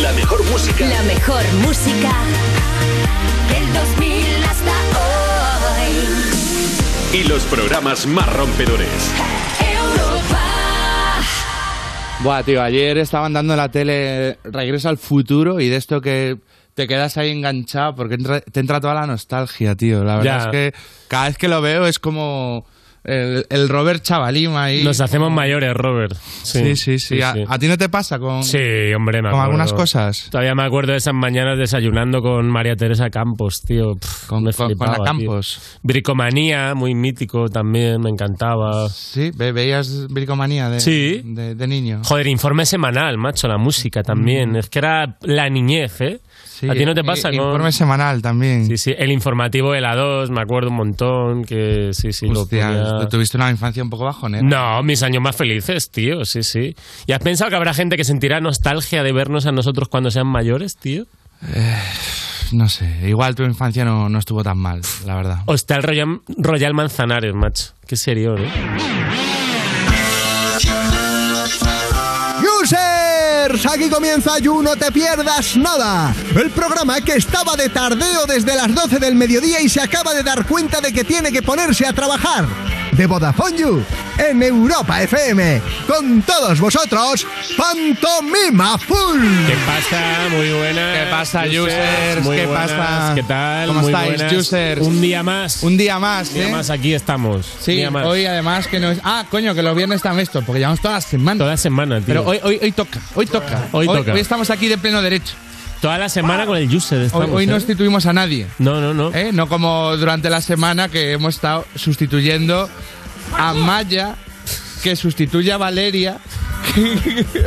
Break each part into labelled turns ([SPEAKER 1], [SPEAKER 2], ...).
[SPEAKER 1] La mejor música.
[SPEAKER 2] La mejor música del 2000 hasta hoy.
[SPEAKER 1] Y los programas más rompedores.
[SPEAKER 3] Buah, tío, ayer estaban dando en la tele Regreso al futuro y de esto que te quedas ahí enganchado porque entra- te entra toda la nostalgia, tío. La verdad
[SPEAKER 4] Ya.
[SPEAKER 3] es que cada vez que lo veo es como el, el Robert Chavalima ahí.
[SPEAKER 4] Nos hacemos mayores, Robert. Sí,
[SPEAKER 3] Sí, sí, sí. ¿A, a ti no te pasa con...?
[SPEAKER 4] Sí, hombre, me
[SPEAKER 3] Con
[SPEAKER 4] acuerdo.
[SPEAKER 3] algunas cosas.
[SPEAKER 4] Todavía me acuerdo de esas mañanas desayunando con María Teresa Campos, tío. Pff, me
[SPEAKER 3] con- con la
[SPEAKER 4] flipaba, tío.
[SPEAKER 3] Campos.
[SPEAKER 4] Bricomanía, muy mítico también, me encantaba.
[SPEAKER 3] Sí, ve- veías bricomanía de,
[SPEAKER 4] Sí.
[SPEAKER 3] de, de niño.
[SPEAKER 4] Joder, informe semanal, macho, la música también. Es que era la niñez, ¿eh?
[SPEAKER 3] Mm. Sí,
[SPEAKER 4] ¿A ti no te
[SPEAKER 3] i-
[SPEAKER 4] pasa con-
[SPEAKER 3] Informe semanal también.
[SPEAKER 4] Sí, sí, el informativo de la 2, me acuerdo un montón, que sí, sí, lo
[SPEAKER 3] Hostia,
[SPEAKER 4] ponía-
[SPEAKER 3] tú tuviste una infancia un poco bajonera.
[SPEAKER 4] No, mis años más felices, tío, sí, sí. ¿Y has pensado que habrá gente que sentirá nostalgia de vernos a nosotros cuando sean mayores, tío?
[SPEAKER 3] Eh, No sé, igual tu infancia no, no estuvo tan mal, la verdad.
[SPEAKER 4] O está el Royal, Royal Manzanares, macho. Qué serio, ¿eh?
[SPEAKER 5] Users, aquí comienza You No Te Pierdas Nada, el programa que estaba de tardeo desde las 12 del mediodía y se acaba de dar cuenta de que tiene que ponerse a trabajar. De Vodafone You, en Europa FM, con todos vosotros, Pantomima Full.
[SPEAKER 4] ¿Qué pasa? Muy buenas.
[SPEAKER 3] ¿Qué pasa, users?
[SPEAKER 4] Muy
[SPEAKER 3] ¿Qué
[SPEAKER 4] buenas.
[SPEAKER 3] pasa?
[SPEAKER 4] ¿Qué tal?
[SPEAKER 3] ¿Cómo
[SPEAKER 4] Muy
[SPEAKER 3] estáis,
[SPEAKER 4] buenas.
[SPEAKER 3] users?
[SPEAKER 4] Un día más.
[SPEAKER 3] Un día más,
[SPEAKER 4] Un día
[SPEAKER 3] ¿eh?
[SPEAKER 4] más, aquí estamos. Un
[SPEAKER 3] Sí,
[SPEAKER 4] día más.
[SPEAKER 3] hoy además que no es... Ah, coño, que los viernes están esto, porque llevamos todas las semanas.
[SPEAKER 4] Toda la semana, tío.
[SPEAKER 3] Pero hoy, hoy, hoy toca, hoy toca.
[SPEAKER 4] Hoy toca.
[SPEAKER 3] Hoy estamos aquí de pleno derecho.
[SPEAKER 4] Toda la semana con el user
[SPEAKER 3] Ah. Hoy,
[SPEAKER 4] estamos.
[SPEAKER 3] hoy no
[SPEAKER 4] ¿eh?
[SPEAKER 3] instituimos a nadie.
[SPEAKER 4] No, no, no.
[SPEAKER 3] ¿eh? No como durante la semana que hemos estado sustituyendo a Maya, que sustituye a Valeria.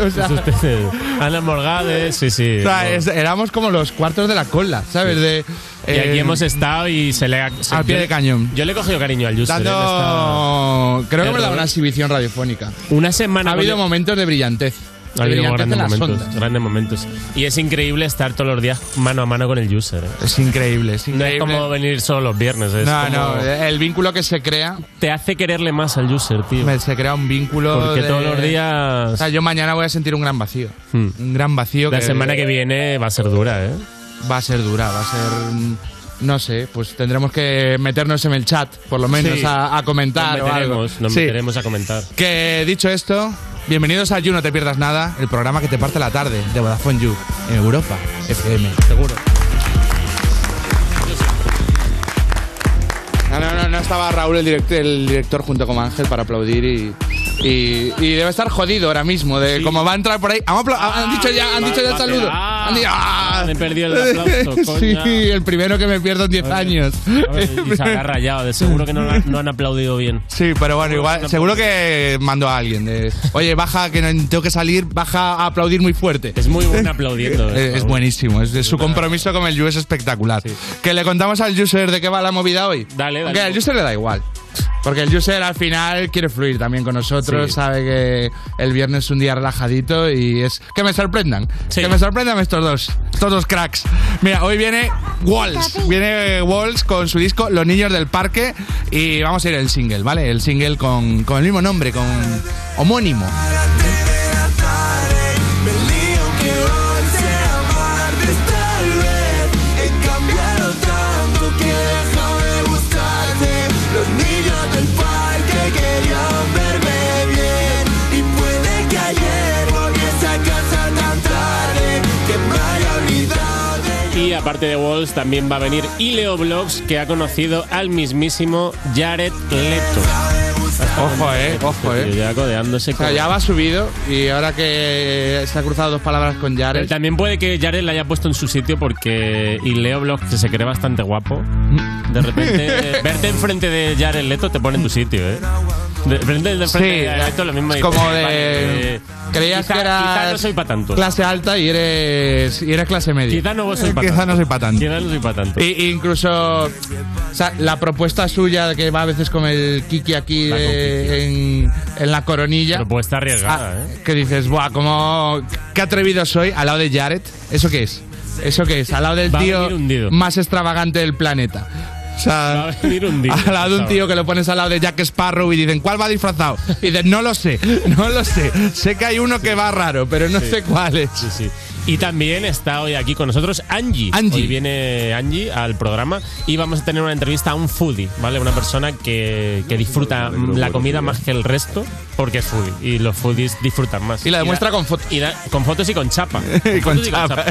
[SPEAKER 3] o sea,
[SPEAKER 4] Es usted- Ana Morgades, sí, sí.
[SPEAKER 3] o sea, es- éramos como los cuartos de la cola, ¿sabes? De,
[SPEAKER 4] Y aquí
[SPEAKER 3] eh,
[SPEAKER 4] hemos estado y se le ha. se-
[SPEAKER 3] al pie
[SPEAKER 4] yo-
[SPEAKER 3] de cañón.
[SPEAKER 4] Yo le he cogido cariño al user. ¿eh?
[SPEAKER 3] dando-
[SPEAKER 4] en esta-
[SPEAKER 3] Creo que hemos dado
[SPEAKER 4] Error.
[SPEAKER 3] una exhibición radiofónica.
[SPEAKER 4] Una semana.
[SPEAKER 3] Ha
[SPEAKER 4] con-
[SPEAKER 3] habido momentos de brillantez.
[SPEAKER 4] Ha
[SPEAKER 3] de
[SPEAKER 4] habido
[SPEAKER 3] brillantez en
[SPEAKER 4] grandes
[SPEAKER 3] las
[SPEAKER 4] momentos,
[SPEAKER 3] ondas.
[SPEAKER 4] grandes momentos. Y es increíble estar todos los días mano a mano con el user. ¿eh?
[SPEAKER 3] Es increíble, es
[SPEAKER 4] No es
[SPEAKER 3] increíble.
[SPEAKER 4] como venir solo los viernes. Es
[SPEAKER 3] no, eh.
[SPEAKER 4] como-
[SPEAKER 3] no, el vínculo que se crea,
[SPEAKER 4] Te hace quererle más al user, tío.
[SPEAKER 3] me- se crea un vínculo.
[SPEAKER 4] Porque
[SPEAKER 3] de-
[SPEAKER 4] todos los
[SPEAKER 3] O sea,
[SPEAKER 4] días.
[SPEAKER 3] yo mañana voy a sentir un gran vacío.
[SPEAKER 4] Hmm.
[SPEAKER 3] Un gran vacío
[SPEAKER 4] La semana que viene va a ser dura, ¿eh?
[SPEAKER 3] va a ser dura, va a ser. mm, No sé, pues tendremos que meternos en el chat, por lo menos,
[SPEAKER 4] Sí.
[SPEAKER 3] a, a comentar.
[SPEAKER 4] Nos
[SPEAKER 3] o algo.
[SPEAKER 4] meteremos, nos
[SPEAKER 3] Sí.
[SPEAKER 4] meteremos a comentar.
[SPEAKER 3] Que dicho esto, bienvenidos a You No Te Pierdas Nada, el programa que te parte la tarde de Vodafone You en Europa FM. Seguro. No, no, no, no estaba Raúl, el, direct- el director, junto con Ángel para aplaudir y. y- y debe estar jodido ahora mismo de cómo va a entrar por ahí. Han, apla- han dicho ya, han dicho ya el
[SPEAKER 4] vale,
[SPEAKER 3] saludo.
[SPEAKER 4] ah,
[SPEAKER 3] Han dicho- ¡ah!
[SPEAKER 4] me he perdido el aplauso,
[SPEAKER 3] Sí,
[SPEAKER 4] coña.
[SPEAKER 3] el primero que me pierdo en 10 años.
[SPEAKER 4] Y se habrá rayado, de seguro que no, la- no han aplaudido bien.
[SPEAKER 3] Sí, pero bueno, igual, seguro que mandó a alguien de, oye, baja, que no- tengo que salir, baja a aplaudir muy fuerte.
[SPEAKER 4] Es muy bueno aplaudiendo.
[SPEAKER 3] Eh,
[SPEAKER 4] ¿eh?
[SPEAKER 3] Es buenísimo, es de su compromiso con el US espectacular. Que le contamos al user de qué va la movida hoy.
[SPEAKER 4] Dale, dale.
[SPEAKER 3] Aunque al user le da igual. Porque el user al final quiere fluir también con nosotros,
[SPEAKER 4] Sí.
[SPEAKER 3] sabe que el viernes es un día relajadito y es que me sorprendan.
[SPEAKER 4] Sí.
[SPEAKER 3] Que me sorprendan estos dos, estos dos cracks. Mira, hoy viene Walls, viene Walls con su disco Los Niños del Parque y vamos a ir el single, ¿vale? El single con, con el mismo nombre, con homónimo.
[SPEAKER 6] Me lío que hoy sea martes tal vez He cambiado tanto que he dejado de buscarte Los niños del parque querían verme bien Y puede que ayer volviese a casa tan tarde Que me haya olvidado de
[SPEAKER 4] Y aparte de Walls, también va a venir Ileo Blogs, que ha conocido al mismísimo Jared Leto. Este
[SPEAKER 3] Ojo, eh, ojo, eh.
[SPEAKER 4] Tío, Ya codeándose.
[SPEAKER 3] O sea,
[SPEAKER 4] con-
[SPEAKER 3] ya va subido y ahora que se ha cruzado dos palabras con
[SPEAKER 4] Pero
[SPEAKER 3] Jared.
[SPEAKER 4] también puede que Jared la haya puesto en su sitio porque y Leo Bloch, que se cree bastante guapo, de repente verte
[SPEAKER 7] este
[SPEAKER 4] enfrente de Jared Leto te pone en tu sitio, ¿eh? De frente, de frente de Jared Leto lo mismo.
[SPEAKER 3] es
[SPEAKER 4] dices,
[SPEAKER 3] como
[SPEAKER 4] vale,
[SPEAKER 3] de.
[SPEAKER 4] eh,
[SPEAKER 3] Creías
[SPEAKER 4] quizá-
[SPEAKER 3] que
[SPEAKER 4] Quizá
[SPEAKER 3] eras
[SPEAKER 4] no soy para tanto.
[SPEAKER 3] clase alta y eres, y eres clase media.
[SPEAKER 4] Quizá no soy pa'
[SPEAKER 3] Quizá
[SPEAKER 4] tanto.
[SPEAKER 3] no soy pa' tanto.
[SPEAKER 4] Quizá no soy para tanto.
[SPEAKER 3] Y- y incluso o sea, la propuesta suya que va a veces con el Kiki aquí
[SPEAKER 4] Va con
[SPEAKER 3] eh, en, en la coronilla.
[SPEAKER 4] Propuesta
[SPEAKER 3] Ah,
[SPEAKER 4] arriesgada, ¿eh?
[SPEAKER 3] Que dices, buah, cómo. Qué atrevido soy al lado de Jared. ¿Eso qué es? ¿Eso qué es? Al lado del
[SPEAKER 4] Va a
[SPEAKER 3] tío
[SPEAKER 4] venir hundido.
[SPEAKER 3] más extravagante del planeta. O sea,
[SPEAKER 4] Va a venir hundido.
[SPEAKER 3] al lado de un tío que lo pones al lado de Jack Sparrow y dicen, ¿cuál va disfrazado? Y dicen, no lo sé, no lo sé. Sé que hay uno que va raro, pero no sé cuál es.
[SPEAKER 4] Sí, sí. Y también está hoy aquí con nosotros Angie.
[SPEAKER 3] Angie.
[SPEAKER 4] Hoy viene Angie al programa y vamos a tener una entrevista a un foodie, ¿vale? Una persona que, que disfruta la comida más que el resto porque es foodie y los foodies disfrutan más.
[SPEAKER 3] Y la demuestra con fotos.
[SPEAKER 4] y da- con fotos y con chapa.
[SPEAKER 3] Y con
[SPEAKER 4] fotos
[SPEAKER 3] chapa.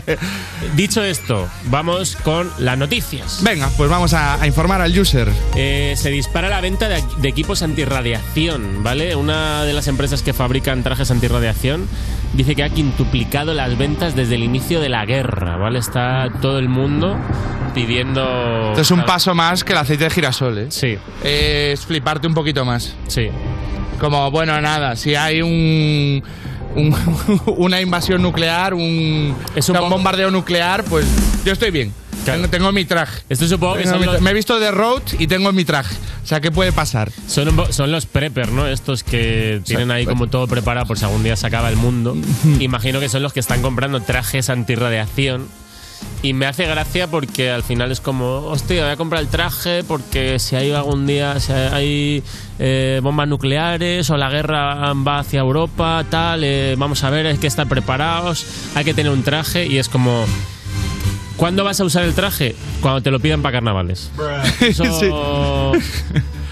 [SPEAKER 4] Dicho esto, vamos con las noticias.
[SPEAKER 3] Venga, pues vamos a, a informar al user.
[SPEAKER 4] Eh, se dispara la venta de, de equipos antirradiación, ¿vale? Una de las empresas que fabrican trajes antirradiación dice que ha quintuplicado las ventas desde el inicio de la guerra, ¿vale? Está todo el mundo pidiendo...
[SPEAKER 3] Esto es un paso más que el aceite de girasol, ¿eh?
[SPEAKER 4] Sí,
[SPEAKER 3] Eh, Es fliparte un poquito más.
[SPEAKER 4] sí.
[SPEAKER 3] Como, bueno, nada, si hay un... un- una invasión nuclear, un,
[SPEAKER 4] Es un
[SPEAKER 3] o sea, un
[SPEAKER 4] bo-
[SPEAKER 3] bombardeo nuclear, pues yo estoy bien.
[SPEAKER 4] Claro.
[SPEAKER 3] Tengo, tengo mi traje.
[SPEAKER 4] Esto supongo que
[SPEAKER 3] Tengo
[SPEAKER 4] son
[SPEAKER 3] mi
[SPEAKER 4] los,
[SPEAKER 3] tra- Me he visto de road y tengo mi traje. O sea, ¿qué puede pasar?
[SPEAKER 4] son, un po- son los prepper, ¿no? Estos que tienen ahí como todo preparado por si algún día se acaba el mundo. Imagino que son los que están comprando trajes antirradiación. Y me hace gracia porque al final es como, hostia, voy a comprar el traje porque si hay algún día, si hay eh, bombas nucleares o la guerra va hacia Europa, tal, eh, vamos a ver, hay que estar preparados, hay que tener un traje y es como... ¿Cuándo vas a usar el traje? Cuando te lo pidan para carnavales. Eso,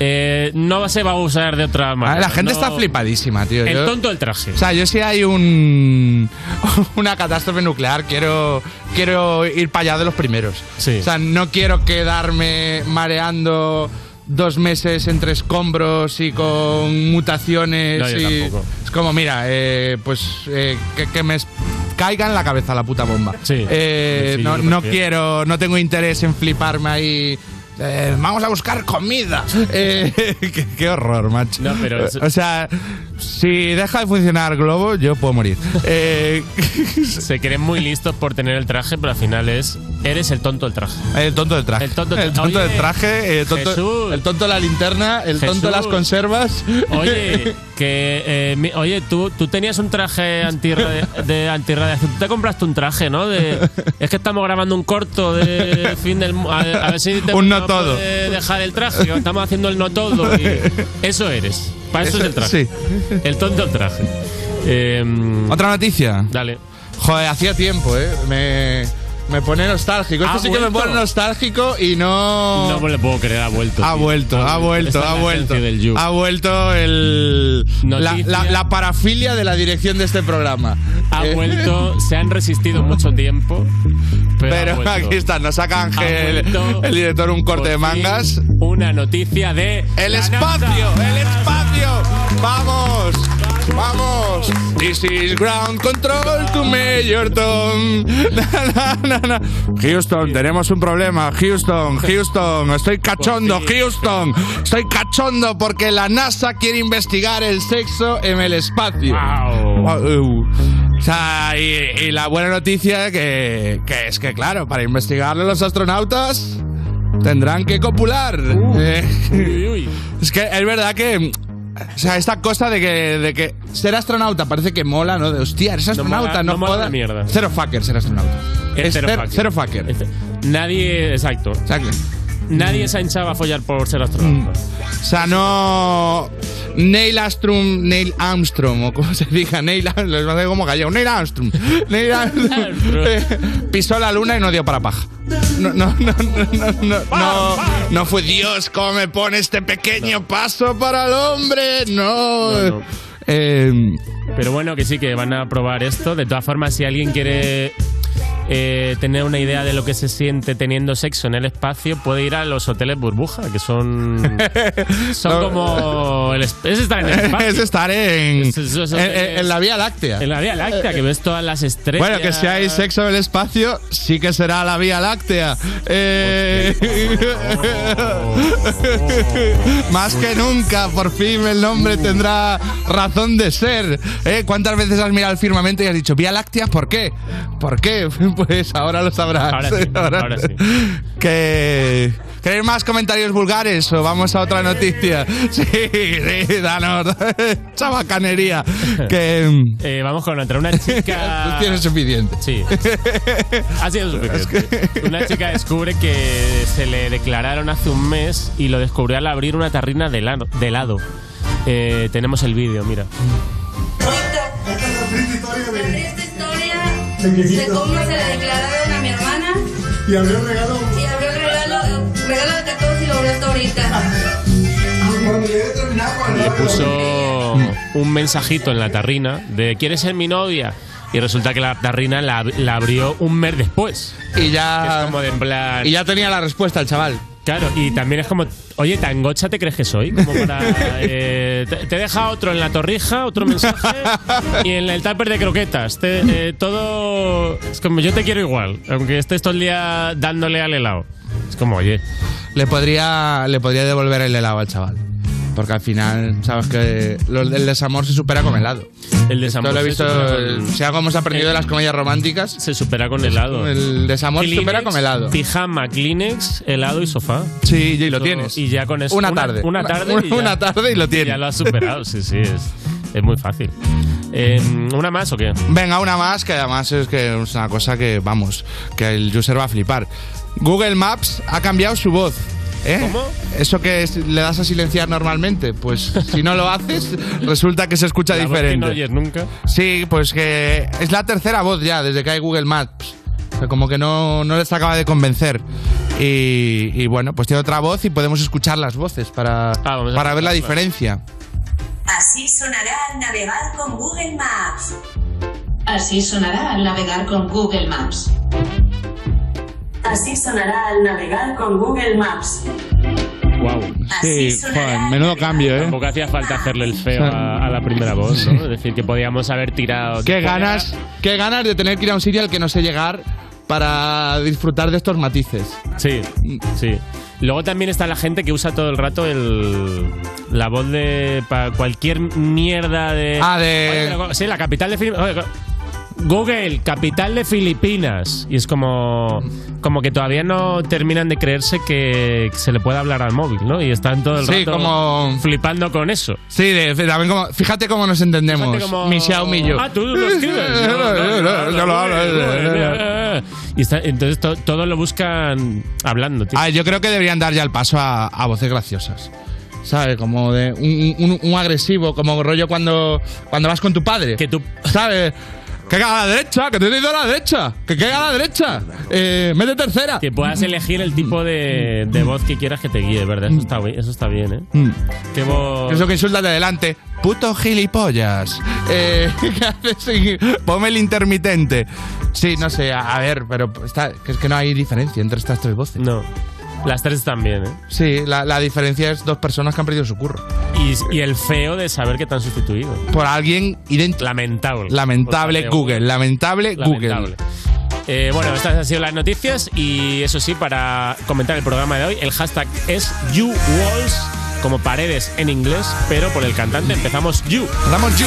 [SPEAKER 4] eh, no se va a usar de otra manera.
[SPEAKER 3] Ah, la gente
[SPEAKER 4] no-
[SPEAKER 3] está flipadísima, tío.
[SPEAKER 4] El
[SPEAKER 3] Yo-
[SPEAKER 4] tonto del traje.
[SPEAKER 3] O sea, yo si hay un una catástrofe nuclear, quiero quiero ir para allá de los primeros.
[SPEAKER 4] Sí.
[SPEAKER 3] O sea, no quiero quedarme mareando dos meses entre escombros y con mutaciones.
[SPEAKER 4] No, yo
[SPEAKER 3] y-
[SPEAKER 4] tampoco.
[SPEAKER 3] Es como, mira, eh, pues eh, que, que me es- caiga en la cabeza la puta bomba.
[SPEAKER 4] Sí.
[SPEAKER 3] Eh,
[SPEAKER 4] Sí,
[SPEAKER 3] no,
[SPEAKER 4] yo lo
[SPEAKER 3] no
[SPEAKER 4] prefiero.
[SPEAKER 3] quiero, no tengo interés en fliparme ahí. eh, vamos a buscar comida. Eh, qué, qué horror, macho.
[SPEAKER 4] No, pero es-
[SPEAKER 3] O sea, si deja de funcionar Globo, yo puedo morir. Eh,
[SPEAKER 4] Se creen muy listos por tener el traje, pero al final es. Eres el tonto del traje.
[SPEAKER 3] el tonto del traje.
[SPEAKER 4] El tonto del- Oye,
[SPEAKER 3] del traje, eh, el tonto,
[SPEAKER 4] Jesús.
[SPEAKER 3] el tonto de la linterna, el tonto de las
[SPEAKER 4] Jesús.
[SPEAKER 3] conservas.
[SPEAKER 4] Oye, que. eh, mi- oye, tú, tú tenías un traje antirradia- de antirradiación. Tú te compraste un traje, ¿no? De, es que estamos grabando un corto de fin del. mu- A, a ver si te
[SPEAKER 3] Un no
[SPEAKER 4] puedes
[SPEAKER 3] todo.
[SPEAKER 4] dejar el traje. o Estamos haciendo el no todo. y- eso eres. Para eso,
[SPEAKER 3] Eso-
[SPEAKER 4] es el traje.
[SPEAKER 3] sí.
[SPEAKER 4] El tonto del traje. Em,
[SPEAKER 3] Otra noticia.
[SPEAKER 4] dale.
[SPEAKER 3] Joder, hacía tiempo, ¿eh? Me, me pone nostálgico. Esto
[SPEAKER 4] ¿Ha
[SPEAKER 3] este sí que me
[SPEAKER 4] ah, vuelto?
[SPEAKER 3] pone nostálgico y no...
[SPEAKER 4] No me lo puedo creer, ha vuelto.
[SPEAKER 3] Ha
[SPEAKER 4] tío.
[SPEAKER 3] vuelto, ha vuelto,
[SPEAKER 4] Esta
[SPEAKER 3] ha
[SPEAKER 4] es la
[SPEAKER 3] vuelto.
[SPEAKER 4] esencia del You.
[SPEAKER 3] Ha vuelto el, la,
[SPEAKER 4] Noticia.
[SPEAKER 3] la- la parafilia de la dirección de este programa.
[SPEAKER 4] Ha
[SPEAKER 3] Eh,
[SPEAKER 4] vuelto, se han resistido mucho tiempo. Pero, ha
[SPEAKER 3] Pero
[SPEAKER 4] vuelto.
[SPEAKER 3] aquí está, nos saca
[SPEAKER 4] Ha
[SPEAKER 3] Ángel,
[SPEAKER 4] vuelto,
[SPEAKER 3] el director, un
[SPEAKER 4] por
[SPEAKER 3] corte de
[SPEAKER 4] fin,
[SPEAKER 3] mangas.
[SPEAKER 4] Una noticia de.
[SPEAKER 3] ¡El
[SPEAKER 4] la
[SPEAKER 3] espacio!
[SPEAKER 4] NASA.
[SPEAKER 3] ¡El espacio! ¡Vamos! ¡Vamos! This is ground control to Major Tom. Na, na, na, na. Houston, tenemos un problema. Houston, Houston, estoy cachondo. Houston, estoy cachondo porque la NASA quiere investigar el sexo en el espacio.
[SPEAKER 4] Wow.
[SPEAKER 3] Wow, eu. O sea, y, y la buena noticia que, que es que, claro, para investigarlo los astronautas tendrán que copular.
[SPEAKER 4] Uh.
[SPEAKER 3] Eh,
[SPEAKER 4] Uy, uy.
[SPEAKER 3] es que es verdad que. O sea, esta cosa de que, de que ser astronauta parece que mola, ¿no? De hostia, eres astronauta,
[SPEAKER 4] mola-
[SPEAKER 3] no,
[SPEAKER 4] no mola
[SPEAKER 3] joda.
[SPEAKER 4] la mierda.
[SPEAKER 3] Cero fucker ser astronauta. Es
[SPEAKER 4] Cero
[SPEAKER 3] cer-
[SPEAKER 4] fucker.
[SPEAKER 3] cero fucker.
[SPEAKER 4] Es- Nadie, exacto.
[SPEAKER 3] O sea, que-
[SPEAKER 4] Nadie se ha hinchado a follar por ser
[SPEAKER 3] Mm.
[SPEAKER 4] astronauta.
[SPEAKER 3] o sea, no. Neil Armstrong, Neil Armstrong, o como se diga, Neil Armstrong, les va a hacer como gallego, Neil Armstrong, Neil Armstrong, eh, pisó la luna y no dio para paja. No, no, no, no, no, no, no, no fue Dios, ¿cómo me pone este pequeño paso para el hombre? No.
[SPEAKER 4] No, no.
[SPEAKER 3] Eh,
[SPEAKER 4] Pero bueno, que sí, que van a probar esto. De todas formas, si alguien quiere eh, tener una idea de lo que se siente teniendo sexo en el espacio, puede ir a los hoteles burbuja, que son. Son
[SPEAKER 3] No.
[SPEAKER 4] como. El, es es estar en el espacio.
[SPEAKER 3] es estar en,
[SPEAKER 4] Es- es- es-
[SPEAKER 3] en- en- en la Vía Láctea.
[SPEAKER 4] En la Vía Láctea, que ves todas las estrellas.
[SPEAKER 3] Bueno, que si hay sexo en el espacio, sí que será la Vía Láctea. Eh, Más que nunca, por fin el nombre tendrá razón de ser. ¿Eh? ¿Cuántas veces has mirado el firmamento y has dicho Vía Láctea? ¿Por qué? ¿Por qué? Pues ahora lo sabrás.
[SPEAKER 4] Ahora sí, ahora sí.
[SPEAKER 3] Que... ¿Queréis más comentarios vulgares o vamos a otra noticia? Sí, sí, danos. Chabacanería. Que...
[SPEAKER 4] Eh, vamos con otra. Una chica.
[SPEAKER 3] Tienes Pues suficiente.
[SPEAKER 4] Sí. Ha sido suficiente. Una chica descubre que se le declararon hace un mes y lo descubrió al abrir una tarrina de, helado- de helado. Eh, tenemos el vídeo, mira.
[SPEAKER 8] La triste historia
[SPEAKER 7] de cómo se la declararon a mi hermana
[SPEAKER 9] Y abrió el regalo.
[SPEAKER 7] y abrió el regalo, regalo de 14 y lo abrió hasta ahorita.
[SPEAKER 4] Le puso un mensajito en la tarrina de ¿Quieres ser mi novia? Y resulta que la tarrina la, la abrió un mes después.
[SPEAKER 3] Y
[SPEAKER 4] Es
[SPEAKER 3] ya,
[SPEAKER 4] como de en plan...
[SPEAKER 3] y ya tenía la respuesta el chaval.
[SPEAKER 4] Claro, y también es como, oye, ¿tan gocha te crees que soy? Como para, eh, te, te deja otro en la torrija, otro mensaje, y en el tupper de croquetas. Te- eh, todo. Es como, yo te quiero igual, aunque estés todo el día dándole al helado. Es como, oye,
[SPEAKER 3] Le podría, le podría devolver el helado al chaval. Porque al final, sabes que lo- el desamor se supera con helado.
[SPEAKER 4] el desamor.
[SPEAKER 3] Yo lo he
[SPEAKER 4] se
[SPEAKER 3] visto,
[SPEAKER 4] supera con-
[SPEAKER 3] sea como se ha aprendido
[SPEAKER 4] Eh.
[SPEAKER 3] las comedias románticas,
[SPEAKER 4] Se supera con helado.
[SPEAKER 3] el desamor se supera con helado.
[SPEAKER 4] Pijama, Kleenex, helado y sofá.
[SPEAKER 3] Sí, y lo tienes.
[SPEAKER 4] Y ya con eso.
[SPEAKER 3] Una tarde.
[SPEAKER 4] Una, tarde.
[SPEAKER 3] Una,
[SPEAKER 4] y ya.
[SPEAKER 3] una tarde y lo
[SPEAKER 4] Ya
[SPEAKER 3] tienes.
[SPEAKER 4] lo has superado, sí, sí. Es, es muy fácil. Eh, ¿Una más o qué?
[SPEAKER 3] Venga, una más, que además es que es una cosa que, vamos, que el user va a flipar. Google Maps ha cambiado su voz. ¿eh?
[SPEAKER 4] ¿Cómo?
[SPEAKER 3] Eso que es- le das a silenciar normalmente, pues si no lo haces, resulta que se escucha
[SPEAKER 4] La voz que
[SPEAKER 3] diferente.
[SPEAKER 4] no oyes nunca.
[SPEAKER 3] sí, pues que es la tercera voz ya, desde que hay Google Maps. O sea, como que no, no les acaba de convencer. Y, y bueno, pues tiene otra voz y podemos escuchar las voces para,
[SPEAKER 4] Ah, vamos a
[SPEAKER 3] para ver la
[SPEAKER 4] escucharlas.
[SPEAKER 3] diferencia.
[SPEAKER 10] Así sonará al navegar con Google Maps.
[SPEAKER 11] Así sonará al navegar con Google Maps.
[SPEAKER 10] Así sonará al navegar con Google Maps.
[SPEAKER 4] Wow.
[SPEAKER 10] Así sonará al navegar con-
[SPEAKER 4] Tampoco hacía falta hacerle el feo a, a la primera voz, ¿no? Es decir, que podíamos haber tirado.
[SPEAKER 3] Qué ganas, qué ganas de tener que ir a un sitio al que no sé llegar para disfrutar de estos matices. Mm.
[SPEAKER 4] Sí, sí. Luego también está la gente que usa todo el rato el, la voz de. para cualquier mierda de.
[SPEAKER 3] Ah, de-
[SPEAKER 4] Oye, pero co- sí, la capital de Filipinas. Google, capital de Filipinas. Y es como. Como que todavía no terminan de creerse que se le puede hablar al móvil, ¿no? Y están todo el
[SPEAKER 3] Sí,
[SPEAKER 4] rato
[SPEAKER 3] como-
[SPEAKER 4] flipando con eso.
[SPEAKER 3] Sí, de- también como, fíjate cómo nos entendemos,
[SPEAKER 4] Fíjate como-
[SPEAKER 3] mi Xiaomi y yo.
[SPEAKER 4] Ah, tú lo escribes.
[SPEAKER 3] Yo lo- yo lo hablo.
[SPEAKER 4] Y está- entonces to- todo lo buscan hablando, tío.
[SPEAKER 3] Ah, yo creo que deberían dar ya el paso a, a voces graciosas. ¿Sabes? Como de un, un- un agresivo, como rollo cuando, cuando vas con tu padre.
[SPEAKER 4] Que tú-
[SPEAKER 3] ¿Sabes? Que caiga a la derecha, que te he dicho a la derecha, que caiga a la derecha, eh, mete tercera.
[SPEAKER 4] Que puedas elegir el tipo de, de voz que quieras que te guíe, ¿verdad? Eso está, bien- eso está bien, ¿eh?
[SPEAKER 3] Mm.
[SPEAKER 4] Qué voz...
[SPEAKER 3] Eso que insultas de adelante. Puto gilipollas. Eh, ¿Qué haces? Ponme el intermitente. Sí, no sé, a, a ver, pero está, que es que no hay diferencia entre estas tres voces.
[SPEAKER 4] No. Las tres están bien, ¿eh?
[SPEAKER 3] Sí, la, la diferencia es dos personas que han perdido su curro.
[SPEAKER 4] Y, y el feo de saber que te han sustituido.
[SPEAKER 3] Por alguien idéntico.
[SPEAKER 4] Lamentable.
[SPEAKER 3] Lamentable
[SPEAKER 4] Por parte de
[SPEAKER 3] Google, lamentable, Google.
[SPEAKER 4] Lamentable. Eh, bueno, estas han sido las noticias y eso sí, para comentar el programa de hoy, el hashtag es YouWalls, como paredes en inglés, pero por el cantante empezamos You.
[SPEAKER 3] Damos you.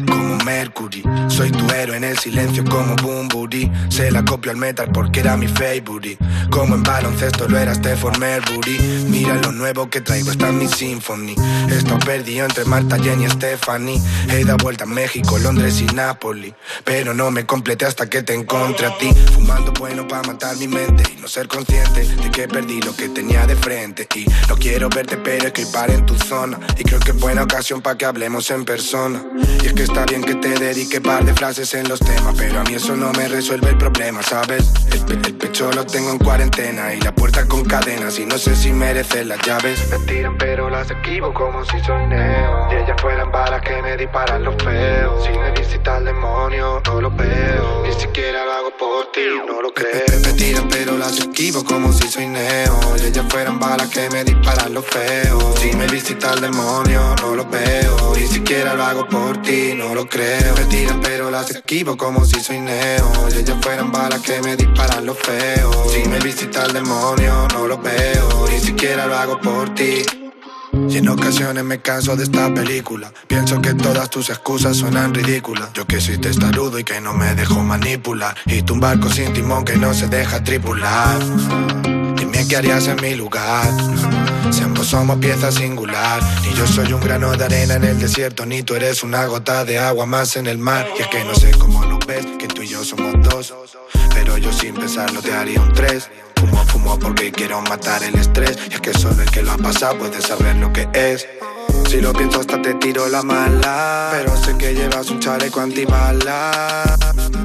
[SPEAKER 12] como Mercury. Soy tu héroe en el silencio como Bumburi. Se la copio al metal porque era mi favorite. Como en baloncesto lo era Stephen Mercury. Mira lo nuevo que traigo, está mi symphony. Esto perdido entre Marta, Jenny y Stephanie. He dado vuelta a México, Londres y Napoli. Pero no me completé hasta que te encontré a ti. Fumando bueno para matar mi mente y no ser consciente de que perdí lo que tenía de frente. Y no quiero verte, pero es que hoy paré en tu zona. Y creo que es buena ocasión para que hablemos en persona. Y es que está bien que te dedique par de frases en los temas, pero a mí eso no me resuelve el problema, ¿sabes? El, pe- el pecho lo tengo en cuarentena y la puerta con cadenas. Y no sé si merece las llaves. Me tiran, pero las equivoco como si soy neo. Y ellas fueran balas que me disparan los feos. Si me visita el demonio, no lo veo. Ni siquiera lo hago por ti, no lo creo. Me tiran, pero las esquivo como si soy neo. Y ellas fueran balas que me disparan los feos. Si me visita el demonio, no lo veo. Ni siquiera lo hago por ti, no lo creo. Me tiran, pero las esquivo como si soy neo. Y ellas fueran balas que me disparan los feos. Si me visita el demonio, no lo veo. Ni siquiera lo hago por ti. Y en ocasiones me canso de esta película. Pienso que todas tus excusas suenan ridículas. Yo que soy testarudo y que no me dejo manipular. Y tu barco sin timón que no se deja tripular. Dime qué harías en mi lugar. Si ambos somos pieza singular. Ni yo soy un grano de arena en el desierto, ni tú eres una gota de agua más en el mar. Y es que no sé cómo nos ves, que tú y yo somos dos. pero yo sin pensarlo te haría un 3. Fumo, fumo porque quiero matar el estrés. Y es que solo el que lo ha pasado puede saber lo que es. Si lo pienso hasta te tiro la mala Pero sé que llevas un chaleco antibala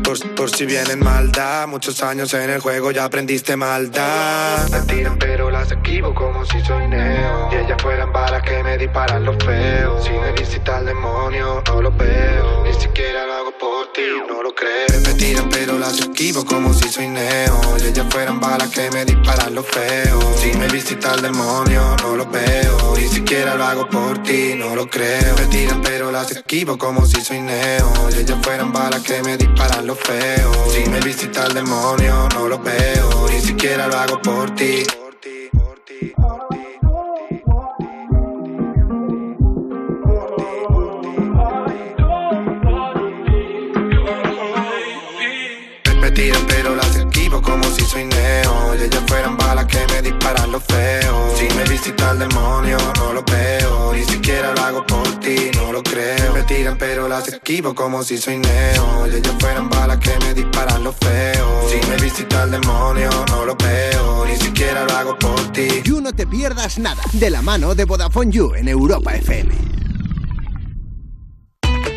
[SPEAKER 12] Por, por si vienen maldad Muchos años en el juego ya aprendiste maldad Me tiran pero las esquivo como si soy neo Y ellas fueran balas que me disparan los feos Si me visita el demonio no lo veo Ni siquiera lo hago por ti, no lo crees Me tiran pero las esquivo como si soy neo Y ellas fueran balas que me disparan los feos Si me visita el demonio no lo veo Ni siquiera lo hago por ti, no lo creo Me tiran pero las esquivo como si soy neo Y ellas fueran balas que me disparan los feos Si me visita el demonio no lo veo Ni siquiera lo hago por ti Me tiran pero las esquivo pues, como si soy neo Y ellas fueran balas que me disparan los feos Si me visita el demonio no lo veo Ni siquiera lo hago por ti, no lo creo Me tiran pero las esquivo pues, como si soy neo Y ellas fueran balas que me disparan los feos Si me visita el demonio no lo veo Ni siquiera lo hago por ti
[SPEAKER 5] You No Te Pierdas Nada, de la mano de Vodafone You en Europa FM.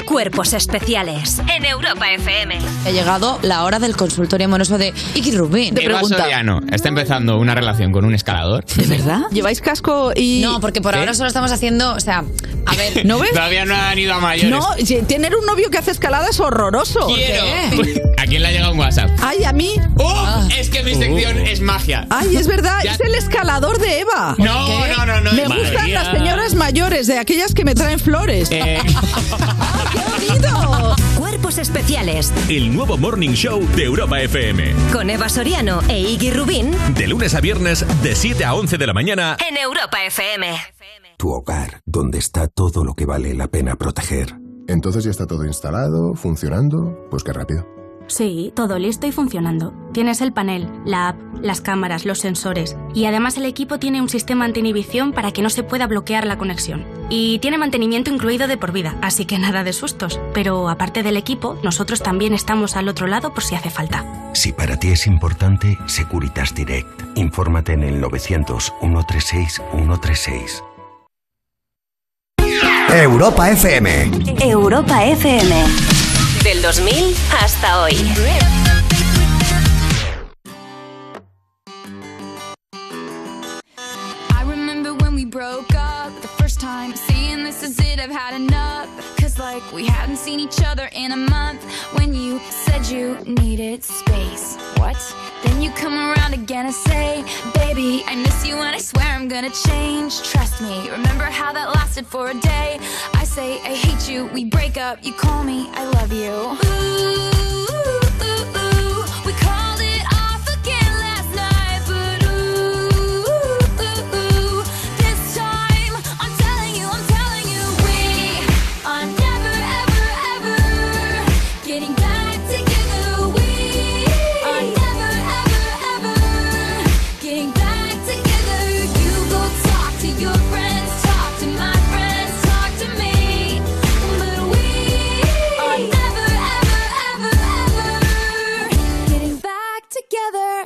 [SPEAKER 13] Cuerpos especiales en Europa FM.
[SPEAKER 10] Ha llegado la hora del consultorio amoroso de Iki Rubin. Te
[SPEAKER 2] Eva
[SPEAKER 10] pregunta.
[SPEAKER 2] Soriano está empezando una relación con un escalador.
[SPEAKER 10] ¿De verdad? ¿Lleváis casco y.? ¿Eh? No, porque por
[SPEAKER 2] ¿Qué?
[SPEAKER 10] ahora solo estamos haciendo. O sea, a ver. ¿No ves?
[SPEAKER 2] Todavía no han ido a mayores.
[SPEAKER 10] No, ye- tener un novio que hace escalada es horroroso.
[SPEAKER 2] Quiero.
[SPEAKER 10] ¿Por qué?
[SPEAKER 2] ¿A quién le ha llegado un WhatsApp? Uh.
[SPEAKER 10] Ay, a mí.
[SPEAKER 2] Ah. Es que mi sección es magia.
[SPEAKER 10] Ay, es verdad,
[SPEAKER 2] Ya-
[SPEAKER 10] es el escalador de Eva.
[SPEAKER 2] No, ¿Qué? no, no, no,
[SPEAKER 10] Me
[SPEAKER 2] es
[SPEAKER 10] gustan
[SPEAKER 2] magia.
[SPEAKER 10] las señoras mayores, de aquellas que me traen flores.
[SPEAKER 13] Cuerpos especiales
[SPEAKER 14] El nuevo Morning Show de Europa FM.
[SPEAKER 13] con Eva Soriano e Iggy Rubín
[SPEAKER 14] De lunes a viernes, de 7 a 11 de la mañana.
[SPEAKER 13] en Europa FM.
[SPEAKER 15] Tu hogar, donde está todo lo que vale la pena proteger.
[SPEAKER 16] Entonces ya está todo instalado, funcionando, pues qué rápido.
[SPEAKER 17] Sí, todo listo y funcionando. Tienes el panel, la app, las cámaras, los sensores y además el equipo tiene un sistema antinhibición para que no se pueda bloquear la conexión. Y tiene mantenimiento incluido de por vida, así que nada de sustos. Pero aparte del equipo, nosotros también estamos al otro lado por si hace falta.
[SPEAKER 15] Si para ti es importante, Securitas Direct. Infórmate en el 900 136 136.
[SPEAKER 5] Europa FM.
[SPEAKER 13] Europa FM. Del 2000 hasta hoy.
[SPEAKER 18] I remember when we broke up the first time, saying this is it, I've had enough. Cause like we hadn't seen each other in a month when you said you needed space. What? Then you come around again and say, Baby, I miss you and I swear I'm gonna change. Trust me, remember how that lasted for a day. I say, I hate you, we break up, you call me, I love you. Ooh, ooh, ooh, we called it off again last night, but ooh. This time, I'm telling you, I'm telling you, we are never, ever, ever getting back together. We are never, ever, ever getting back together. You go talk to your friends, talk to my friends, talk to me. But we are never, ever, ever, ever getting back together.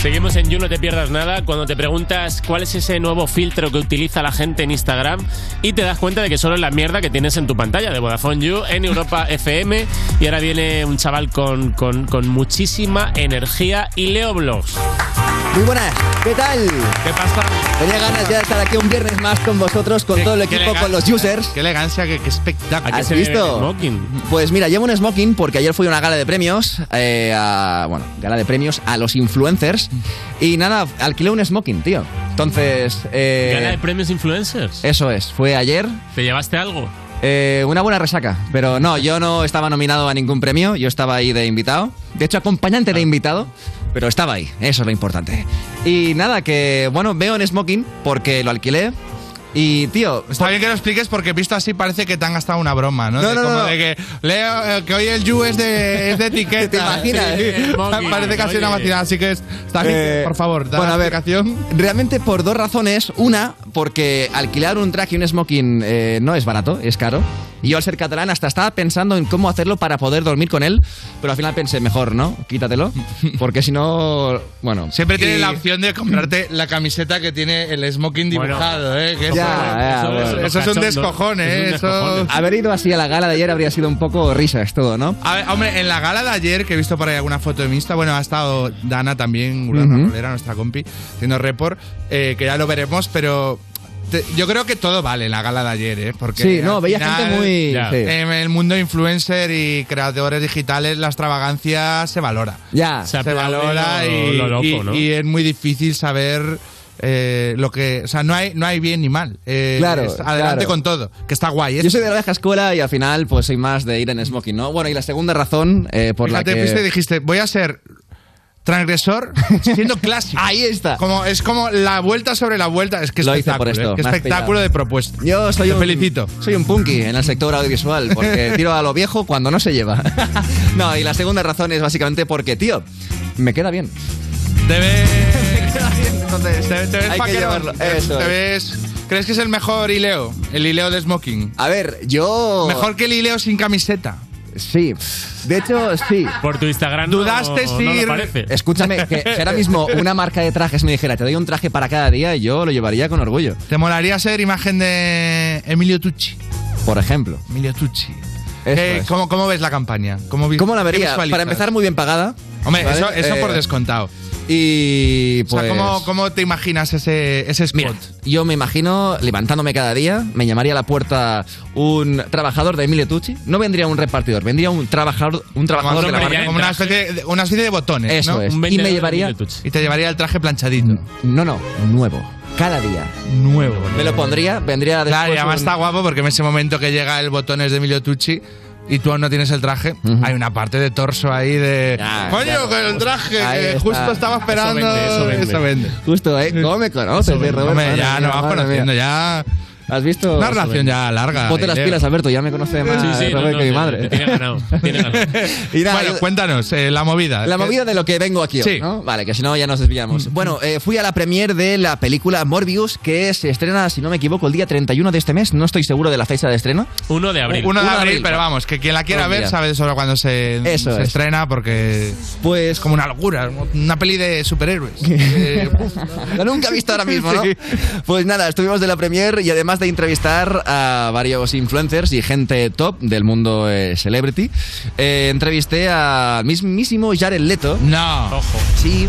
[SPEAKER 4] Seguimos en You, no te pierdas nada. Cuando te preguntas cuál es ese nuevo filtro que utiliza la gente en Instagram y te das cuenta de que solo es la mierda que tienes en tu pantalla de Vodafone You en Europa FM. Y ahora viene un chaval con, con, con muchísima energía y Leo Blogs.
[SPEAKER 19] Muy buenas, ¿qué tal?
[SPEAKER 3] ¿Qué pasa?
[SPEAKER 19] Tenía ganas ya de estar aquí un viernes más con vosotros, con todo el
[SPEAKER 3] qué
[SPEAKER 19] equipo,
[SPEAKER 3] elegan-
[SPEAKER 19] con los users.
[SPEAKER 3] Qué elegancia, qué, qué espectáculo.
[SPEAKER 19] ¿Has visto? Pues mira, llevo un smoking porque ayer fui a una gala de premios, eh, a- bueno, gala de premios a los influencers y nada, alquilé un smoking, tío. Entonces, eh,
[SPEAKER 4] Gala de premios influencers.
[SPEAKER 19] eso es, fue ayer.
[SPEAKER 4] ¿Te llevaste algo?
[SPEAKER 19] Eh, una buena resaca, pero no, yo no estaba nominado a ningún premio, yo estaba ahí de invitado, de hecho acompañante
[SPEAKER 3] Ah.
[SPEAKER 19] de invitado, pero estaba ahí, eso es lo importante. Y nada, que bueno, veo en Smoking porque lo alquilé Y, tío.
[SPEAKER 3] Está bien que lo expliques porque visto así parece que te han gastado una broma, ¿no?
[SPEAKER 19] No,
[SPEAKER 3] De
[SPEAKER 19] no, no,
[SPEAKER 3] como
[SPEAKER 19] no.
[SPEAKER 3] de que, Leo, eh, que hoy el You es de, es de etiqueta.
[SPEAKER 19] ¿Te imaginas?
[SPEAKER 3] Sí.
[SPEAKER 19] El móvil,
[SPEAKER 3] parece casi una
[SPEAKER 19] oye.
[SPEAKER 3] vacilada, así que es- está bien,
[SPEAKER 19] Eh,
[SPEAKER 3] por favor, da
[SPEAKER 19] bueno, a
[SPEAKER 3] la
[SPEAKER 19] ver,
[SPEAKER 3] explicación.
[SPEAKER 19] Realmente por dos razones. Una, porque alquilar un track y un smoking eh, no es barato, es caro. Y yo al ser catalán hasta estaba pensando en cómo hacerlo para poder dormir con él, pero al final pensé, mejor, ¿no? Quítatelo, porque si no, bueno.
[SPEAKER 3] Siempre tienes
[SPEAKER 19] Y-
[SPEAKER 3] la opción de comprarte la camiseta que tiene el smoking dibujado, ¿eh? Que eso-
[SPEAKER 19] Ya,
[SPEAKER 3] eso,
[SPEAKER 19] ya,
[SPEAKER 3] eso-
[SPEAKER 19] bueno.
[SPEAKER 3] eso es un descojón, ¿eh? Eso...
[SPEAKER 19] Haber ido así a la gala de ayer habría sido un poco risas todo, ¿no?
[SPEAKER 3] A ver, hombre, en la gala de ayer, que he visto por ahí alguna foto de mi Insta, bueno, ha estado Dana también, Urana
[SPEAKER 19] Ujú.
[SPEAKER 3] Rolera, nuestra compi, haciendo report, eh, que ya lo veremos, pero te- yo creo que todo vale en la gala de ayer, ¿eh? Porque
[SPEAKER 19] Sí, no,
[SPEAKER 3] al
[SPEAKER 19] veía gente muy- Ya. sí.
[SPEAKER 3] En el mundo influencer y creadores digitales, la extravagancia se valora.
[SPEAKER 19] Ya.
[SPEAKER 3] Se,
[SPEAKER 4] aplaude
[SPEAKER 3] valora
[SPEAKER 4] lo-
[SPEAKER 3] y,
[SPEAKER 4] lo loco,
[SPEAKER 3] y-
[SPEAKER 4] ¿no?
[SPEAKER 3] y es muy difícil saber... eh, lo que o sea no hay no hay bien ni mal Eh,
[SPEAKER 19] Claro,
[SPEAKER 3] es adelante
[SPEAKER 19] claro.
[SPEAKER 3] con todo que está guay ¿eh?
[SPEAKER 19] Yo soy de la vieja escuela y al final pues soy más de ir en smoking, ¿no? Bueno, y la segunda razón eh, por
[SPEAKER 3] Fíjate,
[SPEAKER 19] la que...
[SPEAKER 3] fuiste y dijiste, voy a ser transgresor siendo clásico.
[SPEAKER 19] Ahí está.
[SPEAKER 3] Como, es como la vuelta sobre la vuelta. Es que
[SPEAKER 19] lo hice por
[SPEAKER 3] espectáculo,
[SPEAKER 19] esto.
[SPEAKER 3] eh, qué
[SPEAKER 19] me has
[SPEAKER 3] espectáculo
[SPEAKER 19] pillado.
[SPEAKER 3] de propuesta.
[SPEAKER 19] Yo soy
[SPEAKER 3] Te
[SPEAKER 19] un,
[SPEAKER 3] felicito.
[SPEAKER 19] Soy un punky en el sector audiovisual, porque tiro a lo viejo cuando no se lleva. no, y la segunda razón es básicamente porque, tío, me queda bien.
[SPEAKER 3] Entonces, te, te ves
[SPEAKER 19] hay que
[SPEAKER 3] paquero,
[SPEAKER 19] llevarlo,
[SPEAKER 3] te-
[SPEAKER 19] eso
[SPEAKER 3] te
[SPEAKER 19] es.
[SPEAKER 3] ves- ¿Crees que es el mejor hileo? El hileo de smoking.
[SPEAKER 19] A ver, yo.
[SPEAKER 3] Mejor que el hileo sin camiseta.
[SPEAKER 19] Sí. De hecho, sí.
[SPEAKER 4] Por tu Instagram no-
[SPEAKER 3] Dudaste
[SPEAKER 4] no,
[SPEAKER 3] si-
[SPEAKER 4] lo parece.
[SPEAKER 19] Escúchame, que si ahora mismo una marca de trajes me dijera, te doy un traje para cada día, yo lo llevaría con orgullo.
[SPEAKER 3] ¿Te molaría ser imagen de Emilio Tucci?
[SPEAKER 19] Por ejemplo.
[SPEAKER 3] Emilio Tucci.
[SPEAKER 19] Eso
[SPEAKER 3] Eh,
[SPEAKER 19] es.
[SPEAKER 3] ¿cómo, cómo ves la campaña? ¿Cómo, vi-
[SPEAKER 19] ¿Cómo la
[SPEAKER 3] qué
[SPEAKER 19] vería?
[SPEAKER 3] visualizas?
[SPEAKER 19] Para empezar, muy bien pagada.
[SPEAKER 3] Hombre,
[SPEAKER 19] ¿vale?
[SPEAKER 3] eso, eso por
[SPEAKER 19] Eh,
[SPEAKER 3] descontado.
[SPEAKER 19] Y
[SPEAKER 3] O
[SPEAKER 19] pues.
[SPEAKER 3] sea, ¿cómo, cómo te imaginas ese, ese spot?
[SPEAKER 19] Yo me imagino levantándome cada día, me llamaría a la puerta un trabajador de Emilio Tucci. No vendría un repartidor, vendría un trabajador, un trabajador de la marca.
[SPEAKER 3] como una especie, de, una especie de botones.
[SPEAKER 19] Eso
[SPEAKER 3] ¿no?
[SPEAKER 19] es. y me llevaría.
[SPEAKER 3] Y te llevaría el traje planchadito.
[SPEAKER 19] No, no, nuevo. Cada día.
[SPEAKER 3] Nuevo.
[SPEAKER 19] Me lo pondría, vendría después.
[SPEAKER 3] Claro, y además
[SPEAKER 19] un-
[SPEAKER 3] está guapo porque en ese momento que llega el botones de Emilio Tucci y tú aún no tienes el traje, hay una parte de torso ahí de. ¡Coño,
[SPEAKER 19] claro.
[SPEAKER 3] con el traje!
[SPEAKER 19] Ahí
[SPEAKER 3] que
[SPEAKER 19] está.
[SPEAKER 3] Eh, justo estaba
[SPEAKER 19] Eso
[SPEAKER 3] esperando.
[SPEAKER 19] vende, eso vende. Justo, ¿eh? ¿Cómo me conoces,
[SPEAKER 3] Eso
[SPEAKER 19] eh,
[SPEAKER 3] vende.
[SPEAKER 19] Robert?
[SPEAKER 3] Hombre,
[SPEAKER 19] Madre
[SPEAKER 3] ya
[SPEAKER 19] mía,
[SPEAKER 3] nos vas
[SPEAKER 19] madre
[SPEAKER 3] conociendo,
[SPEAKER 19] mía.
[SPEAKER 3] ya.
[SPEAKER 19] ¿Has visto?
[SPEAKER 3] Una relación ya larga.
[SPEAKER 19] Ponte las
[SPEAKER 3] Leo.
[SPEAKER 19] pilas, Alberto, ya me conoce más
[SPEAKER 3] Sí, sí, no,
[SPEAKER 19] Robert
[SPEAKER 3] no,
[SPEAKER 19] que mi
[SPEAKER 3] te-
[SPEAKER 19] madre.
[SPEAKER 3] te tiene ganado,
[SPEAKER 19] Y nada,
[SPEAKER 3] bueno,
[SPEAKER 19] yo-
[SPEAKER 3] cuéntanos, eh, la movida.
[SPEAKER 19] La
[SPEAKER 3] ¿Qué-
[SPEAKER 19] movida de lo que vengo aquí hoy,
[SPEAKER 3] Sí. Mm.
[SPEAKER 19] ¿no? Vale, que si no ya nos desviamos. Bueno, eh, fui a la premier de la película Morbius, que se estrena, si no me equivoco, el día 31 de este mes. No estoy seguro de la fecha de estreno.
[SPEAKER 4] 1 de abril.
[SPEAKER 3] 1 de abril, pero vamos, que quien la quiera
[SPEAKER 19] Oh,
[SPEAKER 3] ver
[SPEAKER 19] mira.
[SPEAKER 3] sabe sobre cuándo se,
[SPEAKER 19] Eso
[SPEAKER 3] se
[SPEAKER 19] es.
[SPEAKER 3] estrena porque
[SPEAKER 19] pues
[SPEAKER 3] como una locura, una peli de superhéroes. Eh, uf,
[SPEAKER 19] Lo nunca he visto ahora mismo, ¿no?
[SPEAKER 3] Sí.
[SPEAKER 19] Pues nada, estuvimos de la premier y además de entrevistar a varios influencers y gente top del mundo eh, celebrity, eh, entrevisté al mismísimo Jared Leto.
[SPEAKER 3] No.
[SPEAKER 4] Ojo.
[SPEAKER 19] Sí.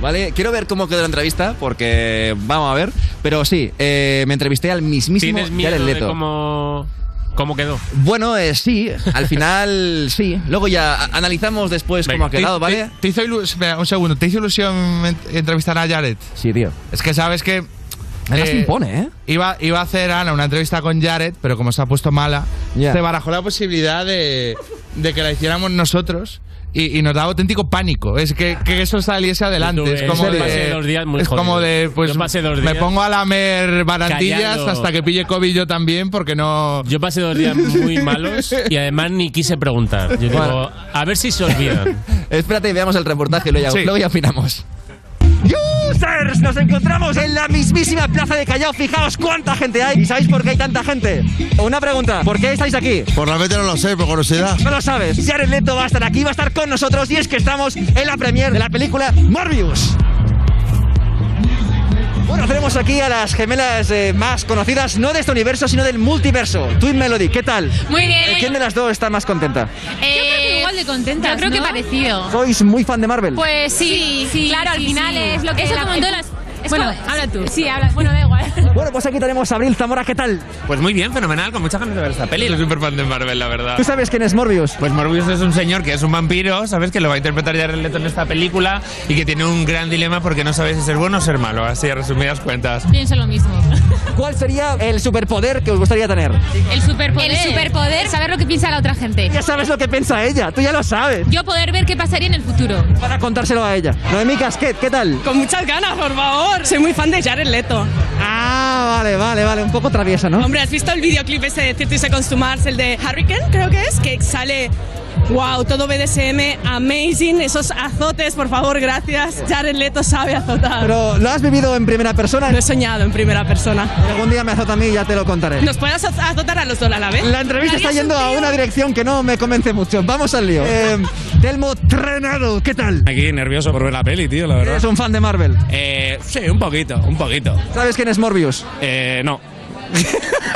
[SPEAKER 19] Vale, quiero ver cómo quedó la entrevista porque vamos a ver. Pero sí, eh, me entrevisté al mismísimo
[SPEAKER 4] ¿Tienes miedo
[SPEAKER 19] Jared Leto.
[SPEAKER 4] de cómo, cómo quedó?
[SPEAKER 19] Bueno, eh, sí, al final sí. Luego ya a- analizamos después cómo ha
[SPEAKER 3] ¿Te-
[SPEAKER 19] quedado,
[SPEAKER 3] te-
[SPEAKER 19] ¿vale?
[SPEAKER 3] Te hizo ilu- espera, un segundo, ¿te hizo ilusión en- entrevistar a Jared?
[SPEAKER 19] Sí, tío.
[SPEAKER 3] Es que sabes que...
[SPEAKER 19] Además impone, ¿eh?
[SPEAKER 3] Iba, iba a hacer Ana una entrevista con Jared, pero como se ha puesto mala,
[SPEAKER 19] Ya.
[SPEAKER 3] se barajó la posibilidad de, de que la hiciéramos nosotros y, y nos da auténtico pánico. Es que, que eso saliese adelante.
[SPEAKER 4] Yo tuve-
[SPEAKER 3] es como
[SPEAKER 4] yo
[SPEAKER 3] de,
[SPEAKER 4] pasé dos días muy
[SPEAKER 3] es
[SPEAKER 4] jodido.
[SPEAKER 3] como de, pues
[SPEAKER 4] Yo pasé dos
[SPEAKER 3] me
[SPEAKER 4] días
[SPEAKER 3] pongo a lamer barandillas
[SPEAKER 4] callando.
[SPEAKER 3] hasta que pille COVID yo también porque no...
[SPEAKER 4] Yo pasé dos días muy malos y además ni quise preguntar. Yo digo,
[SPEAKER 19] Bueno.
[SPEAKER 4] a ver si se olvidan.
[SPEAKER 19] Espérate y veamos el reportaje y luego ya-
[SPEAKER 4] Sí.
[SPEAKER 19] luego ya opinamos.
[SPEAKER 18] ¡Users! Nos encontramos en la mismísima plaza de Callao. Fijaos cuánta gente hay. ¿Y sabéis por qué hay tanta gente? Una pregunta. ¿Por qué estáis aquí?
[SPEAKER 13] Por la vete no lo sé, por curiosidad.
[SPEAKER 18] No lo sabes. Jared Leto va a estar aquí, va a estar con nosotros y es que estamos en la premiere de la película Morbius. Bueno, tenemos aquí a las gemelas eh, más conocidas, no de este universo, sino del multiverso. Twin Melody, ¿qué tal?
[SPEAKER 10] Muy bien.
[SPEAKER 18] Eh, ¿Quién de las dos está más contenta?
[SPEAKER 10] yo creo que igual de contenta. Yo creo que parecido.
[SPEAKER 18] ¿Sois muy fan de Marvel?
[SPEAKER 10] Pues sí, claro, al final es lo que
[SPEAKER 20] Eso
[SPEAKER 10] la-
[SPEAKER 20] como en todas
[SPEAKER 10] bueno, habla tú. Sí, habla. Bueno, da igual.
[SPEAKER 18] Bueno, pues aquí tenemos a Abril Zamora, ¿qué tal?
[SPEAKER 7] Pues muy bien, fenomenal, con mucha ganas de ver esta peli. Soy súper fan de Marvel, la verdad.
[SPEAKER 18] ¿Tú sabes quién es Morbius?
[SPEAKER 7] Pues Morbius es un señor que es un vampiro, ¿sabes? Que lo va a interpretar Jared Leto en esta película y que tiene un gran dilema porque no sabe si ser bueno o ser malo, así a resumidas cuentas.
[SPEAKER 10] Pienso lo mismo.
[SPEAKER 18] ¿Cuál sería el superpoder que os gustaría tener?
[SPEAKER 10] El superpoder. El superpoder, saber lo que piensa la otra gente.
[SPEAKER 18] Ya sabes lo que piensa ella, tú ya lo sabes.
[SPEAKER 10] Yo poder ver qué pasaría en el futuro.
[SPEAKER 18] Para contárselo a ella. Noemí Casquet, ¿qué tal?
[SPEAKER 21] Con muchas ganas, por favor.
[SPEAKER 2] favor. Soy muy fan de Jared Leto.
[SPEAKER 19] Ah, vale, vale, vale. Un poco traviesa, ¿no?
[SPEAKER 2] Hombre, ¿has visto el videoclip ese de 30 Seconds to Mars, el de Hurricane, creo que es? Que sale, wow, todo BDSM, amazing, esos azotes, por favor, gracias. Jared Leto sabe azotar.
[SPEAKER 19] Pero ¿lo has vivido en primera persona?
[SPEAKER 2] Lo he soñado en primera persona.
[SPEAKER 19] Algún día me azota a mí y ya te lo contaré.
[SPEAKER 2] ¿Nos puedes azo- azotar a los dos a la vez?
[SPEAKER 19] La entrevista está
[SPEAKER 2] ¿Harías un
[SPEAKER 19] yendo a
[SPEAKER 2] trío?
[SPEAKER 19] una dirección que no me convence mucho. Vamos al lío. Eh, Telmo Trenado, ¿qué tal?
[SPEAKER 8] Aquí nervioso por ver la peli, tío, la verdad.
[SPEAKER 19] ¿Eres un fan de Marvel?
[SPEAKER 8] Eh, sí, un poquito, un poquito.
[SPEAKER 19] ¿Sabes quién es Morbius?
[SPEAKER 8] Eh, no.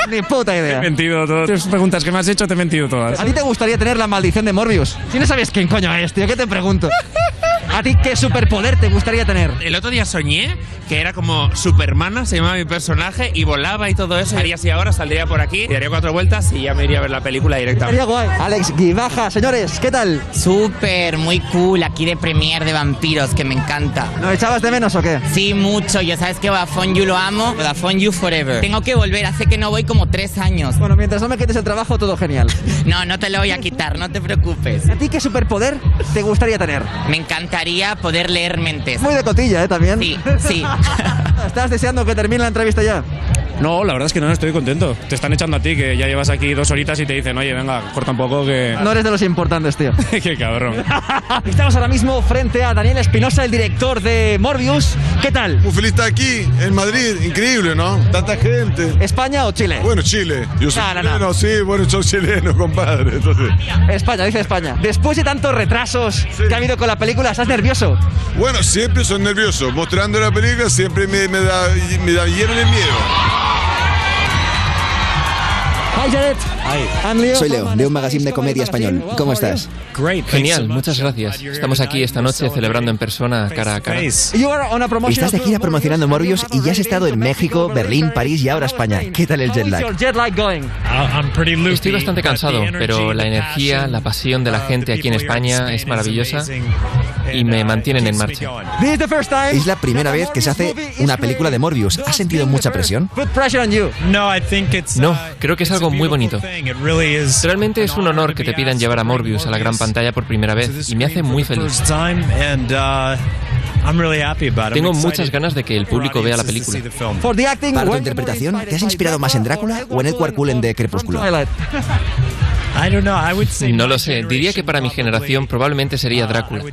[SPEAKER 19] Ni puta
[SPEAKER 8] Te he
[SPEAKER 19] idea.
[SPEAKER 8] mentido todas. Tus preguntas que me has hecho te he mentido todas.
[SPEAKER 19] ¿A ti te gustaría tener la maldición de Morbius? Si no sabes quién coño es, tío, ¿qué te pregunto? ¿A ti qué superpoder te gustaría tener?
[SPEAKER 7] El otro día soñé que era como Supermana, se llamaba mi personaje, y volaba y todo eso. Haría así ahora, saldría por aquí, y haría cuatro vueltas y ya me iría a ver la película directamente.
[SPEAKER 19] Estaría guay. Alex Guibaja, señores, ¿qué tal?
[SPEAKER 22] Súper, muy cool, aquí de premier de vampiros, que me encanta.
[SPEAKER 19] ¿Nos echabas de menos o qué?
[SPEAKER 22] Sí, mucho, ya sabes que Vodafone You lo amo, Vodafone You forever. Tengo que volver, hace que no voy como tres años.
[SPEAKER 19] Bueno, mientras no me quites el trabajo, todo genial.
[SPEAKER 22] No, no te lo voy a quitar, no te preocupes.
[SPEAKER 19] ¿A ti qué superpoder te gustaría tener?
[SPEAKER 22] Me encantaría poder leer mentes.
[SPEAKER 19] Muy de cotilla, ¿eh? También.
[SPEAKER 22] Sí, sí.
[SPEAKER 19] ¿Estás deseando que termine la entrevista ya?
[SPEAKER 8] No, la verdad es que no estoy contento. Te están echando a ti, que ya llevas aquí dos horitas y te dicen, oye, venga, corta un poco que.
[SPEAKER 19] No eres de los importantes, tío.
[SPEAKER 8] Qué cabrón.
[SPEAKER 19] Estamos ahora mismo frente a Daniel Espinosa, el director de Morbius. ¿Qué tal?
[SPEAKER 23] Muy feliz de estar aquí, en Madrid. Increíble, ¿no? Tanta gente.
[SPEAKER 19] ¿España o Chile?
[SPEAKER 23] Bueno, Chile. Yo soy
[SPEAKER 19] No, no, no.
[SPEAKER 23] chileno, sí. Bueno, soy chileno, compadre. Entonces...
[SPEAKER 19] España, dice España. Después de tantos retrasos que ha habido con la película, ¿estás nervioso?
[SPEAKER 23] Bueno, siempre soy nervioso. Mostrando la película siempre me, me da, me da hierve el miedo.
[SPEAKER 19] Hi, Jared. I'm Leo.
[SPEAKER 20] Soy Leo, de un magazine de comedia español. ¿Cómo estás?
[SPEAKER 21] Genial, muchas gracias. Estamos aquí esta noche celebrando en persona, cara a cara.
[SPEAKER 19] You are on a promotional
[SPEAKER 20] Estás de gira promocionando Morbius y ya has estado en México, Berlín, París y ahora España. ¿Qué tal el jet
[SPEAKER 19] How is
[SPEAKER 20] lag?
[SPEAKER 19] your jet lag going?
[SPEAKER 21] Estoy bastante cansado, pero la energía, la pasión de la gente aquí en España es maravillosa y uh, me mantienen en marcha.
[SPEAKER 19] This is the first time.
[SPEAKER 20] Es la primera vez que se hace una película de Morbius. ¿Has sentido mucha presión?
[SPEAKER 19] Put pressure on you.
[SPEAKER 21] No, creo que es algo muy bonito. Realmente es un honor que te pidan llevar a Morbius a la gran pantalla por primera vez y me hace muy feliz. uh, Tengo muchas ganas de que el público vea la película.
[SPEAKER 19] For the acting,
[SPEAKER 20] Para tu
[SPEAKER 19] where-
[SPEAKER 20] interpretación, ¿te has inspirado más en Drácula o en Edward Cullen de Crepúsculo?
[SPEAKER 19] Twilight.
[SPEAKER 21] No lo sé, diría que para mi generación probablemente sería Drácula. uh,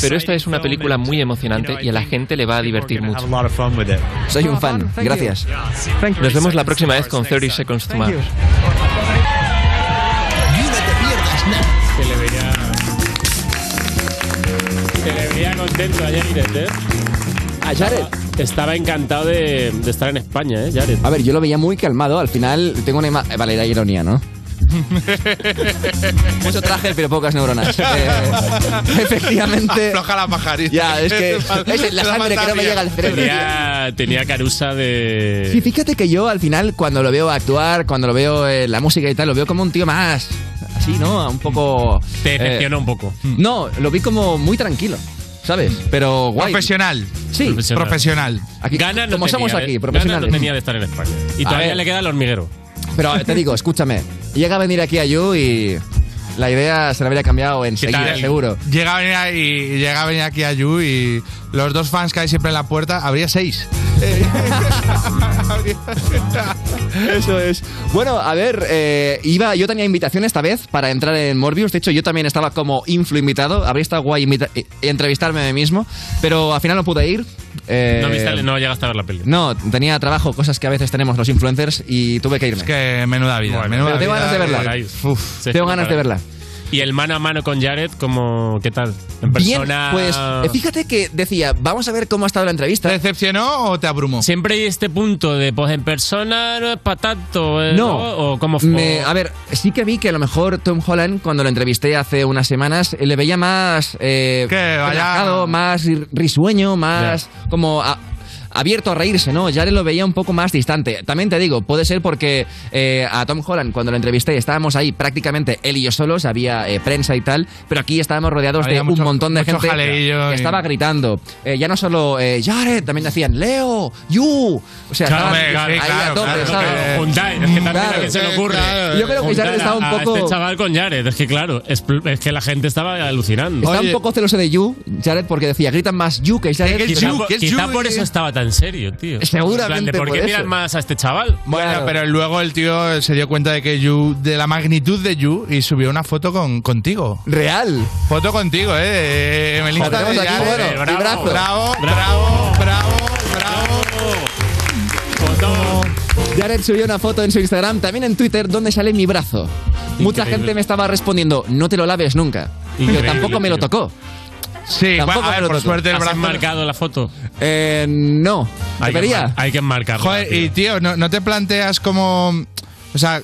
[SPEAKER 21] Pero esta es una película muy emocionante y a la gente le va a divertir mucho.
[SPEAKER 20] Soy un fan, gracias.
[SPEAKER 21] Nos vemos la próxima vez con 30 Seconds to Mars.
[SPEAKER 4] Se le veía. Se le veía contento a Jared, ¿eh?
[SPEAKER 19] A Jared.
[SPEAKER 4] Estaba encantado de, de estar en España, ¿eh, Jared?
[SPEAKER 19] A ver, yo lo veía muy calmado. Al final tengo una imagen. Vale, era ironía, ¿no? Mucho traje, pero pocas neuronas. Eh, efectivamente.
[SPEAKER 4] Afloja
[SPEAKER 20] la pajarita. Ya, es que. Es la sangre que no me llega al cerebro.
[SPEAKER 4] Tenía, tenía carusa de.
[SPEAKER 20] Sí,
[SPEAKER 19] Fíjate que yo al final, cuando lo veo actuar, cuando lo veo en la música y tal, lo veo como un tío más. Así, ¿no? Un poco.
[SPEAKER 4] Te
[SPEAKER 19] eh,
[SPEAKER 4] decepcionó un poco.
[SPEAKER 19] No, lo vi como muy tranquilo, ¿sabes? Pero guay.
[SPEAKER 3] Profesional.
[SPEAKER 19] Sí,
[SPEAKER 3] Profesional.
[SPEAKER 19] Aquí,
[SPEAKER 4] Ganas no
[SPEAKER 19] como
[SPEAKER 4] tenía,
[SPEAKER 19] somos
[SPEAKER 4] ¿eh?
[SPEAKER 19] aquí,
[SPEAKER 4] Ganas
[SPEAKER 19] profesionales.
[SPEAKER 4] no tenía de estar en España. Y
[SPEAKER 19] A
[SPEAKER 4] todavía
[SPEAKER 19] ver.
[SPEAKER 4] le queda el hormiguero.
[SPEAKER 19] Pero eh, te digo, escúchame. Llega a venir aquí a Yu y la idea se la habría cambiado enseguida,
[SPEAKER 3] tal?
[SPEAKER 19] seguro.
[SPEAKER 3] Llega a venir, ahí- llega a venir aquí a Yu y los dos fans que hay siempre en la puerta, habría seis.
[SPEAKER 19] Eso es. Bueno, a ver, eh, iba, yo tenía invitación esta vez para entrar en Morbius. De hecho, yo también estaba como influ invitado. Habría estado guay imita- eh, entrevistarme a mí mismo. Pero al final no pude ir. Eh,
[SPEAKER 4] no, viste- no llegaste a ver la peli.
[SPEAKER 19] no, tenía trabajo, cosas que a veces tenemos los influencers y tuve que irme.
[SPEAKER 3] Es que menuda vida. menuda
[SPEAKER 19] pero tengo
[SPEAKER 3] vida,
[SPEAKER 19] ganas de verla.
[SPEAKER 3] eh,
[SPEAKER 4] Uf, se
[SPEAKER 19] tengo
[SPEAKER 4] escapa.
[SPEAKER 19] ganas de verla.
[SPEAKER 4] Y el mano a mano con Jared, como, ¿qué tal? En
[SPEAKER 19] Bien,
[SPEAKER 4] persona.
[SPEAKER 19] pues eh, fíjate que decía, vamos a ver cómo ha estado la entrevista. ¿Te
[SPEAKER 3] decepcionó o te abrumó?
[SPEAKER 4] Siempre hay este punto de, pues en persona no es para tanto. eh,
[SPEAKER 19] No,
[SPEAKER 4] ¿O cómo fue?
[SPEAKER 19] Me- a ver, sí que vi que a lo mejor Tom Holland, cuando lo entrevisté hace unas semanas, le veía más eh,
[SPEAKER 3] Que vaya-
[SPEAKER 19] relajado, más risueño, más como a- abierto a reírse, ¿no? Jared lo veía un poco más distante. También te digo, puede ser porque eh, a Tom Holland, cuando lo entrevisté, estábamos ahí prácticamente él y yo solos, había eh, prensa y tal, pero aquí estábamos rodeados
[SPEAKER 3] Había
[SPEAKER 19] de
[SPEAKER 3] mucho-
[SPEAKER 19] un montón de
[SPEAKER 3] mucho
[SPEAKER 19] gente
[SPEAKER 3] jaleillo
[SPEAKER 19] que
[SPEAKER 3] y-
[SPEAKER 19] estaba gritando. Eh, ya no solo eh, Jared, también decían Leo, You. O sea,
[SPEAKER 4] Claro,
[SPEAKER 19] estaban
[SPEAKER 4] hombre,
[SPEAKER 19] ahí
[SPEAKER 4] sí, claro,
[SPEAKER 19] a tope,
[SPEAKER 4] claro,
[SPEAKER 19] ¿sabes?
[SPEAKER 4] claro, juntar, es que también
[SPEAKER 19] Claro,
[SPEAKER 4] lo que se le ocurre.
[SPEAKER 19] claro. Yo creo que
[SPEAKER 4] Juntar
[SPEAKER 19] Jared estaba un
[SPEAKER 4] a- a
[SPEAKER 19] poco-
[SPEAKER 4] este chaval con Jared, es que claro, es, es que la gente estaba alucinando.
[SPEAKER 19] Estaba un poco celoso de You, Jared, porque decía, gritan más You que Jared.
[SPEAKER 4] Quizá, por, quizá por eso estaba tan serio, tío.
[SPEAKER 19] Seguramente
[SPEAKER 4] En plan de, ¿Por
[SPEAKER 19] por
[SPEAKER 4] qué
[SPEAKER 19] eso.
[SPEAKER 4] miran más a este chaval?
[SPEAKER 3] Bueno, pero luego el tío se dio cuenta de que Yu, de la magnitud de Yu, y subió una foto con, contigo.
[SPEAKER 19] Real.
[SPEAKER 3] Foto contigo, eh. En el
[SPEAKER 19] Joder,
[SPEAKER 3] Insta de
[SPEAKER 19] tenemos aquí,
[SPEAKER 3] Jared.
[SPEAKER 19] bueno, mi brazo.
[SPEAKER 3] Bravo,
[SPEAKER 4] bravo,
[SPEAKER 3] bravo,
[SPEAKER 4] bravo.
[SPEAKER 19] Jared subió una foto en su Instagram, también en Twitter, donde sale mi brazo. Mucha
[SPEAKER 3] Increíble.
[SPEAKER 19] gente me estaba respondiendo, no te lo laves nunca. Pero
[SPEAKER 3] Increíble,
[SPEAKER 19] tampoco me lo tocó.
[SPEAKER 3] Sí,
[SPEAKER 19] tampoco
[SPEAKER 3] bueno, a ver,
[SPEAKER 19] me lo
[SPEAKER 3] por
[SPEAKER 19] tocó.
[SPEAKER 3] suerte el brazo-
[SPEAKER 4] marcado la foto?
[SPEAKER 19] Eh, no.
[SPEAKER 4] Hay que,
[SPEAKER 19] Debería.
[SPEAKER 4] enmar- hay que enmarcarla,
[SPEAKER 3] Joder,
[SPEAKER 4] tío.
[SPEAKER 3] y tío, ¿no, no te planteas como. O sea,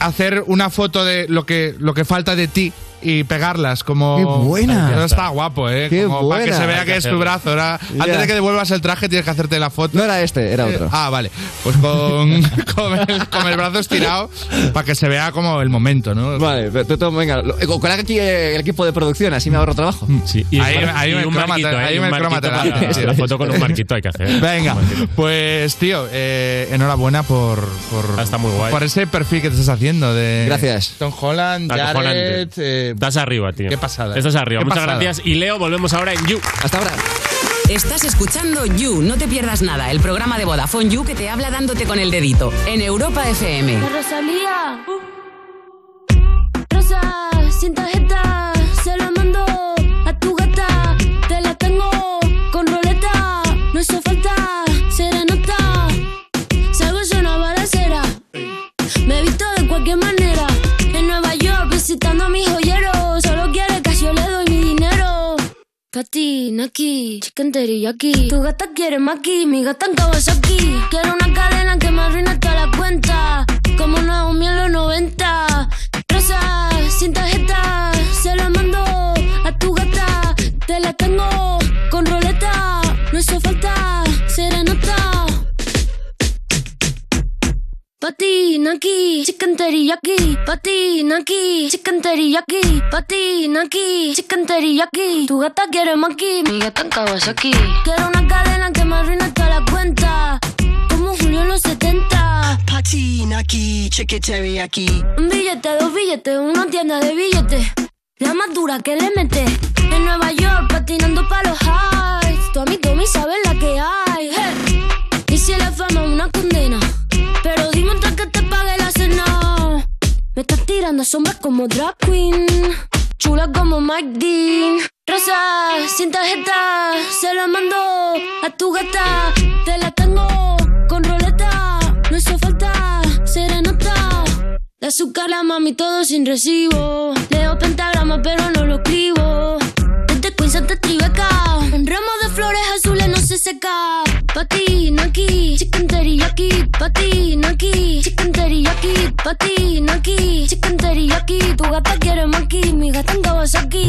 [SPEAKER 3] hacer una foto de lo que, lo que falta de ti y pegarlas como.
[SPEAKER 5] ¡Qué buena!
[SPEAKER 3] Eso está guapo, ¿eh?
[SPEAKER 5] ¡Qué
[SPEAKER 3] como Para que
[SPEAKER 5] buena!
[SPEAKER 3] se
[SPEAKER 5] Hay
[SPEAKER 3] vea
[SPEAKER 5] que
[SPEAKER 3] que es tu
[SPEAKER 5] hacerlo.
[SPEAKER 3] brazo. Ahora,
[SPEAKER 5] Ya.
[SPEAKER 3] Antes de que devuelvas el traje, tienes que hacerte la foto.
[SPEAKER 19] No era este, era otro.
[SPEAKER 3] ah, vale. Pues con, con, el, con el brazo estirado para que se vea como el momento, ¿no?
[SPEAKER 19] Vale, pero tú- tú- venga, lo- eh, con aquí eh, el equipo de producción, así me ahorro trabajo.
[SPEAKER 4] Sí, y
[SPEAKER 3] Mm, Ahí- ahí
[SPEAKER 4] y
[SPEAKER 3] me
[SPEAKER 4] un
[SPEAKER 3] croma-
[SPEAKER 4] marquito, ¿eh?
[SPEAKER 3] ahí
[SPEAKER 4] Y un
[SPEAKER 3] me croma
[SPEAKER 4] marquito para-
[SPEAKER 3] tela,
[SPEAKER 19] Este
[SPEAKER 3] tío.
[SPEAKER 4] La foto con un marquito hay que hacer.
[SPEAKER 3] Venga, pues tío, eh, enhorabuena por, por,
[SPEAKER 4] Ah, guay.
[SPEAKER 3] por ese perfil que te estás haciendo de
[SPEAKER 4] Tom
[SPEAKER 3] Holland, Jared, eh,
[SPEAKER 4] Estás arriba, tío.
[SPEAKER 3] Qué pasada. eh.
[SPEAKER 4] Estás arriba.
[SPEAKER 3] Qué
[SPEAKER 4] Muchas
[SPEAKER 3] pasada.
[SPEAKER 4] gracias. Y Leo, volvemos ahora en You.
[SPEAKER 19] Hasta ahora.
[SPEAKER 1] Estás escuchando You, no te pierdas nada, el programa de Vodafone You que te habla dándote con el dedito en Europa FM.
[SPEAKER 6] Rosalía. Rosa, sin tarjeta, se la mando a tu gata. Te la tengo con roleta, no hizo falta serenata. Salgo en una balacera, me he visto de cualquier manera. En Nueva York visitando a mis joyeros, solo quiere que yo le doy mi dinero. Pati, Naki, chicken teriyaki. Tu gata quiere maki, mi gata en Kawasaki. Quiero una cadena que me arruine toda la cuenta. Como Naomi en los 90. Rosa, sin tarjeta, se la mando a tu gata. Te la tengo con roleta. No hizo falta serenata. Pati, Naki, chicken teriyaki. Pati, Naki, chicken teriyaki. Pati, Naki, chicken teriyaki. Tu gata quiere maki, mi gata en Kawasaki. Quiero una cadena que me arruine toda la cuenta. Como Julio en los 70. Pati, Naki, chicken teriyaki. Un billete, dos billetes, una tienda de billetes. La más dura que le mete. En Nueva York, patinando para los highs. Tu amigo Tommy sabe la que hay. Hey. Y si la fama es una condena. Pero dime antes que te pague la cena. Me estás tirando sombras como drag queen. Chula como Mike Dean. Rosa, sin tarjeta. Se la mando a tu gata. Te la tengo con roleta. No hizo falta serenata. De azúcar la mami todo sin recibo. Leo pentagrama pero no lo escribo. Desde Queens hasta Tribeca. Un ramo de flores azules no se seca. Pati, Naki, chicken teriyaki. Pati, Naki, chicken teriyaki. Pati, Naki, chicken teriyaki. Tu gata quiere maki, mi gata en Kawasaki.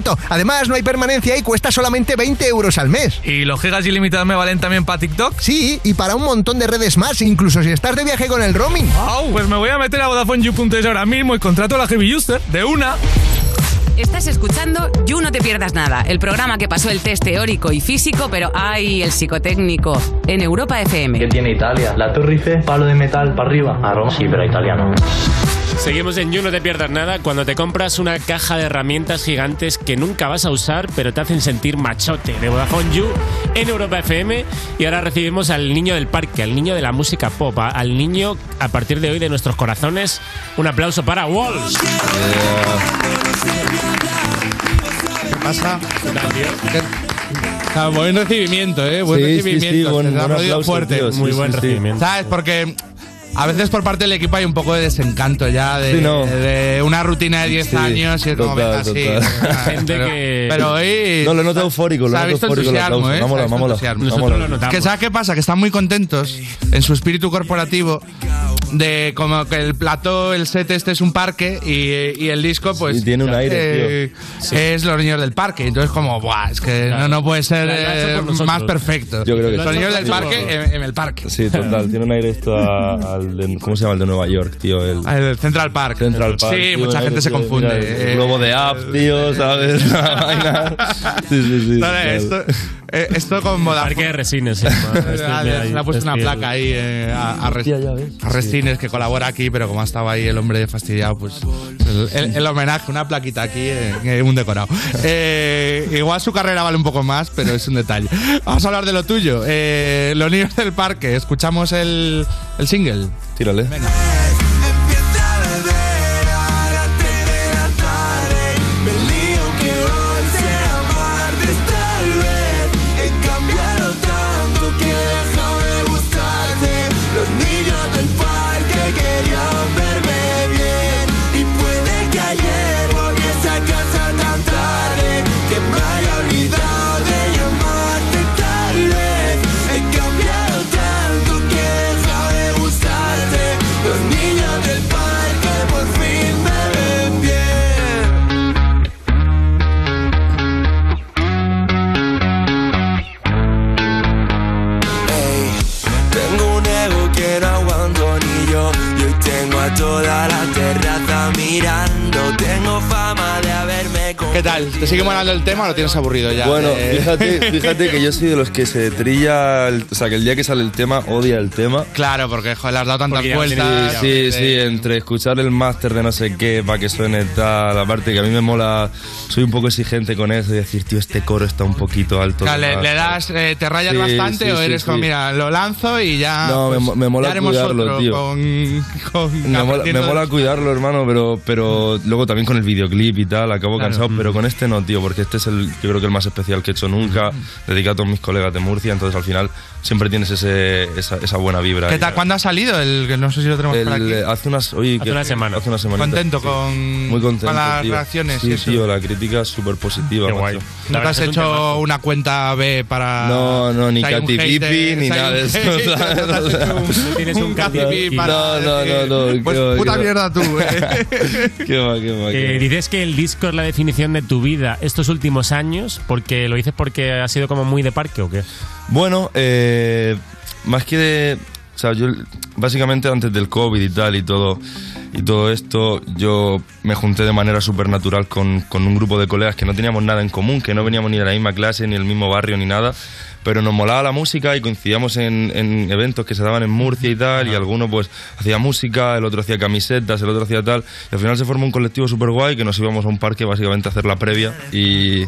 [SPEAKER 5] Además, no hay permanencia y cuesta solamente 20 euros al mes.
[SPEAKER 12] ¿Y los gigas ilimitados me valen también para TikTok?
[SPEAKER 5] Sí, y para un montón de redes más, incluso si estás de viaje con el roaming.
[SPEAKER 12] Au, Pues me voy a meter a VodafoneYou.es ahora mismo y contrato a la heavy user de una.
[SPEAKER 1] Estás escuchando You, no te pierdas nada, el programa que pasó el test teórico y físico, pero ay, el psicotécnico en Europa FM.
[SPEAKER 24] ¿Qué tiene Italia? La torrice, palo de metal para arriba. Aroma, sí, pero italiano.
[SPEAKER 4] Seguimos en You, no te pierdas nada. Cuando te compras una caja de herramientas gigantes que nunca vas a usar, pero te hacen sentir machote. De Vodafone You en Europa FM. Y ahora recibimos al niño del parque, al niño de la música pop, a- al niño a partir de hoy de nuestros corazones. Un aplauso para Walls.
[SPEAKER 3] ¿Qué pasa? Ah, buen recibimiento, ¿eh? Buen
[SPEAKER 24] Sí, sí, sí,
[SPEAKER 3] recibimiento.
[SPEAKER 24] buen-
[SPEAKER 3] Se te ha
[SPEAKER 24] buen
[SPEAKER 3] aplaudido
[SPEAKER 24] aplauso,
[SPEAKER 3] fuerte.
[SPEAKER 24] tío, sí, Muy sí, buen sí. recibimiento.
[SPEAKER 3] ¿Sabes? Porque a veces por parte del equipo hay un poco de desencanto ya de,
[SPEAKER 24] Sí, no.
[SPEAKER 3] de una rutina de 10
[SPEAKER 24] Sí,
[SPEAKER 3] años y es como venga,
[SPEAKER 24] total,
[SPEAKER 3] sí.
[SPEAKER 24] total.
[SPEAKER 3] Gente pero,
[SPEAKER 24] que-
[SPEAKER 3] pero hoy.
[SPEAKER 24] No, lo noto eufórico, lo
[SPEAKER 3] se ha
[SPEAKER 24] noto
[SPEAKER 3] visto
[SPEAKER 24] eufórico el
[SPEAKER 3] entusiasmo,
[SPEAKER 24] aplauso.
[SPEAKER 3] ¿eh?
[SPEAKER 24] Vámonos,
[SPEAKER 3] Se ha visto
[SPEAKER 24] vámonos,
[SPEAKER 3] entusiasmo.
[SPEAKER 24] vámonos. Nosotros lo notamos.
[SPEAKER 3] Que ¿sabes qué pasa? Que están muy contentos en su espíritu corporativo de como que el plató, el set este es un parque y, y el disco, pues.
[SPEAKER 24] Sí, tiene un aire,
[SPEAKER 3] eh, Es los niños del parque. Entonces, como, buah, es que no, no puede ser
[SPEAKER 24] Lo han hecho
[SPEAKER 3] eh,
[SPEAKER 24] por nosotros.
[SPEAKER 3] más perfecto.
[SPEAKER 24] Yo creo que
[SPEAKER 3] Los
[SPEAKER 24] sí.
[SPEAKER 3] niños del
[SPEAKER 24] Yo-
[SPEAKER 3] parque eh, en, en el parque.
[SPEAKER 24] Sí, total. Tiene un aire esto a- al de, ¿Cómo se llama el de Nueva York, tío? El,
[SPEAKER 3] Ah, Central Park.
[SPEAKER 24] Central Park.
[SPEAKER 3] Sí,
[SPEAKER 24] tío,
[SPEAKER 3] mucha
[SPEAKER 24] el
[SPEAKER 3] gente
[SPEAKER 24] aire,
[SPEAKER 3] se
[SPEAKER 24] tío,
[SPEAKER 3] confunde,
[SPEAKER 24] mira, el
[SPEAKER 3] eh.
[SPEAKER 24] globo de app, tío, ¿sabes? La vaina. Ah, Sí, sí, sí.
[SPEAKER 3] Vale,
[SPEAKER 24] total.
[SPEAKER 3] esto, eh, esto con Vodafone.
[SPEAKER 4] Parque de Resines.
[SPEAKER 3] Ah, le ha puesto una placa ahí eh, a, a Res- a Resines que colabora aquí, pero como ha estado ahí el hombre fastidiado, pues el, el- el homenaje, una plaquita aquí, eh, eh, un decorado. Eh, igual su carrera vale un poco más, pero es un detalle. Vamos a hablar de lo tuyo. Eh, los niños del parque, escuchamos el, el single.
[SPEAKER 24] Tírale.
[SPEAKER 25] Me lío que volteé a amarte tal vez He cambiado tanto que he dejado de gustarte Los niños del parque querían verme bien Y puede que ayer volviese a casa tan tarde Que me haya olvidado de llamarte tal vez He cambiado tanto que he dejado de gustarte Los niños del parque por fin me ven bien Tengo un ego que no aguanto ni yo Y hoy tengo a toda la terraza mirando Tengo fama de haberme
[SPEAKER 3] ¿Qué tal? ¿Te sigue molando el tema o lo tienes aburrido ya?
[SPEAKER 24] Bueno,
[SPEAKER 3] Eh,
[SPEAKER 24] fíjate, fíjate que yo soy de los que se trilla, el- o sea, que el día que sale el tema odia el tema.
[SPEAKER 3] Claro, porque joder, le has dado tantas vueltas.
[SPEAKER 24] Sí, sí, sí, entre escuchar el máster de no sé qué para que suene tal, aparte que a mí me mola, soy un poco exigente con eso y decir, tío, este coro está un poquito alto.
[SPEAKER 3] Claro, le,
[SPEAKER 24] ¿no?
[SPEAKER 3] le das, eh, te rayas
[SPEAKER 24] ah, Sí,
[SPEAKER 3] bastante
[SPEAKER 24] sí,
[SPEAKER 3] o
[SPEAKER 24] sí,
[SPEAKER 3] eres como,
[SPEAKER 24] sí.
[SPEAKER 3] mira, lo lanzo y ya.
[SPEAKER 24] No, me
[SPEAKER 3] pues,
[SPEAKER 24] mo- me mola
[SPEAKER 3] ya haremos
[SPEAKER 24] cuidarlo,
[SPEAKER 3] otro
[SPEAKER 24] tío.
[SPEAKER 3] Con, con-
[SPEAKER 24] me
[SPEAKER 3] a
[SPEAKER 24] mola,
[SPEAKER 3] partir
[SPEAKER 24] me
[SPEAKER 3] de-
[SPEAKER 24] mola cuidarlo, hermano, pero, pero luego también con el videoclip y tal, acabo
[SPEAKER 3] Claro.
[SPEAKER 24] cansado, pero con este no, tío, porque este es el, yo creo que el más especial que he hecho nunca, dedicado a todos mis colegas de Murcia, entonces al final siempre tienes ese, esa, esa buena vibra.
[SPEAKER 3] ¿Qué
[SPEAKER 24] Y-
[SPEAKER 3] tal? ¿Cuándo ha salido? El, que no sé si lo tenemos por
[SPEAKER 24] El-
[SPEAKER 3] aquí.
[SPEAKER 24] hace unas, hoy,
[SPEAKER 3] Hace una
[SPEAKER 24] semana. Hace una semanita.
[SPEAKER 3] Contento
[SPEAKER 24] Sí.
[SPEAKER 3] con,
[SPEAKER 24] Muy contento,
[SPEAKER 3] con las
[SPEAKER 24] tío.
[SPEAKER 3] reacciones. y
[SPEAKER 24] Sí,
[SPEAKER 3] eso.
[SPEAKER 24] tío, la crítica es súper positiva. Qué guay.
[SPEAKER 3] ¿No te has hecho una cuenta B para.?
[SPEAKER 24] No, no, ni
[SPEAKER 3] si hay un
[SPEAKER 24] Katy
[SPEAKER 3] hater,
[SPEAKER 24] Pipi, ni
[SPEAKER 3] si hay
[SPEAKER 24] nada
[SPEAKER 3] un
[SPEAKER 24] de eso.
[SPEAKER 3] hater,
[SPEAKER 24] ¿sabes?
[SPEAKER 3] no te has hecho un- un Katy Pipi para
[SPEAKER 24] No, no,
[SPEAKER 4] eh,
[SPEAKER 24] no, no.
[SPEAKER 3] decir, Pues
[SPEAKER 24] qué va,
[SPEAKER 3] puta
[SPEAKER 24] qué va.
[SPEAKER 3] mierda tú, eh.
[SPEAKER 24] Qué va, qué va, qué
[SPEAKER 4] Que
[SPEAKER 24] va.
[SPEAKER 4] dices que el disco es la definición de tu vida estos últimos años, porque lo dices porque ha sido como muy de parque o qué?
[SPEAKER 24] Bueno, eh, más que de... O sea, yo básicamente antes del COVID y tal y todo, y todo esto, yo me junté de manera supernatural con, con un grupo de colegas que no teníamos nada en común, que no veníamos ni de la misma clase, ni del mismo barrio, ni nada, pero nos molaba la música y coincidíamos en, en eventos que se daban en Murcia y tal, y alguno pues hacía música, el otro hacía camisetas, el otro hacía tal, y al final se formó un colectivo súper guay que nos íbamos a un parque básicamente a hacer la previa y,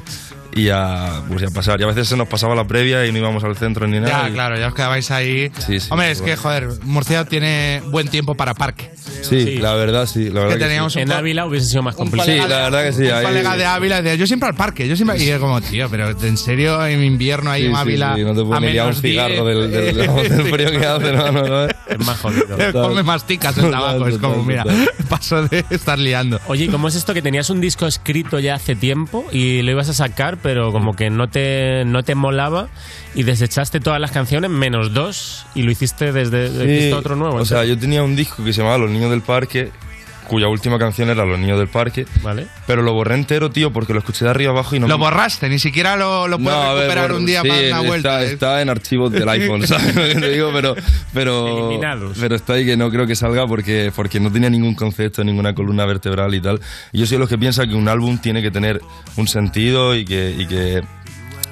[SPEAKER 24] y a, pues, y a pasar. Y a veces se nos pasaba la previa y no íbamos al centro ni nada.
[SPEAKER 3] Ya,
[SPEAKER 24] y-
[SPEAKER 3] claro, ya os quedabais ahí.
[SPEAKER 24] Sí, sí,
[SPEAKER 3] Hombre, es
[SPEAKER 24] bueno.
[SPEAKER 3] que, joder, Murcia tiene buen tiempo para parque.
[SPEAKER 24] Sí, la verdad sí. La verdad
[SPEAKER 3] Que teníamos un
[SPEAKER 4] en
[SPEAKER 3] co-
[SPEAKER 4] Ávila hubiese sido más complicado.
[SPEAKER 24] Sí, la verdad que sí.
[SPEAKER 3] un
[SPEAKER 24] ahí-
[SPEAKER 3] colega de Ávila decía, yo siempre al parque, yo siempre... Y es como, tío, pero en serio, en invierno ahí
[SPEAKER 24] Sí,
[SPEAKER 3] en
[SPEAKER 24] sí,
[SPEAKER 3] Ávila...
[SPEAKER 24] sí, no te puedo
[SPEAKER 3] a
[SPEAKER 24] ni liar un
[SPEAKER 3] menos 10,
[SPEAKER 24] cigarro del, del- del frío que hace. No, no, no. ¿eh? Es
[SPEAKER 4] más jodido.
[SPEAKER 3] Come masticas el tabaco, es como, mira, paso de estar liando.
[SPEAKER 4] Oye, ¿y ¿cómo es esto que tenías un disco escrito ya hace tiempo y lo ibas a sacar, pero como que no te, no te molaba y desechaste todas las canciones menos dos y lo hiciste desde
[SPEAKER 24] Sí,
[SPEAKER 4] hiciste otro nuevo?
[SPEAKER 24] O sea, yo tenía un disco que se llamaba Los Niños del Parque, cuya última canción era Los Niños del Parque.
[SPEAKER 4] Vale.
[SPEAKER 24] Pero lo borré entero, tío, porque lo escuché de arriba abajo y no
[SPEAKER 3] Lo
[SPEAKER 24] me-
[SPEAKER 3] borraste, ni siquiera lo, lo puedes
[SPEAKER 24] No, a ver,
[SPEAKER 3] recuperar
[SPEAKER 24] bueno,
[SPEAKER 3] un día
[SPEAKER 24] sí,
[SPEAKER 3] para una
[SPEAKER 24] está-
[SPEAKER 3] vuelta.
[SPEAKER 24] Está, en archivos del iPhone, ¿sabes lo que te digo? Pero, pero, pero está ahí que no creo que salga porque, porque no tenía ningún concepto, ninguna columna vertebral y tal. Y Yo soy de los que piensa que un álbum tiene que tener un sentido y que, y que,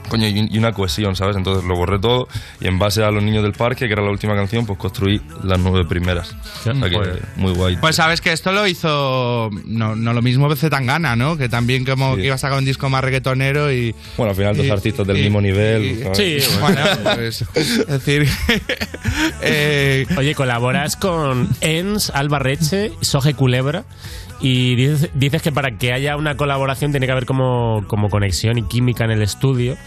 [SPEAKER 24] coño, y, y una cohesión, ¿sabes? Entonces lo borré todo y en base a Los Niños del Parque, que era la última canción, pues construí las nueve primeras. O sea que, muy guay.
[SPEAKER 3] Pues sabes que esto lo hizo. No, no lo mismo Zetangana, ¿no? Que también como que iba a sacar un disco más reggaetonero y.
[SPEAKER 24] Bueno, al final dos
[SPEAKER 3] y-
[SPEAKER 24] artistas del
[SPEAKER 3] y-
[SPEAKER 24] mismo nivel.
[SPEAKER 3] y-
[SPEAKER 24] ¿sabes?
[SPEAKER 3] sí, bueno, pues, es decir. Eh,
[SPEAKER 4] Oye, colaboras con Ens, Albarreche, Soje Culebra. Y dices, dices que para que haya una colaboración tiene que haber como, como conexión y química en el estudio.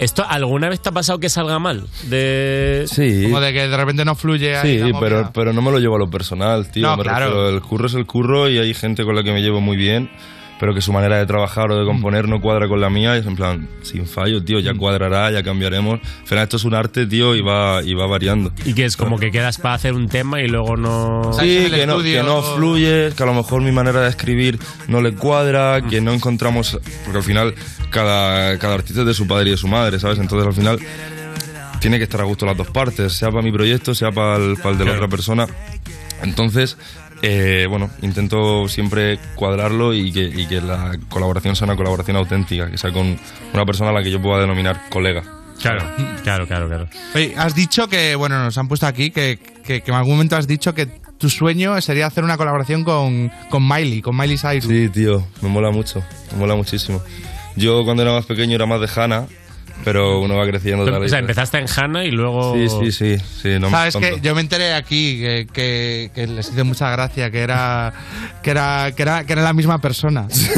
[SPEAKER 4] ¿Esto alguna vez te ha pasado que salga mal? De...
[SPEAKER 24] Sí.
[SPEAKER 3] Como de que de repente no fluye ahí la
[SPEAKER 24] Sí,
[SPEAKER 3] movida.
[SPEAKER 24] pero, pero no me lo llevo a lo personal, tío.
[SPEAKER 3] No,
[SPEAKER 24] me
[SPEAKER 3] claro.
[SPEAKER 24] refiero, el curro es el curro y hay gente con la que me llevo muy bien, pero que su manera de trabajar o de componer no cuadra con la mía. Y es en plan, sin fallo, tío,
[SPEAKER 3] Mm.
[SPEAKER 24] ya cuadrará, ya cambiaremos. Al final, esto es un arte, tío, y va, y va variando.
[SPEAKER 4] Y que es como que quedas para hacer un tema y luego no...
[SPEAKER 24] Sí, que no, que no fluye, que a lo mejor mi manera de escribir no le cuadra, que no encontramos. Porque al final, cada, cada artista es de su padre y de su madre, ¿sabes? Entonces al final tiene que estar a gusto las dos partes, sea para mi proyecto, sea para el, para el de la otra persona. Entonces. eh, bueno, intento siempre cuadrarlo y que, y que la colaboración sea una colaboración auténtica, que sea con una persona a la que yo pueda denominar colega.
[SPEAKER 4] Claro, claro, claro, claro.
[SPEAKER 3] Oye, has dicho que, bueno, nos han puesto aquí que, que, que en algún momento has dicho que tu sueño sería hacer una colaboración con, con Miley, con Miley Cyrus.
[SPEAKER 24] Sí, tío, me mola mucho, me mola muchísimo. Yo cuando era más pequeño era más de Hanna, pero uno va creciendo. tal y
[SPEAKER 4] O sea,
[SPEAKER 24] tal.
[SPEAKER 4] empezaste en Hanna y luego...
[SPEAKER 24] Sí, sí, sí, sí, no me
[SPEAKER 3] Sabes
[SPEAKER 24] espanto.
[SPEAKER 3] que yo me enteré aquí que, que- que les hice mucha gracia, que era que era que era, que era la misma persona.
[SPEAKER 24] sí.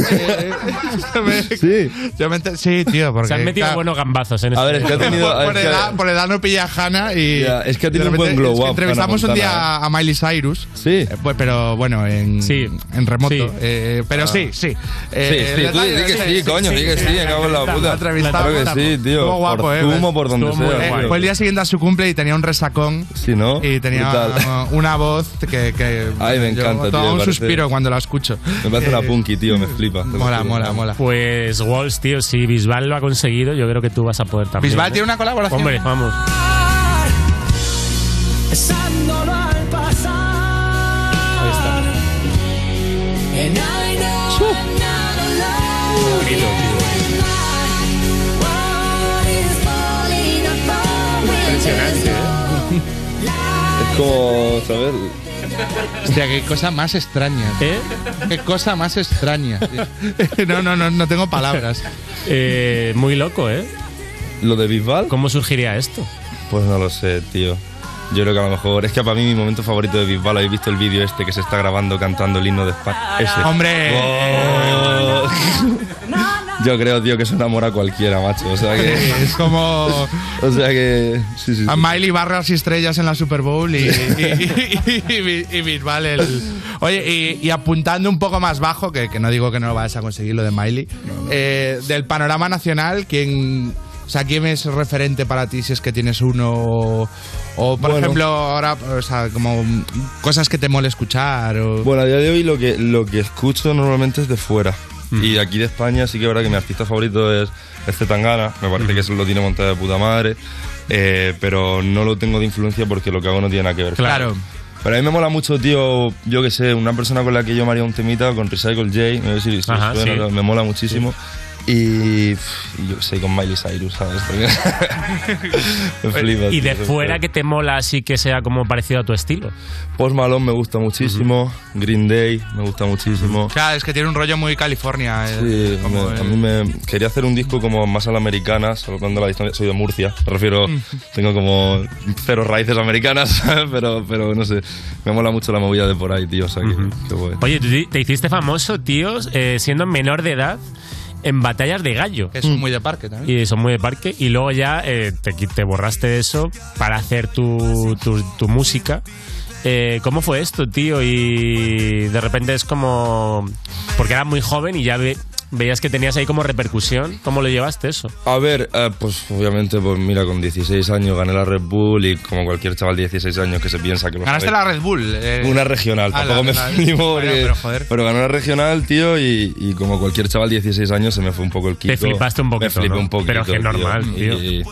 [SPEAKER 3] Yo me enter- sí, tío, porque
[SPEAKER 4] Se han metido
[SPEAKER 3] claro,
[SPEAKER 4] buenos gambazos en
[SPEAKER 24] A ver,
[SPEAKER 4] este-
[SPEAKER 24] es que ha tenido-
[SPEAKER 3] por, por
[SPEAKER 24] es que-
[SPEAKER 3] edad, por edad no pilla a Hannah y
[SPEAKER 24] Ya, es que ha
[SPEAKER 3] de
[SPEAKER 24] tenido un
[SPEAKER 3] repente-
[SPEAKER 24] buen glow
[SPEAKER 3] es que
[SPEAKER 24] up,
[SPEAKER 3] Entrevistamos
[SPEAKER 24] Hannah
[SPEAKER 3] un día
[SPEAKER 24] Montana,
[SPEAKER 3] a Miley Cyrus. eh, pues,
[SPEAKER 24] Sí.
[SPEAKER 3] pero bueno, en, en remoto.
[SPEAKER 24] Sí.
[SPEAKER 3] eh, pero
[SPEAKER 24] Ah.
[SPEAKER 3] sí, sí. Eh,
[SPEAKER 24] sí, sí, tú di di que sí, coño, di que sí, me cago en la puta. Claro que sí, tío.
[SPEAKER 3] Estuvo guapo,
[SPEAKER 24] por
[SPEAKER 3] eh.
[SPEAKER 24] Zumo, por donde
[SPEAKER 3] Estuvo muy
[SPEAKER 24] sea.
[SPEAKER 3] guapo.
[SPEAKER 24] tío.
[SPEAKER 3] Fue el día siguiente a su cumple y tenía un resacón.
[SPEAKER 24] Sí, ¿no?
[SPEAKER 3] Y tenía
[SPEAKER 24] Brutal.
[SPEAKER 3] uh, una voz que. que
[SPEAKER 24] Ay, me
[SPEAKER 3] yo
[SPEAKER 24] encanta, tío.
[SPEAKER 3] tomaba
[SPEAKER 24] me
[SPEAKER 3] un
[SPEAKER 24] parece-
[SPEAKER 3] suspiro cuando la escucho.
[SPEAKER 24] Me parece una
[SPEAKER 3] Eh,
[SPEAKER 24] punky, tío, me flipa.
[SPEAKER 3] Mola, mola, mola.
[SPEAKER 4] Pues Walls, tío, si Bisbal lo ha conseguido, yo creo que tú vas a poder también.
[SPEAKER 3] Bisbal
[SPEAKER 4] ¿no?
[SPEAKER 3] tiene una colaboración.
[SPEAKER 4] Hombre, vamos.
[SPEAKER 25] Besándolo al pasar. And I know I'm not alone. What is falling apart when
[SPEAKER 26] ¿eh?
[SPEAKER 25] there's
[SPEAKER 24] Es como, ¿sabes?
[SPEAKER 3] Hostia, qué cosa más extraña.
[SPEAKER 4] ¿Eh?
[SPEAKER 3] Qué cosa más extraña. tío. no, no, no, no tengo palabras.
[SPEAKER 4] Eh, muy loco, ¿eh?
[SPEAKER 24] ¿Lo de Bisbal?
[SPEAKER 4] ¿Cómo surgiría esto?
[SPEAKER 24] Pues no lo sé, tío. Yo creo que a lo mejor. Es que para mí mi momento favorito de Bisbal, habéis visto el vídeo este que se está grabando cantando el himno de España. Ese.
[SPEAKER 3] ¡Hombre!
[SPEAKER 24] Oh. Yo creo, tío, que eso enamora a cualquiera, macho. O sea que.
[SPEAKER 3] Es como.
[SPEAKER 24] O sea que. Sí, sí. sí.
[SPEAKER 3] A Miley barras y estrellas en la Super Bowl y, y, y- y- y Bisbal el... Oye, y, y apuntando un poco más bajo, que, que no digo que no lo vayas a conseguir lo de Miley, eh, del panorama nacional, ¿quién, o sea, ¿quién es referente para ti si es que tienes uno? O, o, por
[SPEAKER 24] Bueno.
[SPEAKER 3] ejemplo, ahora, o sea, como mm, cosas que te mole escuchar. O...
[SPEAKER 24] Bueno, a día de hoy lo que, lo que escucho normalmente es de fuera.
[SPEAKER 4] Mm.
[SPEAKER 24] Y aquí de España sí que es verdad que mi artista favorito es, es Zetangana. Me parece que eso lo tiene montado de puta madre. Eh, pero no lo tengo de influencia porque lo que hago no tiene nada que ver.
[SPEAKER 3] Claro.
[SPEAKER 24] Pero a mí me mola mucho, tío, yo que sé, una persona con la que yo me haría un temita, con Recycle J, me, decir,
[SPEAKER 4] Ajá, sí.
[SPEAKER 24] me mola muchísimo. Y, pff, y yo qué sé, con Miley Cyrus, ¿sabes? Porque- me flipa,
[SPEAKER 4] y
[SPEAKER 24] tío,
[SPEAKER 4] de
[SPEAKER 24] me
[SPEAKER 4] fuera
[SPEAKER 24] flipa.
[SPEAKER 4] que te mola así que sea como parecido a tu estilo.
[SPEAKER 24] Post Malone me gusta muchísimo, Green Day me gusta muchísimo.
[SPEAKER 3] Claro, es que tiene un rollo muy California. eh,
[SPEAKER 24] Sí,
[SPEAKER 3] como
[SPEAKER 24] me-
[SPEAKER 3] el-
[SPEAKER 24] a mí me quería hacer un disco como más a la americana, salvando la distancia. Soy de Murcia, me refiero,
[SPEAKER 3] Mm.
[SPEAKER 24] tengo como cero raíces americanas, pero, pero no sé, me mola mucho la movida de por ahí, tío. O sea, que, qué guay.
[SPEAKER 4] Oye, tú te hiciste famoso, tíos, eh, siendo menor de edad en batallas de gallo. Mm.
[SPEAKER 3] que es muy de parque también.
[SPEAKER 4] Y son muy de parque. Y luego ya eh, te, qui- te borraste de eso para hacer tu, tu- tu música. Eh, ¿Cómo fue esto, tío? Y de repente es como... Porque eras muy joven y ya ve- veías que tenías ahí como repercusión. ¿Cómo lo llevaste eso?
[SPEAKER 24] A ver, eh, pues obviamente, pues mira, con 16 años gané la Red Bull y como cualquier chaval de 16 años que se piensa que lo
[SPEAKER 3] Ganaste
[SPEAKER 24] sabe-
[SPEAKER 3] la Red Bull. eh.
[SPEAKER 24] Una regional,
[SPEAKER 3] Ah, la-
[SPEAKER 24] tampoco me
[SPEAKER 3] la-
[SPEAKER 24] flimo
[SPEAKER 3] Bueno,
[SPEAKER 24] porque-
[SPEAKER 3] pero joder.
[SPEAKER 24] pero ganó la regional, tío, y, y como cualquier chaval de 16 años se me fue un poco el kiko.
[SPEAKER 4] flipaste un poquito,
[SPEAKER 24] Me flipé
[SPEAKER 4] ¿no?
[SPEAKER 24] un poquito,
[SPEAKER 4] Pero que
[SPEAKER 24] tío.
[SPEAKER 4] normal, tío.
[SPEAKER 24] Y,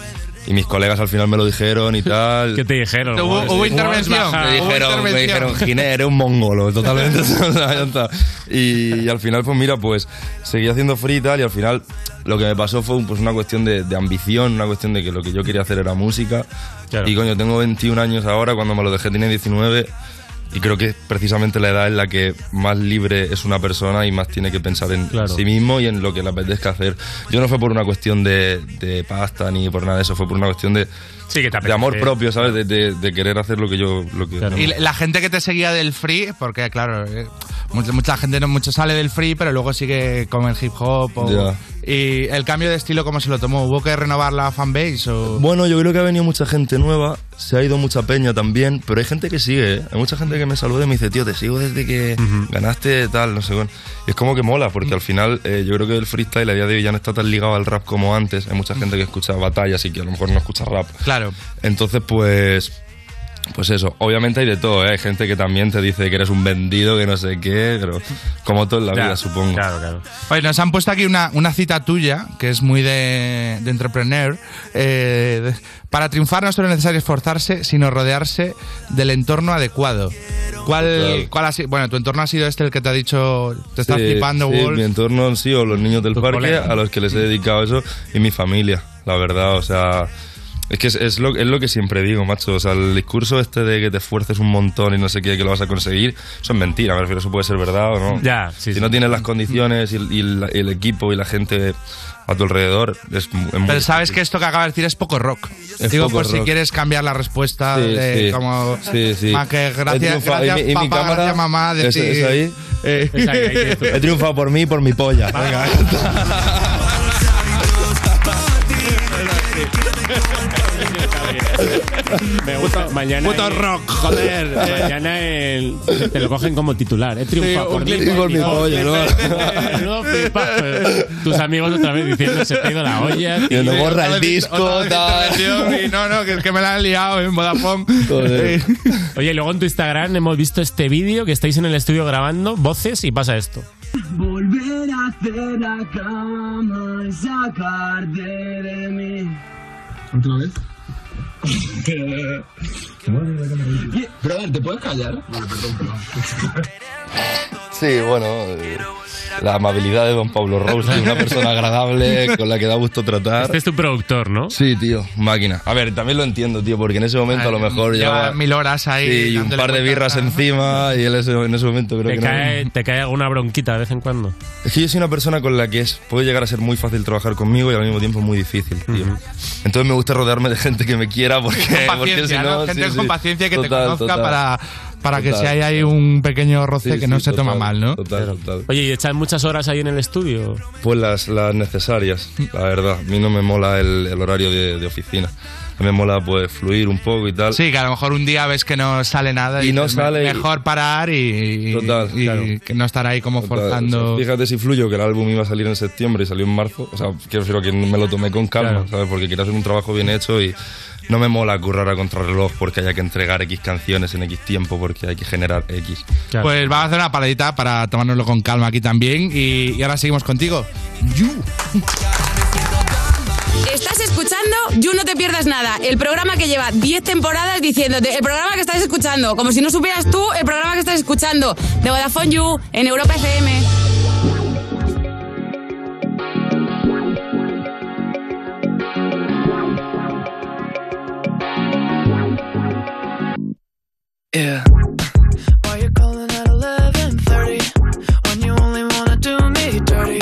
[SPEAKER 24] Y mis colegas al final me lo dijeron y tal. ¿Qué
[SPEAKER 4] te dijeron?
[SPEAKER 3] Hubo- hubo intervención,
[SPEAKER 24] Me
[SPEAKER 3] hubo
[SPEAKER 24] dijeron, me
[SPEAKER 3] intervención.
[SPEAKER 24] dijeron, Giner, eres un mongolo, totalmente. O sea, ya está. y, y al final, pues mira, pues seguí haciendo free y tal. Y al final, lo que me pasó fue pues, una cuestión de, de ambición, una cuestión de que lo que yo quería hacer era música. Y coño, tengo 21 años ahora, cuando me lo dejé tenía 19. Y creo que es precisamente la edad en la que más libre es una persona y más tiene que pensar en sí mismo y en lo que le apetezca hacer. Yo no fue por una cuestión de, de pasta ni por nada de eso, fue por una cuestión de, de amor
[SPEAKER 3] apetece.
[SPEAKER 24] propio, ¿sabes? De, de- de querer hacer lo que yo... Lo que
[SPEAKER 3] Y la gente que te seguía del free, porque claro, eh, mucha, mucha gente no mucho sale del free, pero luego sigue con el hip hop. o-
[SPEAKER 24] Ya.
[SPEAKER 3] Y el cambio de estilo, ¿cómo se lo tomó? ¿Hubo que renovar la fanbase? O...
[SPEAKER 24] Bueno, yo creo que ha venido mucha gente nueva, se ha ido mucha peña también, pero hay gente que sigue, ¿eh? Hay mucha gente que me saluda y me dice, tío, te sigo desde que ganaste tal, no sé. cuán". Y es como que mola, porque al final eh, yo creo que el freestyle a día de hoy ya no está tan ligado al rap como antes. Hay mucha gente que escucha batallas y que a lo mejor no escucha rap.
[SPEAKER 3] Claro.
[SPEAKER 24] Entonces, pues... Pues eso, obviamente hay de todo, ¿eh? hay gente que también te dice que eres un vendido, que no sé qué, pero como todo en la
[SPEAKER 3] Ya,
[SPEAKER 24] vida, supongo.
[SPEAKER 3] claro, Oye, nos han puesto aquí una, una cita tuya, que es muy de, de entrepreneur. eh, de- para triunfar no solo es necesario esforzarse, sino rodearse del entorno adecuado. ¿Cuál, cuál ha sido? Bueno, tu entorno ha sido este el que te ha dicho, te está
[SPEAKER 24] Sí,
[SPEAKER 3] flipando,
[SPEAKER 24] sí,
[SPEAKER 3] Wolf.
[SPEAKER 24] mi entorno han sido los niños del parque
[SPEAKER 3] colegas.
[SPEAKER 24] a los que les he dedicado eso y mi familia, la verdad, o sea... Es que es, es lo, es lo que siempre digo, macho. O sea, el discurso este de que te esfuerces un montón y no sé qué, que lo vas a conseguir, eso es mentira. Me refiero, eso puede ser verdad o no.
[SPEAKER 4] Ya,
[SPEAKER 24] si no tienes las condiciones y, el- y la- el equipo y la gente a tu alrededor, es, mu- es muy
[SPEAKER 3] Pero sabes que esto que acaba de decir es poco rock.
[SPEAKER 24] Es
[SPEAKER 3] Digo,
[SPEAKER 24] poco
[SPEAKER 3] por si
[SPEAKER 24] rock.
[SPEAKER 3] quieres cambiar la respuesta
[SPEAKER 24] Sí,
[SPEAKER 3] de
[SPEAKER 24] sí.
[SPEAKER 3] como
[SPEAKER 24] Sí, sí.
[SPEAKER 3] más que
[SPEAKER 24] He
[SPEAKER 3] gracias,
[SPEAKER 24] triunfado.
[SPEAKER 3] gracias
[SPEAKER 24] y mi, y mi
[SPEAKER 3] papá,
[SPEAKER 24] cámara,
[SPEAKER 3] gracias mamá,
[SPEAKER 24] ¿es-
[SPEAKER 3] decir-
[SPEAKER 24] es ahí?
[SPEAKER 3] Eh. Es ahí, ahí tienes tú.
[SPEAKER 24] He triunfado por mí y por mi polla. Venga.
[SPEAKER 4] Me gusta. Mañana.
[SPEAKER 3] Puto
[SPEAKER 4] el-
[SPEAKER 3] rock, joder.
[SPEAKER 4] Mañana el- te lo cogen como titular. He triunfado
[SPEAKER 3] Sí,
[SPEAKER 4] por
[SPEAKER 3] un
[SPEAKER 4] mí.
[SPEAKER 3] clip por mi pollo, ¿no?
[SPEAKER 4] El nuevo flipazo. Tus amigos otra vez diciendo se te ha ido
[SPEAKER 3] Ah,
[SPEAKER 4] la olla.
[SPEAKER 24] Que lo borra
[SPEAKER 3] Otra
[SPEAKER 24] el
[SPEAKER 3] vez- otra
[SPEAKER 24] disco,
[SPEAKER 3] vez
[SPEAKER 24] tal.
[SPEAKER 3] intervención y no, no, que es que me la han liado en Vodafone. Eh,
[SPEAKER 4] Oye, luego en tu Instagram hemos visto este vídeo que estáis en el estudio grabando voces y pasa esto.
[SPEAKER 25] Volver a hacer la cama y sacarte de mí.
[SPEAKER 26] ¿Otra vez? Brother, ¿te puedes callar?
[SPEAKER 24] Sí, bueno, eh, la amabilidad de don Pablo Rose, una persona agradable con la que da gusto tratar.
[SPEAKER 4] Este es tu productor, ¿no?
[SPEAKER 24] Sí, tío, máquina. A ver, también lo entiendo, tío, porque en ese momento a lo mejor
[SPEAKER 3] Lleva
[SPEAKER 24] llevaba
[SPEAKER 3] mil horas ahí.
[SPEAKER 24] sí, un
[SPEAKER 3] dándole
[SPEAKER 24] par de
[SPEAKER 3] vueltas
[SPEAKER 24] birras
[SPEAKER 3] a-
[SPEAKER 24] encima y él ese- en ese momento creo
[SPEAKER 4] Te
[SPEAKER 24] que no.
[SPEAKER 4] cae, te cae alguna bronquita de vez en cuando.
[SPEAKER 24] Es que yo soy una persona con la que es, puede llegar a ser muy fácil trabajar conmigo y al mismo tiempo muy difícil, tío. Entonces me gusta rodearme de gente que me quiera porque,
[SPEAKER 3] Con
[SPEAKER 24] porque si
[SPEAKER 3] paciencia, ¿no?
[SPEAKER 24] no...
[SPEAKER 3] Gente
[SPEAKER 24] sí,
[SPEAKER 3] con
[SPEAKER 24] sí.
[SPEAKER 3] paciencia que te
[SPEAKER 24] Total,
[SPEAKER 3] conozca
[SPEAKER 24] total.
[SPEAKER 3] para, para que
[SPEAKER 24] Total.
[SPEAKER 3] si hay ahí un pequeño roce
[SPEAKER 24] Sí,
[SPEAKER 3] que no
[SPEAKER 24] sí,
[SPEAKER 3] se toma
[SPEAKER 24] total,
[SPEAKER 3] mal, ¿no?
[SPEAKER 24] Total, total.
[SPEAKER 4] Oye, ¿y echas muchas horas ahí en el estudio?
[SPEAKER 24] Pues las, las necesarias, la verdad. A mí no me mola el, el horario de, de oficina. A mí me mola pues fluir un poco y tal.
[SPEAKER 3] Sí, que a lo mejor un día ves que no sale nada
[SPEAKER 24] Y no
[SPEAKER 3] dices, "Me-
[SPEAKER 24] sale y-
[SPEAKER 3] Mejor parar y, y- y que no estar ahí como
[SPEAKER 24] Total, o
[SPEAKER 3] forzando.
[SPEAKER 24] sea, fíjate si fluyo que el álbum iba a salir en septiembre y salió en marzo. O sea, quiero decir que me lo tomé con calma, ¿sabes? Porque quiero hacer un trabajo bien hecho y no me mola currar a contrarreloj porque haya que entregar X canciones en X tiempo porque hay que generar X.
[SPEAKER 3] Pues vamos a hacer una paradita para tomárnoslo con calma aquí también. Y, y ahora seguimos contigo. You.
[SPEAKER 1] Estás escuchando You No Te Pierdas Nada, el programa que lleva 10 temporadas diciéndote, el programa que estás escuchando, como si no supieras tú el programa que estás escuchando, de Vodafone You en Europa FM.
[SPEAKER 27] Yeah. Why you calling at 11:30 when you only wanna do me dirty?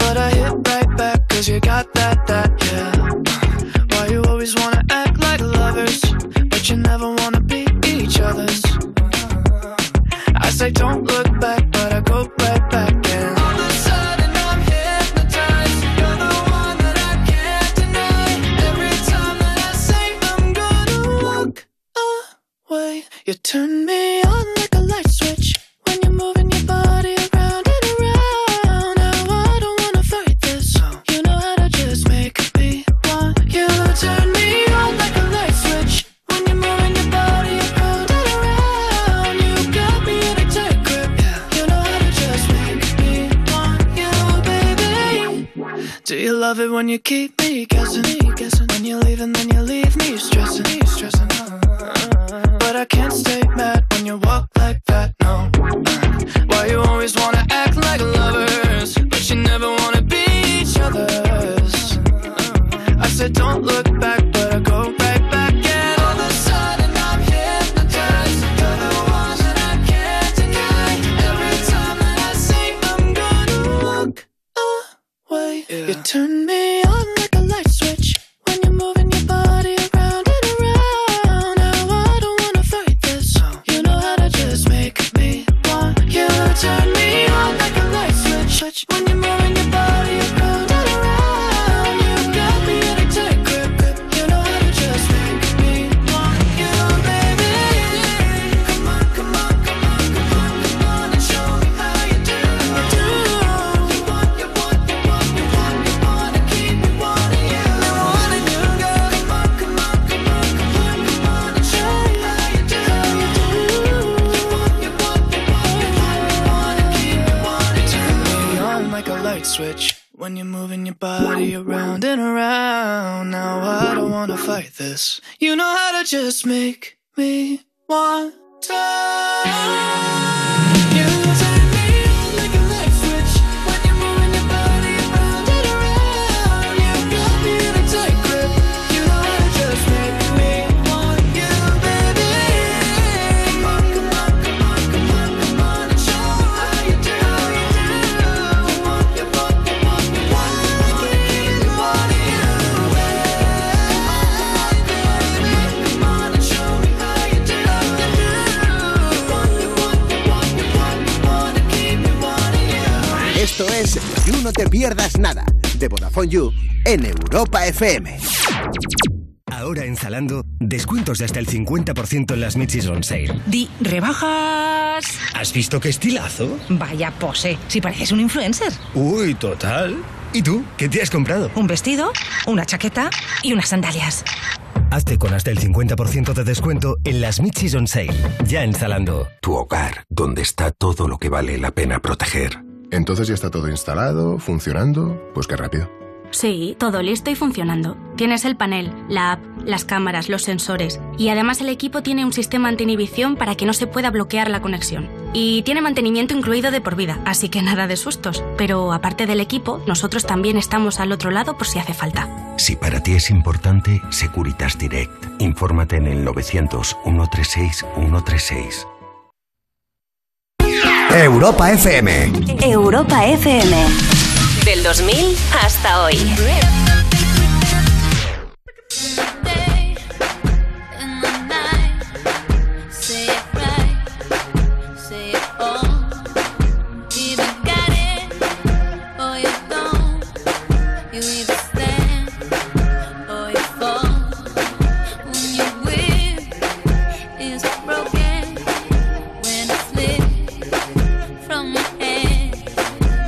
[SPEAKER 27] But I hit right back 'cause you got that that yeah. Why you always wanna act like lovers but you never wanna be each other's? I say don't look back one, you keep me guessing. When you leave and then you leave me stressing. stressing. But I can't stay mad when you walk like that, no. Why you always wanna act like lovers, but you never wanna be each other's. I said don't look back, but I go right back. And all of a sudden I'm hypnotized. You're the one that I can't deny. Every time that I say I'm gonna walk way. You turn me on like a light switch when you're moving your body around and around. Now I don't wanna fight this. You know how to just make me want you. Turn me on like a light switch when you're moving your body around and around. You got me in a tight grip, grip. You know how to just make me want you, baby. Come on, come on, come on, come on, come on and show me how you do. Do you want, you want, you want, you want, you wanna keep me wanting you. I want a new girl. Come on, come on, come on, come on, come on and show me how you do. You want, you want, you want, you want, you wanna keep me wanting you. Turn me on like a light switch. When you're moving your body around and around, now I don't wanna fight this. You know how to just make me want to. You turn me on like a light switch. When you're moving your body around and around, you got me in a tight grip. You know how to just make me want you, baby. Come on, come on, come on, come on, come on, and show me how you do. You want, you want, you want, you want, you want, you want you, baby. Come on and show me how you do. You want, you want, you want, you want, you wanna keep me wanting you.
[SPEAKER 5] Esto es You No Te Pierdas Nada, de Vodafone You, en Europa FM.
[SPEAKER 28] Ahora en Zalando, descuentos de hasta el 50% en las Michis on sale.
[SPEAKER 10] Di, rebajas.
[SPEAKER 28] ¿Has visto qué estilazo?
[SPEAKER 10] Vaya pose, si pareces un influencer.
[SPEAKER 28] Uy, total. ¿Y tú? ¿Qué te has comprado?
[SPEAKER 10] Un vestido, una chaqueta y unas sandalias.
[SPEAKER 28] Hazte con hasta el 50% de descuento en las Michis on sale. Ya en Zalando.
[SPEAKER 15] Tu hogar, donde está todo lo que vale la pena proteger.
[SPEAKER 29] Entonces ya está todo instalado, funcionando, pues qué rápido.
[SPEAKER 17] Sí, todo listo y funcionando. Tienes el panel, la app, las cámaras, los sensores y además el equipo tiene un sistema anti-inhibición para que no se pueda bloquear la conexión. Y tiene mantenimiento incluido de por vida, así que nada de sustos. Pero aparte del equipo, nosotros también estamos al otro lado por si hace falta.
[SPEAKER 15] Si para ti es importante, Securitas Direct. Infórmate en el 900 136 136.
[SPEAKER 5] Europa FM.
[SPEAKER 13] Europa FM. Del 2000 hasta hoy.
[SPEAKER 23] Say it right, say it all. Either got it or you don't. You either stand or you fall. When you win, it's broken. When it slips from my hand,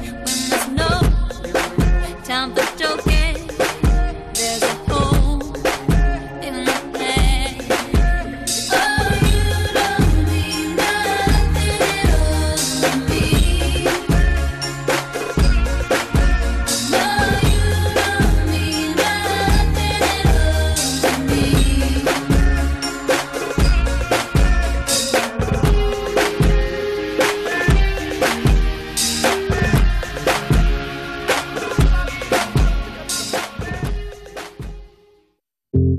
[SPEAKER 23] when there's no time for joking, there's a hole in my plan.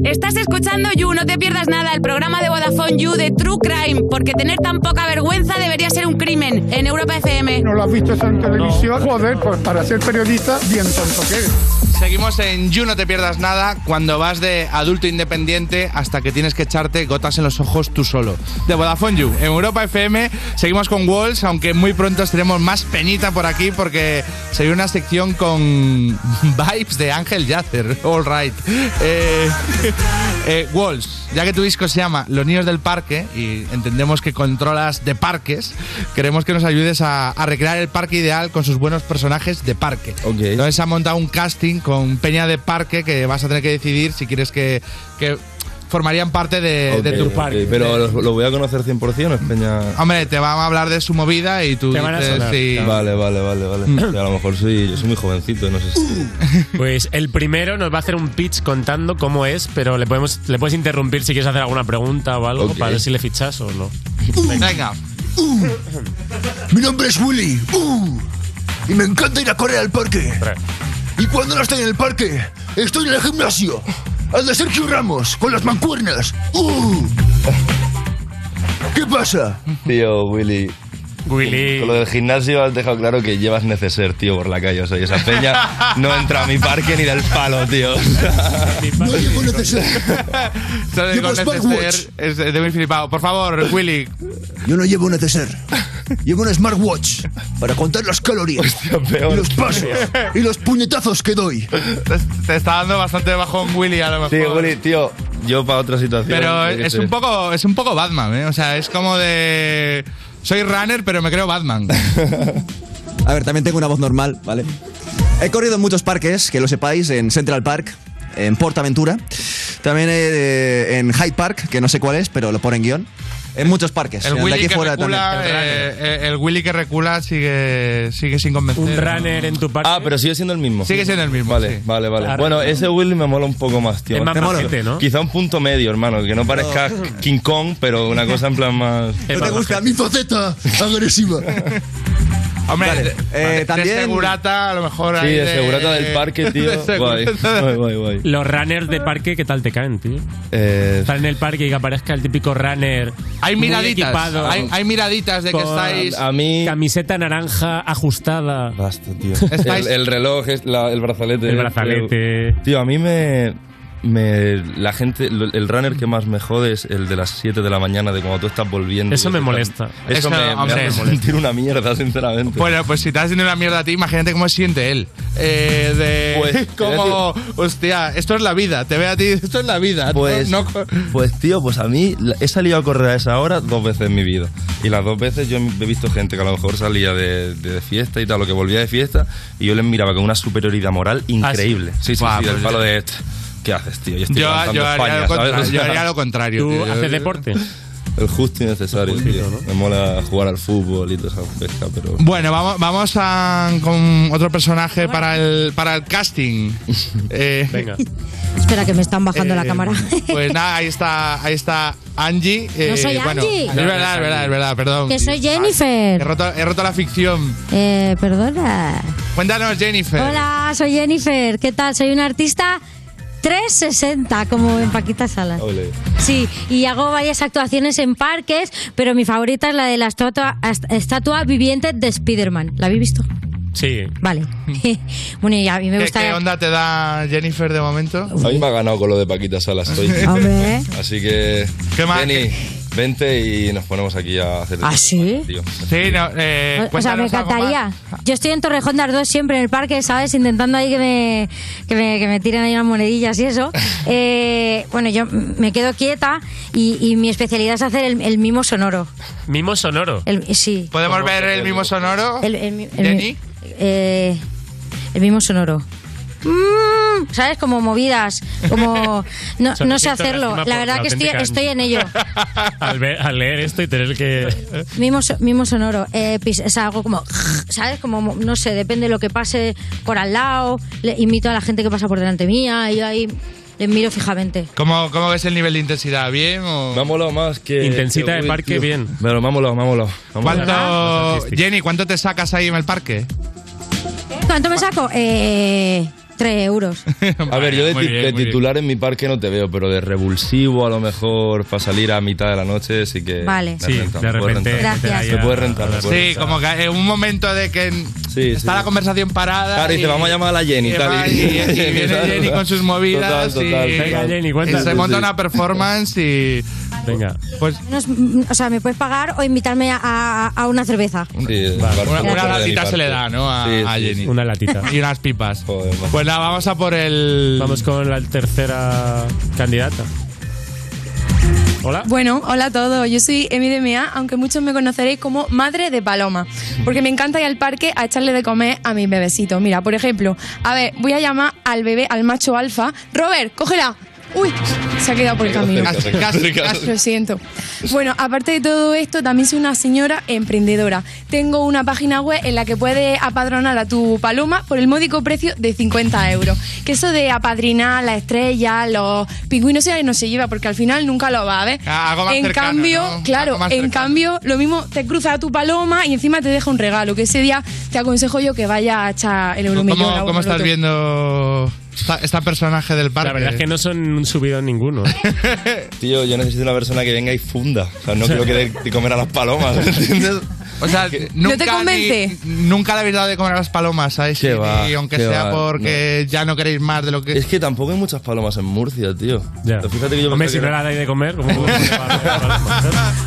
[SPEAKER 2] Estás escuchando You, no te pierdas nada, el programa de Vodafone You de True Crime, porque tener tan poca vergüenza debería ser un crimen en Europa FM.
[SPEAKER 15] ¿No lo has visto eso en televisión? Joder, pues para ser periodista, bien tonto que eres.
[SPEAKER 3] Seguimos en You, no te pierdas nada, cuando vas de adulto independiente hasta que tienes que echarte gotas en los ojos tú solo. De Vodafone You, en Europa FM, seguimos con Walls, aunque muy pronto os tenemos más peñita por aquí porque se viene una sección con vibes de Ángel Yacer. All right. Eh, eh, Walls, ya que tu disco se llama Los niños del parque y entendemos que controlas de parques, queremos que nos ayudes a, a recrear el parque ideal con sus buenos personajes de parque. Entonces se ha montado un casting con Peña de Parque que vas a tener que decidir si quieres que, que formarían parte de,
[SPEAKER 24] Ok,
[SPEAKER 3] de tu
[SPEAKER 24] ok,
[SPEAKER 3] parque. Eh,
[SPEAKER 24] Pero lo, lo voy a conocer 100% o es Peña.
[SPEAKER 3] Hombre, te van a hablar de su movida y tú dices si-
[SPEAKER 24] Vale, vale, vale, vale. Y a lo mejor soy, yo soy muy jovencito, no sé si.
[SPEAKER 4] Pues el primero nos va a hacer un pitch contando cómo es, pero le podemos le puedes interrumpir si quieres hacer alguna pregunta o algo
[SPEAKER 24] Ok.
[SPEAKER 4] para ver si le fichas o no.
[SPEAKER 3] Venga.
[SPEAKER 2] Mi nombre es Willy. Uh, y me encanta ir a correr al parque. Y cuando no estoy en el parque, estoy en el gimnasio. Al de Sergio Ramos, con las mancuernas. Uh. ¿Qué pasa?
[SPEAKER 24] Tío, Willy.
[SPEAKER 4] Willy.
[SPEAKER 24] Con lo del gimnasio has dejado claro que llevas neceser, tío, por la calle. O sea, y esa peña no entra a mi parque ni del palo, tío.
[SPEAKER 2] No llevo neceser.
[SPEAKER 3] Solo digo,
[SPEAKER 2] Llevo
[SPEAKER 3] Neceser
[SPEAKER 2] smartwatch.
[SPEAKER 3] este es de muy flipado. Por favor, Willy.
[SPEAKER 2] Yo no llevo un neceser. Llevo un smartwatch para contar las calorías.
[SPEAKER 24] peor.
[SPEAKER 2] Y los pasos. Y los puñetazos que doy.
[SPEAKER 3] Te está dando bastante bajón Willy a lo mejor.
[SPEAKER 24] Sí, Willy, tío, yo para otra situación.
[SPEAKER 3] Pero
[SPEAKER 24] yo qué
[SPEAKER 3] es
[SPEAKER 24] sé.
[SPEAKER 3] un poco es un poco Batman, ¿eh? O sea, es como de soy runner, pero me creo Batman.
[SPEAKER 20] A ver, también tengo una voz normal, ¿vale? He corrido en muchos parques, que lo sepáis, en Central Park, en Portaventura, también eh, en Hyde Park, que no sé cuál es, pero lo ponen guión. En muchos parques.
[SPEAKER 3] El
[SPEAKER 20] de
[SPEAKER 3] Willy,
[SPEAKER 20] aquí
[SPEAKER 3] que
[SPEAKER 20] fuera
[SPEAKER 3] recula,
[SPEAKER 20] también.
[SPEAKER 3] eh, eh, el Willy que recula sigue sigue sin convencer.
[SPEAKER 24] Un
[SPEAKER 4] runner en tu parque.
[SPEAKER 24] Ah, pero sigue siendo el mismo.
[SPEAKER 3] Sigue siendo el mismo.
[SPEAKER 24] Vale,
[SPEAKER 3] sí.
[SPEAKER 24] vale, vale.
[SPEAKER 3] Claro.
[SPEAKER 24] Bueno, ese Willy me mola un poco más, tío.
[SPEAKER 4] Es más
[SPEAKER 24] Te mola.
[SPEAKER 4] majete, ¿no?
[SPEAKER 24] Quizá un punto medio, hermano. Que no parezca King Kong, pero una cosa en plan más.
[SPEAKER 2] ¿No te gusta mi faceta agresiva?
[SPEAKER 3] Hombre,
[SPEAKER 24] Vale,
[SPEAKER 3] de- de
[SPEAKER 24] Eh, también-
[SPEAKER 3] segurata a lo mejor
[SPEAKER 24] Sí,
[SPEAKER 3] ahí
[SPEAKER 24] de segurata del parque, tío.
[SPEAKER 3] de segurata.
[SPEAKER 24] Guay, guay, guay, guay.
[SPEAKER 4] Los runners de parque, ¿qué tal te caen, tío?
[SPEAKER 24] Eh,
[SPEAKER 4] Estar en el parque y que aparezca el típico runner.
[SPEAKER 3] Hay
[SPEAKER 4] muy
[SPEAKER 3] miraditas,
[SPEAKER 4] equipado,
[SPEAKER 3] hay, hay miraditas de que
[SPEAKER 4] con
[SPEAKER 3] estáis
[SPEAKER 4] Camiseta naranja ajustada.
[SPEAKER 24] Basta, tío.
[SPEAKER 4] Estáis-
[SPEAKER 24] El, el reloj, es la- el brazalete.
[SPEAKER 4] El brazalete.
[SPEAKER 24] Tío, a mí me. me- la gente, lo- el runner que más me jode es el de las 7 de la mañana, de cuando tú estás volviendo.
[SPEAKER 4] Eso me
[SPEAKER 24] Eso-
[SPEAKER 4] molesta.
[SPEAKER 24] Eso,
[SPEAKER 3] Eso,
[SPEAKER 24] me, me
[SPEAKER 3] hombre,
[SPEAKER 24] hace
[SPEAKER 3] me
[SPEAKER 24] sentir una mierda, sinceramente.
[SPEAKER 3] Bueno, pues si te haciendo una mierda a ti, imagínate cómo se siente él. Eh, de
[SPEAKER 24] Pues,
[SPEAKER 3] como, hostia, esto es la vida, te veo a ti, esto es la vida.
[SPEAKER 24] Pues,
[SPEAKER 3] Ah, No- no-
[SPEAKER 24] pues tío, pues a mí la- he salido a correr a esa hora dos veces en mi vida. Y las dos veces yo he visto gente que a lo mejor salía de, de- de fiesta y tal, o que volvía de fiesta, y yo les miraba con una superioridad moral increíble. sí, sí, sí,
[SPEAKER 3] Ah, Buah,
[SPEAKER 24] del
[SPEAKER 3] pues
[SPEAKER 24] palo
[SPEAKER 3] yo-
[SPEAKER 24] de... este. ¿Qué haces, tío? Yo, estoy
[SPEAKER 3] Yo-
[SPEAKER 24] levantando
[SPEAKER 3] yo haría
[SPEAKER 24] España,
[SPEAKER 3] lo contra-
[SPEAKER 24] ¿sabes? O
[SPEAKER 3] yo
[SPEAKER 24] sea,
[SPEAKER 3] haría lo contrario, ¿Tú tío. haces deporte?
[SPEAKER 24] El justo y necesario, tío. Me mola jugar al fútbol y toda esa pesca, pero...
[SPEAKER 3] Bueno, vamos, vamos a, con otro personaje para el, para el casting. Venga.
[SPEAKER 8] Espera, que me están bajando la cámara.
[SPEAKER 3] Pues nada, ahí está, ahí está Angie. eh,
[SPEAKER 8] soy
[SPEAKER 3] bueno,
[SPEAKER 8] Angie.
[SPEAKER 3] Es verdad, es verdad, es verdad, perdón. ah,
[SPEAKER 8] Que soy
[SPEAKER 3] He
[SPEAKER 8] Jennifer.
[SPEAKER 3] roto, he roto la ficción.
[SPEAKER 8] Eh, perdona.
[SPEAKER 3] Cuéntanos, Jennifer.
[SPEAKER 8] Hola, soy Jennifer. ¿Qué tal? Soy una artista 360, como en Paquita Salas. Sí, y hago varias actuaciones en parques, pero mi favorita es la de la estatua, ast- estatua viviente de Spider-Man. ¿La habéis visto?
[SPEAKER 4] Sí.
[SPEAKER 8] Vale.
[SPEAKER 3] Mm.
[SPEAKER 8] bueno, y a mí me
[SPEAKER 3] ¿Qué,
[SPEAKER 8] gusta...
[SPEAKER 3] qué onda te da Jennifer de momento?
[SPEAKER 24] A mí me ha ganado con lo de Paquita Salas. Soy.
[SPEAKER 8] Hombre.
[SPEAKER 24] Así que. Jenny, vente y nos ponemos aquí a hacer.
[SPEAKER 8] ¿Ah, sí?
[SPEAKER 24] Tío.
[SPEAKER 3] Sí, no, eh,
[SPEAKER 8] O- O sea, me
[SPEAKER 3] cuéntanos algo más.
[SPEAKER 8] encantaría. Yo estoy en Torrejón de Ardoz siempre en el parque, ¿sabes? Intentando ahí que me, que me, que me tiren ahí unas monedillas y eso. Eh, bueno, yo me quedo quieta y, y mi especialidad es hacer el, el mimo sonoro.
[SPEAKER 4] Mimo sonoro.
[SPEAKER 8] El, sí.
[SPEAKER 3] ¿Podemos ver el mismo sonoro?
[SPEAKER 8] El, el mi- el mi-
[SPEAKER 3] Jenny.
[SPEAKER 8] eh, el mimo sonoro. Mm, ¿Sabes? Como movidas, como... No, no sé
[SPEAKER 4] Sonidito
[SPEAKER 8] hacerlo. La
[SPEAKER 4] lástima por
[SPEAKER 8] verdad
[SPEAKER 4] la
[SPEAKER 8] que estoy,
[SPEAKER 4] auténtica
[SPEAKER 8] estoy en ello.
[SPEAKER 4] al, ver- al leer esto y tener que.
[SPEAKER 8] Mimo, so- mimo sonoro. Eh, pis- es algo como, ¿sabes? Como, mo- no sé, depende de lo que pase por al lado. Le invito a la gente que pasa por delante mía y yo ahí les miro fijamente.
[SPEAKER 3] ¿Cómo, cómo ves el nivel de intensidad? ¿Bien? O...
[SPEAKER 24] Me ha molado más que.
[SPEAKER 4] Intensita
[SPEAKER 24] que
[SPEAKER 4] de
[SPEAKER 24] Will,
[SPEAKER 4] parque,
[SPEAKER 24] tío.
[SPEAKER 4] bien.
[SPEAKER 24] Pero me ha molado, me ha molado. Me ha molado.
[SPEAKER 3] ¿Cuánto, Jenny, ¿cuánto te sacas ahí en el parque?
[SPEAKER 8] ¿Cuánto me saco? Eh, tres euros.
[SPEAKER 24] A ver, yo de,
[SPEAKER 3] Muy
[SPEAKER 24] ti-
[SPEAKER 3] bien,
[SPEAKER 24] de
[SPEAKER 3] muy bien.
[SPEAKER 24] titular en mi parque no te veo, pero de revulsivo a lo mejor para salir a mitad de la noche sí que.
[SPEAKER 8] Vale.
[SPEAKER 24] me
[SPEAKER 8] Sí,
[SPEAKER 24] renta,
[SPEAKER 4] de
[SPEAKER 24] me puede
[SPEAKER 4] repente
[SPEAKER 24] rentar.
[SPEAKER 4] te da ya-
[SPEAKER 24] Me puede rentar. me puede
[SPEAKER 3] Sí,
[SPEAKER 24] rentar.
[SPEAKER 3] como que en un momento de que está la conversación parada.
[SPEAKER 24] Claro, y te vamos a llamar a la Jenny,
[SPEAKER 3] y
[SPEAKER 24] tal,
[SPEAKER 3] va-
[SPEAKER 24] y-
[SPEAKER 3] y- y viene
[SPEAKER 24] Total,
[SPEAKER 3] Jenny con sus movidas.
[SPEAKER 24] total, total,
[SPEAKER 3] y,
[SPEAKER 24] Venga, Jenny,
[SPEAKER 3] y
[SPEAKER 24] cuéntanos.
[SPEAKER 3] se monta
[SPEAKER 24] Sí.
[SPEAKER 3] una performance y.
[SPEAKER 4] Venga.
[SPEAKER 3] Pues
[SPEAKER 8] Unos- mm, o sea, me puedes pagar o invitarme a, a- a una cerveza.
[SPEAKER 24] Sí,
[SPEAKER 3] una, una
[SPEAKER 24] Barcelona de mi
[SPEAKER 3] latita
[SPEAKER 24] parte.
[SPEAKER 3] se le da, ¿no? A,
[SPEAKER 24] Sí,
[SPEAKER 3] a
[SPEAKER 24] sí,
[SPEAKER 3] Jenny.
[SPEAKER 24] sí.
[SPEAKER 4] Una latita.
[SPEAKER 3] Y unas pipas. pues nada, vamos a por el.
[SPEAKER 4] Vamos con la tercera candidata. Hola.
[SPEAKER 22] Bueno, hola a todos. Yo soy Emi de Mea, aunque muchos me conoceréis como madre de paloma, porque me encanta ir al parque a echarle de comer a mis bebecitos. Mira, por ejemplo, a ver, voy a llamar al bebé, al macho alfa. Robert, cógela. Uy, se ha quedado por el camino.
[SPEAKER 30] Casi, casi, casi.
[SPEAKER 22] Lo siento. Bueno, aparte de todo esto, también soy una señora emprendedora. Tengo una página web en la que puedes apadronar a tu paloma por el módico precio de 50 euros. Que eso de apadrinar la estrella, los pingüinos, ya no se lleva porque al final nunca lo va a ver.
[SPEAKER 3] Ah, algo más
[SPEAKER 22] en
[SPEAKER 3] cercano,
[SPEAKER 22] cambio,
[SPEAKER 3] ¿no?
[SPEAKER 22] claro,
[SPEAKER 3] Algo más
[SPEAKER 22] en
[SPEAKER 3] cercano.
[SPEAKER 22] cambio, lo mismo te cruza a tu paloma y encima te deja un regalo. Que ese día te aconsejo yo que vaya a echar el euromillón.
[SPEAKER 3] ¿Cómo,
[SPEAKER 22] a un
[SPEAKER 3] cómo estás
[SPEAKER 22] loto.
[SPEAKER 3] viendo Oh, esta, esta personaje del parque?
[SPEAKER 4] La verdad es que no son un subido ninguno.
[SPEAKER 24] Tío, yo necesito una persona que venga y funda. O sea, no quiero que dé de comer a las palomas, ¿entiendes?
[SPEAKER 3] O sea,
[SPEAKER 24] No
[SPEAKER 3] nunca
[SPEAKER 24] te convence.
[SPEAKER 3] ni- nunca le habéis dado de comer a las palomas a Ixi,
[SPEAKER 24] va,
[SPEAKER 3] y aunque
[SPEAKER 24] qué
[SPEAKER 3] sea
[SPEAKER 24] va,
[SPEAKER 3] porque ya no queréis más de lo que...
[SPEAKER 24] Es que tampoco hay muchas palomas en Murcia, tío. Fíjate que yo pensaba
[SPEAKER 4] Hombre, si
[SPEAKER 24] que
[SPEAKER 4] no
[SPEAKER 24] era-
[SPEAKER 4] la dais de comer, ¿cómo puedo comer palomas?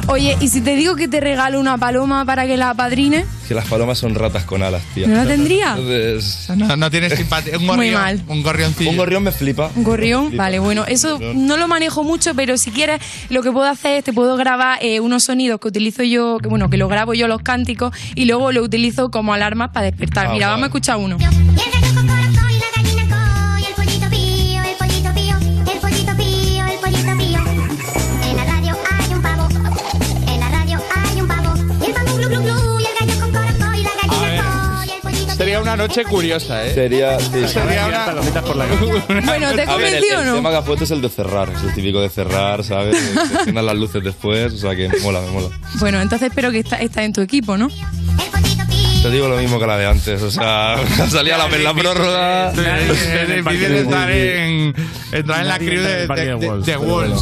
[SPEAKER 22] Oye, ¿y si te digo que te regalo una paloma para que la apadrine?
[SPEAKER 24] Que las palomas son ratas con alas, tío.
[SPEAKER 22] ¿No la tendría?
[SPEAKER 24] Entonces-
[SPEAKER 3] No, no tienes simpatía. Un
[SPEAKER 22] Muy
[SPEAKER 3] gorrión.
[SPEAKER 22] mal.
[SPEAKER 3] Un gorrioncillo.
[SPEAKER 24] Un gorrión me flipa.
[SPEAKER 22] ¿Un gorrión? Vale, bueno, eso no lo manejo mucho, pero si quieres, lo que puedo hacer es te puedo grabar eh, unos sonidos que utilizo yo, que bueno, que lo grabo yo los cánticos y luego lo utilizo como alarma para despertar.
[SPEAKER 24] Ah,
[SPEAKER 22] Mira,
[SPEAKER 24] vale.
[SPEAKER 22] vamos a escuchar uno.
[SPEAKER 30] Pío, el pollito pío, el pollito pío, el pollito pío. En la radio hay un pavo, en la radio hay un pavo. Y el pavo glu glu glu y el gallo con coroco y la gallina co.
[SPEAKER 3] Sería una noche curiosa, ¿eh?
[SPEAKER 24] Sería, sí.
[SPEAKER 3] Sería una...
[SPEAKER 4] Palomitas por la
[SPEAKER 22] Bueno, ¿te he
[SPEAKER 24] A ver, el,
[SPEAKER 22] convencido o
[SPEAKER 24] el
[SPEAKER 22] no?
[SPEAKER 24] tema que ha puesto es el de cerrar, es el típico de cerrar, ¿sabes? Se enciendan las luces después, o sea que me mola, me mola.
[SPEAKER 22] Bueno, entonces espero que estás en tu equipo, ¿no?
[SPEAKER 24] Te digo lo mismo que la de antes, o sea, salía la, en la prórroga.
[SPEAKER 3] Es difícil entrar en, entrar en la crew de, de, de- de Wolves.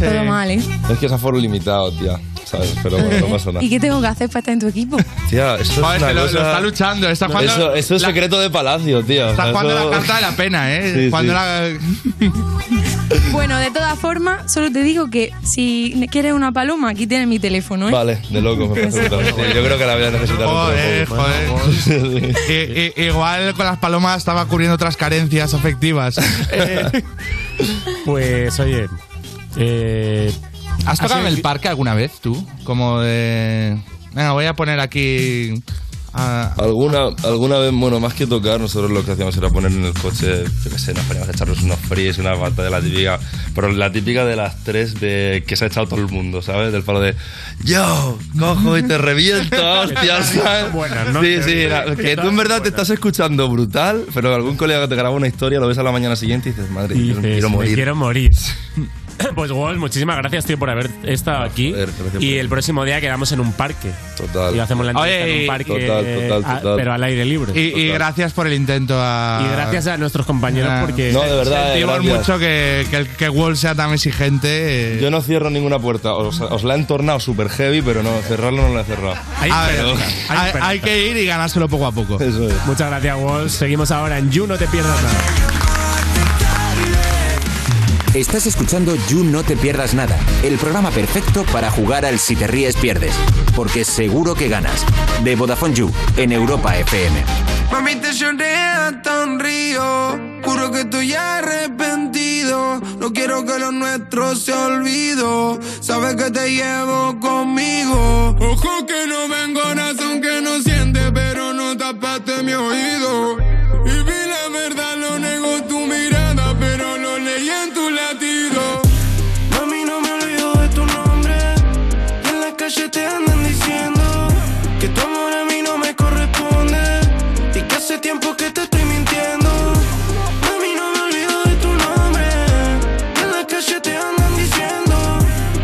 [SPEAKER 22] Todo mal, ¿eh?
[SPEAKER 24] Es que es aforo limitado, tía, ¿sabes? Pero bueno, no pasa nada.
[SPEAKER 22] ¿Y qué tengo que hacer para estar en tu equipo?
[SPEAKER 24] Tía, esto
[SPEAKER 3] Joder,
[SPEAKER 24] es una
[SPEAKER 3] que lo- lo
[SPEAKER 24] cosa...
[SPEAKER 3] está luchando, está jugando
[SPEAKER 24] Eso, eso es
[SPEAKER 3] la-
[SPEAKER 24] secreto de palacio, tío.
[SPEAKER 3] Está jugando la carta de la pena, ¿eh? Cuando
[SPEAKER 22] Bueno, de todas formas, solo te digo que si quieres una paloma, aquí tienes mi teléfono, ¿eh?
[SPEAKER 24] Vale, de loco, me parece brutal. Sí, Yo creo que la voy a necesitar.
[SPEAKER 3] Joder,
[SPEAKER 24] dentro de poco.
[SPEAKER 3] joder. I- i- igual con las palomas estaba cubriendo otras carencias afectivas. Eh,
[SPEAKER 4] Pues oye. eh,
[SPEAKER 3] ¿Has tocado en
[SPEAKER 4] sido
[SPEAKER 3] el
[SPEAKER 4] difí-
[SPEAKER 3] parque alguna vez tú? Como de. Venga, voy a poner aquí. a-
[SPEAKER 24] Alguna, alguna vez, bueno, más que tocar, nosotros lo que hacíamos era poner en el coche, yo qué sé, nos poníamos a echarnos unos fries, una bata de la típica, pero la típica de las tres de que se ha echado todo el mundo, ¿sabes? Del palo de yo, Oh, cojo y te reviento, hostia, ¿sabes? Sí, sí, era- que tú en verdad te estás escuchando brutal, pero algún colega que te graba una historia, lo ves a la mañana siguiente y dices, madre,
[SPEAKER 4] Y
[SPEAKER 24] yo
[SPEAKER 4] dices,
[SPEAKER 24] quiero
[SPEAKER 4] "Me
[SPEAKER 24] morir.
[SPEAKER 4] quiero morir. Pues Wolf, muchísimas gracias, tío, por haber estado aquí. y el próximo día quedamos en un parque.
[SPEAKER 24] Total.
[SPEAKER 4] Y hacemos la entrevista en un parque. a- pero al aire libre.
[SPEAKER 3] Y, y gracias por el intento a.
[SPEAKER 4] Y gracias a nuestros compañeros
[SPEAKER 3] Ah,
[SPEAKER 4] porque.
[SPEAKER 3] Sentimos
[SPEAKER 24] eh, gracias.
[SPEAKER 3] mucho que, que, el- que Wall sea tan exigente. eh.
[SPEAKER 24] Yo no cierro ninguna puerta, os, os la he entornado súper heavy, pero no, cerrarlo no la he cerrado.
[SPEAKER 3] A ver,
[SPEAKER 24] Pero-
[SPEAKER 3] hay, hay que ir y ganárselo poco a poco.
[SPEAKER 4] Muchas gracias, Wolf. Seguimos ahora en You, no te pierdas nada.
[SPEAKER 14] Estás escuchando You No Te Pierdas Nada, el programa perfecto para jugar al Si Te Ríes Pierdes, porque seguro que ganas. De Vodafone You, en Europa FM.
[SPEAKER 30] Mami, te lloré tan río. Juro que estoy arrepentido. No quiero que lo nuestro se olvido. Sabes que te llevo conmigo. Ojo que no vengo, razón que no siente, pero no tapaste mi oído. Y vi la verdad, lo negó tu mirada, pero lo leí en tu latido. Mami, no me olvido de tu nombre. Y en la calle te andan diciendo que tu amor a mí no me corresponde. Y que hace tiempo que te estoy mintiendo. Mami, no me olvido de tu nombre. En la calle te andan diciendo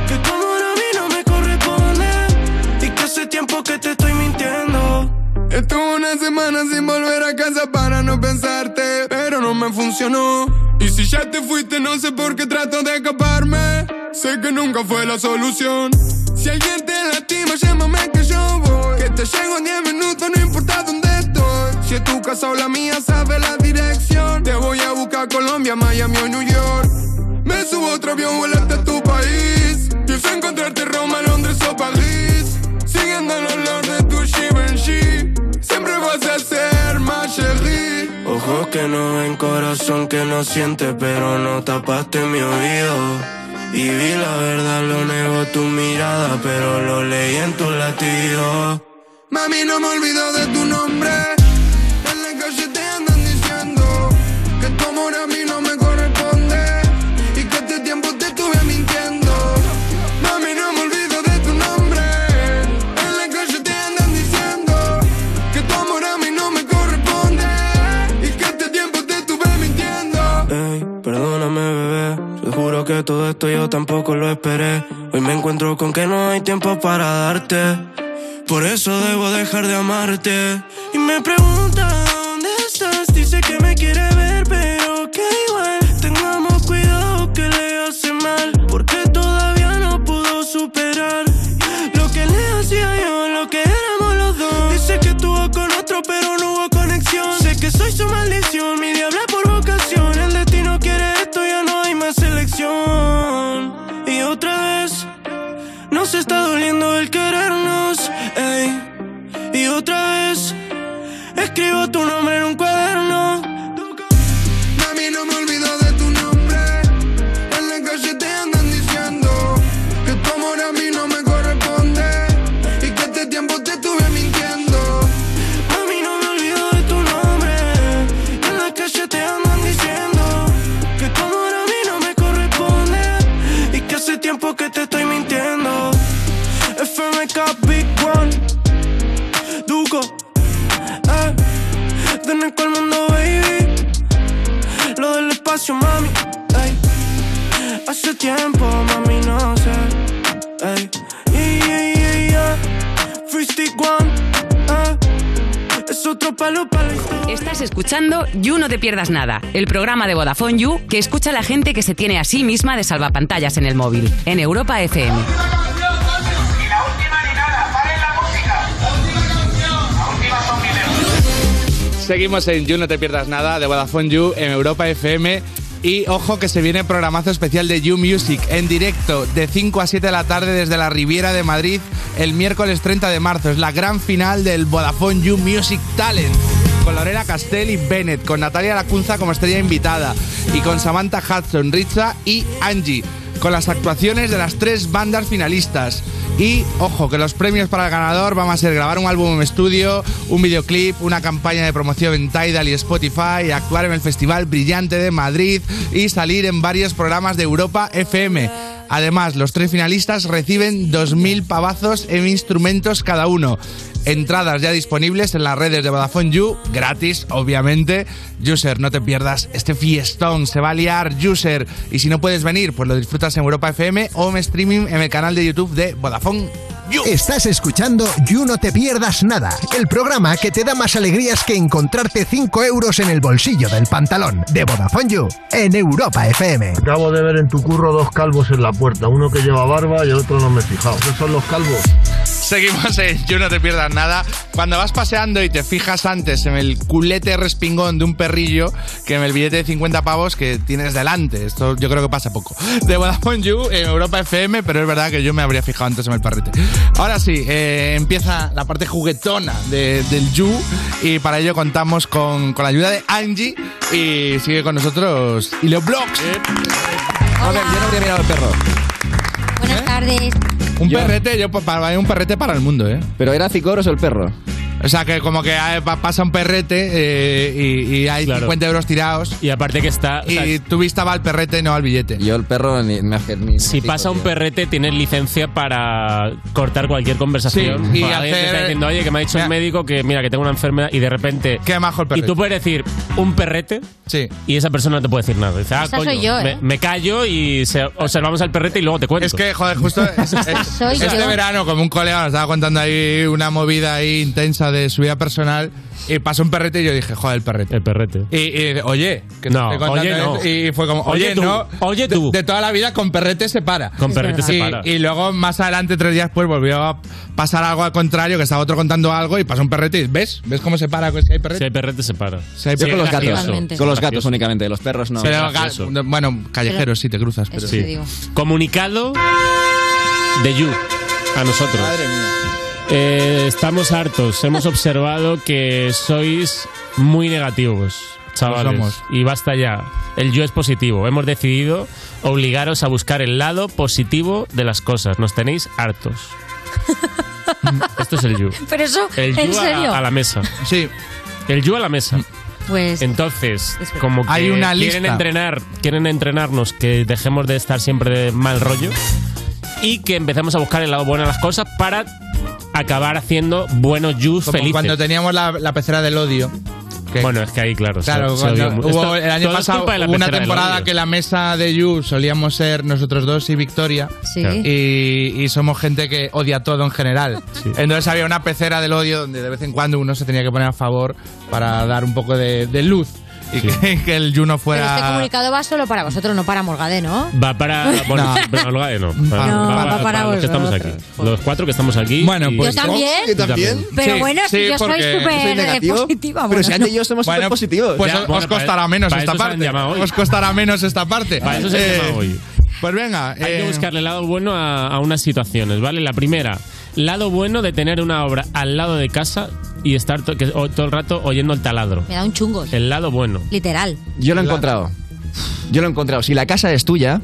[SPEAKER 30] que tu amor a mí no me corresponde. Y que hace tiempo que te estoy mintiendo. Estuve una semana sin volver a casa para no pensarte, pero no me funcionó. Y si ya te fuiste, no sé por qué trato de escaparme. Sé que nunca fue la solución. Si alguien te lastima, llámame que yo voy. Que te llego en 10 minutos, no importa dónde estoy. Si es tu casa o la mía, sabes la dirección. Te voy a buscar a Colombia, Miami o New York. Me subo a otro avión, vuelo hasta tu país. Pienso encontrarte en Roma, Londres o París. Siguiendo el olor de tu Givenchy. Siempre vas a ser más chérie.
[SPEAKER 31] Ojos que no ven, corazón que no siente, pero no tapaste mi oído. Y vi la verdad, lo negó tu mirada, pero lo leí en tu latido.
[SPEAKER 30] Mami, no me olvido de tu nombre. En la calle te andan diciendo que este tu amor a mí no me corresponde. este
[SPEAKER 32] bebé. Te juro que todo esto yo tampoco lo esperé. Hoy me encuentro con que no hay tiempo para darte. Por eso debo dejar de amarte.
[SPEAKER 31] Y me pregunta dónde estás, dice que me quiere ver, pero que igual tengamos cuidado que le hace mal, porque todavía no pudo superar lo que le hacía yo, lo que éramos los dos. Dice que estuvo con otro, pero no hubo conexión. Sé que soy su maldición, mi diabla por vocación. El destino quiere esto, ya no hay más elección. Y otra vez nos está doliendo el querernos, ey. Y otra vez. Escribo tu nombre en un cuaderno.
[SPEAKER 30] Mami, no me olvido de tu nombre. En la calle te andan diciendo que tu amor a mí no me corresponde y que este tiempo te estuve mintiendo.
[SPEAKER 31] Mami, no me olvido de tu nombre. En la calle te andan diciendo que tu amor a mí no me corresponde y que hace tiempo que te estoy mintiendo. FMK Big One, Duco, eh, de Nico al mundo, baby. Lo del espacio, mami, ey. Hace tiempo, mami, no sé, ey. Yeah, yeah, yeah, yeah. Free Stick One, eh. Es otro palo para la historia.
[SPEAKER 1] Estás escuchando You No Te Pierdas Nada, el programa de Vodafone You que escucha a la gente que se tiene a sí misma de salvapantallas en el móvil, en Europa FM.
[SPEAKER 3] Seguimos en You, no te pierdas nada, de Vodafone You en Europa FM. Y ojo que se viene programazo especial de You Music en directo de 5 a 7 de la tarde desde la Riviera de Madrid el miércoles 30 de marzo. Es la gran final del Vodafone You Music Talent. Con Lorena Castell y Bennett, con Natalia Lacunza como estrella invitada y con Samantha Hudson, Richa y Angie. Con las actuaciones de las tres bandas finalistas. Y ojo, que los premios para el ganador van a ser grabar un álbum en estudio, un videoclip, una campaña de promoción en Tidal y Spotify, actuar en el Festival Brillante de Madrid y salir en varios programas de Europa FM. Además, los tres finalistas reciben 2.000 pavazos en instrumentos cada uno. Entradas ya disponibles en las redes de Vodafone You, gratis, obviamente. User, no te pierdas este fiestón, se va a liar, User. Y si no puedes venir, pues lo disfrutas en Europa FM o en streaming en el canal de YouTube de Vodafone
[SPEAKER 5] Estás escuchando You No Te Pierdas Nada, el programa que te da más alegrías que encontrarte 5 euros en el bolsillo del pantalón de Vodafone You en Europa FM.
[SPEAKER 33] Acabo de ver en tu curro dos calvos en la puerta, uno que lleva barba y otro no me he fijado. ¿Qué son los calvos?
[SPEAKER 3] Seguimos en You No Te Pierdas Nada. Cuando vas paseando y te fijas antes en el culete respingón de un perrillo que en el billete de 50 pavos que tienes delante. Esto yo creo que pasa poco. De Vodafone You en Europa FM, pero es verdad que yo me habría fijado antes en el perrete. Ahora sí, eh, empieza la parte juguetona de- del You y para ello contamos con, con la ayuda de Angie y sigue con nosotros y los blogs. A ver, yo no habría mirado el perro. ¿Eh?
[SPEAKER 8] Buenas tardes.
[SPEAKER 3] Un perrete, yo pa- para un perrete para el mundo, ¿eh? Pero era Cicoros el perro. O sea, que como que ah, pa- pasa un perrete eh, y, y hay 50 euros tirados.
[SPEAKER 4] Y aparte que está.
[SPEAKER 3] Y tu vista va al perrete, no al billete.
[SPEAKER 19] Yo el perro ni me ni-
[SPEAKER 4] Si pasa un perrete, tienes licencia para cortar cualquier conversación.
[SPEAKER 3] Sí, y
[SPEAKER 4] Para alguien que
[SPEAKER 3] hacer-
[SPEAKER 4] está diciendo, oye, que me ha dicho el médico que mira, que tengo una enfermedad y de repente.
[SPEAKER 3] Qué majo el perrete.
[SPEAKER 4] Y tú puedes decir un perrete.
[SPEAKER 3] Sí.
[SPEAKER 4] Y esa persona no te puede decir nada. Dice, ah,
[SPEAKER 8] Esa
[SPEAKER 4] coño,
[SPEAKER 8] soy yo,
[SPEAKER 4] me,
[SPEAKER 8] ¿eh?
[SPEAKER 4] me callo y se- observamos al perrete y luego te cuento. Es que,
[SPEAKER 3] joder, justo.
[SPEAKER 8] Soy
[SPEAKER 3] este
[SPEAKER 8] yo.
[SPEAKER 3] verano, como un colega nos estaba contando ahí una movida ahí intensa de su vida personal, y pasó un perrete y yo dije, joder, el perrete.
[SPEAKER 4] El perrete.
[SPEAKER 3] Y, y de- oye, que te
[SPEAKER 4] No,
[SPEAKER 3] estoy contando
[SPEAKER 4] oye, no.
[SPEAKER 3] esto, Y fue como, oye,
[SPEAKER 4] Oye, tú,
[SPEAKER 3] no.
[SPEAKER 4] oye,
[SPEAKER 3] de-
[SPEAKER 4] tú.
[SPEAKER 3] De, toda la vida con perrete se para.
[SPEAKER 4] Con Es perrete se
[SPEAKER 3] Y-
[SPEAKER 4] para.
[SPEAKER 3] Y luego más adelante, tres días después, volvió a pasar algo al contrario, que estaba otro contando algo y pasó un perrete. y, ¿Ves? ¿Ves cómo se para? Pues Si hay perrete.
[SPEAKER 4] Si hay perrete, se para.
[SPEAKER 3] Si hay
[SPEAKER 19] Yo con los gatos.
[SPEAKER 3] Totalmente.
[SPEAKER 19] Con los gatos
[SPEAKER 3] Gracioso.
[SPEAKER 19] únicamente, los perros no.
[SPEAKER 3] Pero ga- bueno, callejeros sí te cruzas, pero
[SPEAKER 4] Sí. Comunicado de You a nosotros. Eh, estamos hartos. Hemos observado que sois muy negativos, chavales.
[SPEAKER 3] Lo somos.
[SPEAKER 4] Y basta ya. El yo es positivo. Hemos decidido obligaros a buscar el lado positivo de las cosas. Nos tenéis hartos. Esto es el you.
[SPEAKER 6] Pero eso,
[SPEAKER 4] El you
[SPEAKER 6] en
[SPEAKER 4] a la-
[SPEAKER 6] serio.
[SPEAKER 4] A, la mesa.
[SPEAKER 3] Sí. Mm.
[SPEAKER 4] El you a la mesa.
[SPEAKER 6] Pues
[SPEAKER 4] Entonces,
[SPEAKER 6] Es verdad.
[SPEAKER 4] como que
[SPEAKER 3] Hay una
[SPEAKER 4] quieren
[SPEAKER 3] lista.
[SPEAKER 4] entrenar, quieren entrenarnos que dejemos de estar siempre de mal rollo y que empecemos a buscar el lado bueno de las cosas para acabar haciendo buenos yus
[SPEAKER 3] Como
[SPEAKER 4] felices.
[SPEAKER 3] cuando teníamos la, la pecera del odio. Que que-
[SPEAKER 4] Bueno, es que ahí, claro. se-
[SPEAKER 3] Claro,
[SPEAKER 4] se odió
[SPEAKER 3] cuando
[SPEAKER 4] mucho.
[SPEAKER 3] hubo-
[SPEAKER 4] Esto-
[SPEAKER 3] el año
[SPEAKER 4] todo es
[SPEAKER 3] pasado
[SPEAKER 4] culpa de la
[SPEAKER 3] hubo una
[SPEAKER 4] pecera del
[SPEAKER 3] temporada
[SPEAKER 4] odio.
[SPEAKER 3] que la mesa de You solíamos ser nosotros dos y Victoria.
[SPEAKER 8] Sí.
[SPEAKER 3] Y, y somos gente que odia todo en general. Entonces había una pecera del odio donde de vez en cuando uno se tenía que poner a favor para dar un poco de, de luz y que, que el You no
[SPEAKER 8] Pero este
[SPEAKER 3] fuera.
[SPEAKER 8] comunicado va solo para vosotros, no para Morgade, ¿no?
[SPEAKER 4] Va para. Bueno,
[SPEAKER 3] No.
[SPEAKER 4] pero Olgae no.
[SPEAKER 3] No, va para
[SPEAKER 4] los que estamos aquí.
[SPEAKER 3] vosotros.
[SPEAKER 4] Los cuatro que estamos aquí. Bueno,
[SPEAKER 8] pues- Yo también. Yo también. Pero bueno, si yo soy súper, Soy negativo. positiva, bueno, no. Bueno,
[SPEAKER 3] Pues
[SPEAKER 4] Ya,
[SPEAKER 3] os,
[SPEAKER 4] bueno,
[SPEAKER 3] os costará
[SPEAKER 4] para-
[SPEAKER 3] menos
[SPEAKER 4] para
[SPEAKER 3] esta
[SPEAKER 4] eso se han
[SPEAKER 3] parte.
[SPEAKER 4] llamado hoy.
[SPEAKER 3] Os costará menos esta parte.
[SPEAKER 4] Para eso se ha
[SPEAKER 3] Eh,
[SPEAKER 4] llamado hoy.
[SPEAKER 3] Pues venga.
[SPEAKER 4] Hay que
[SPEAKER 3] eh,
[SPEAKER 4] buscarle el lado bueno a, a unas situaciones, ¿vale? La primera, lado bueno de tener una obra al lado de casa y estar to- que- o- todo el rato oyendo el taladro.
[SPEAKER 8] Me da un chungo,
[SPEAKER 4] El lado bueno.
[SPEAKER 8] literal.
[SPEAKER 18] Yo lo he encontrado. Yo lo he encontrado. Si la casa es tuya,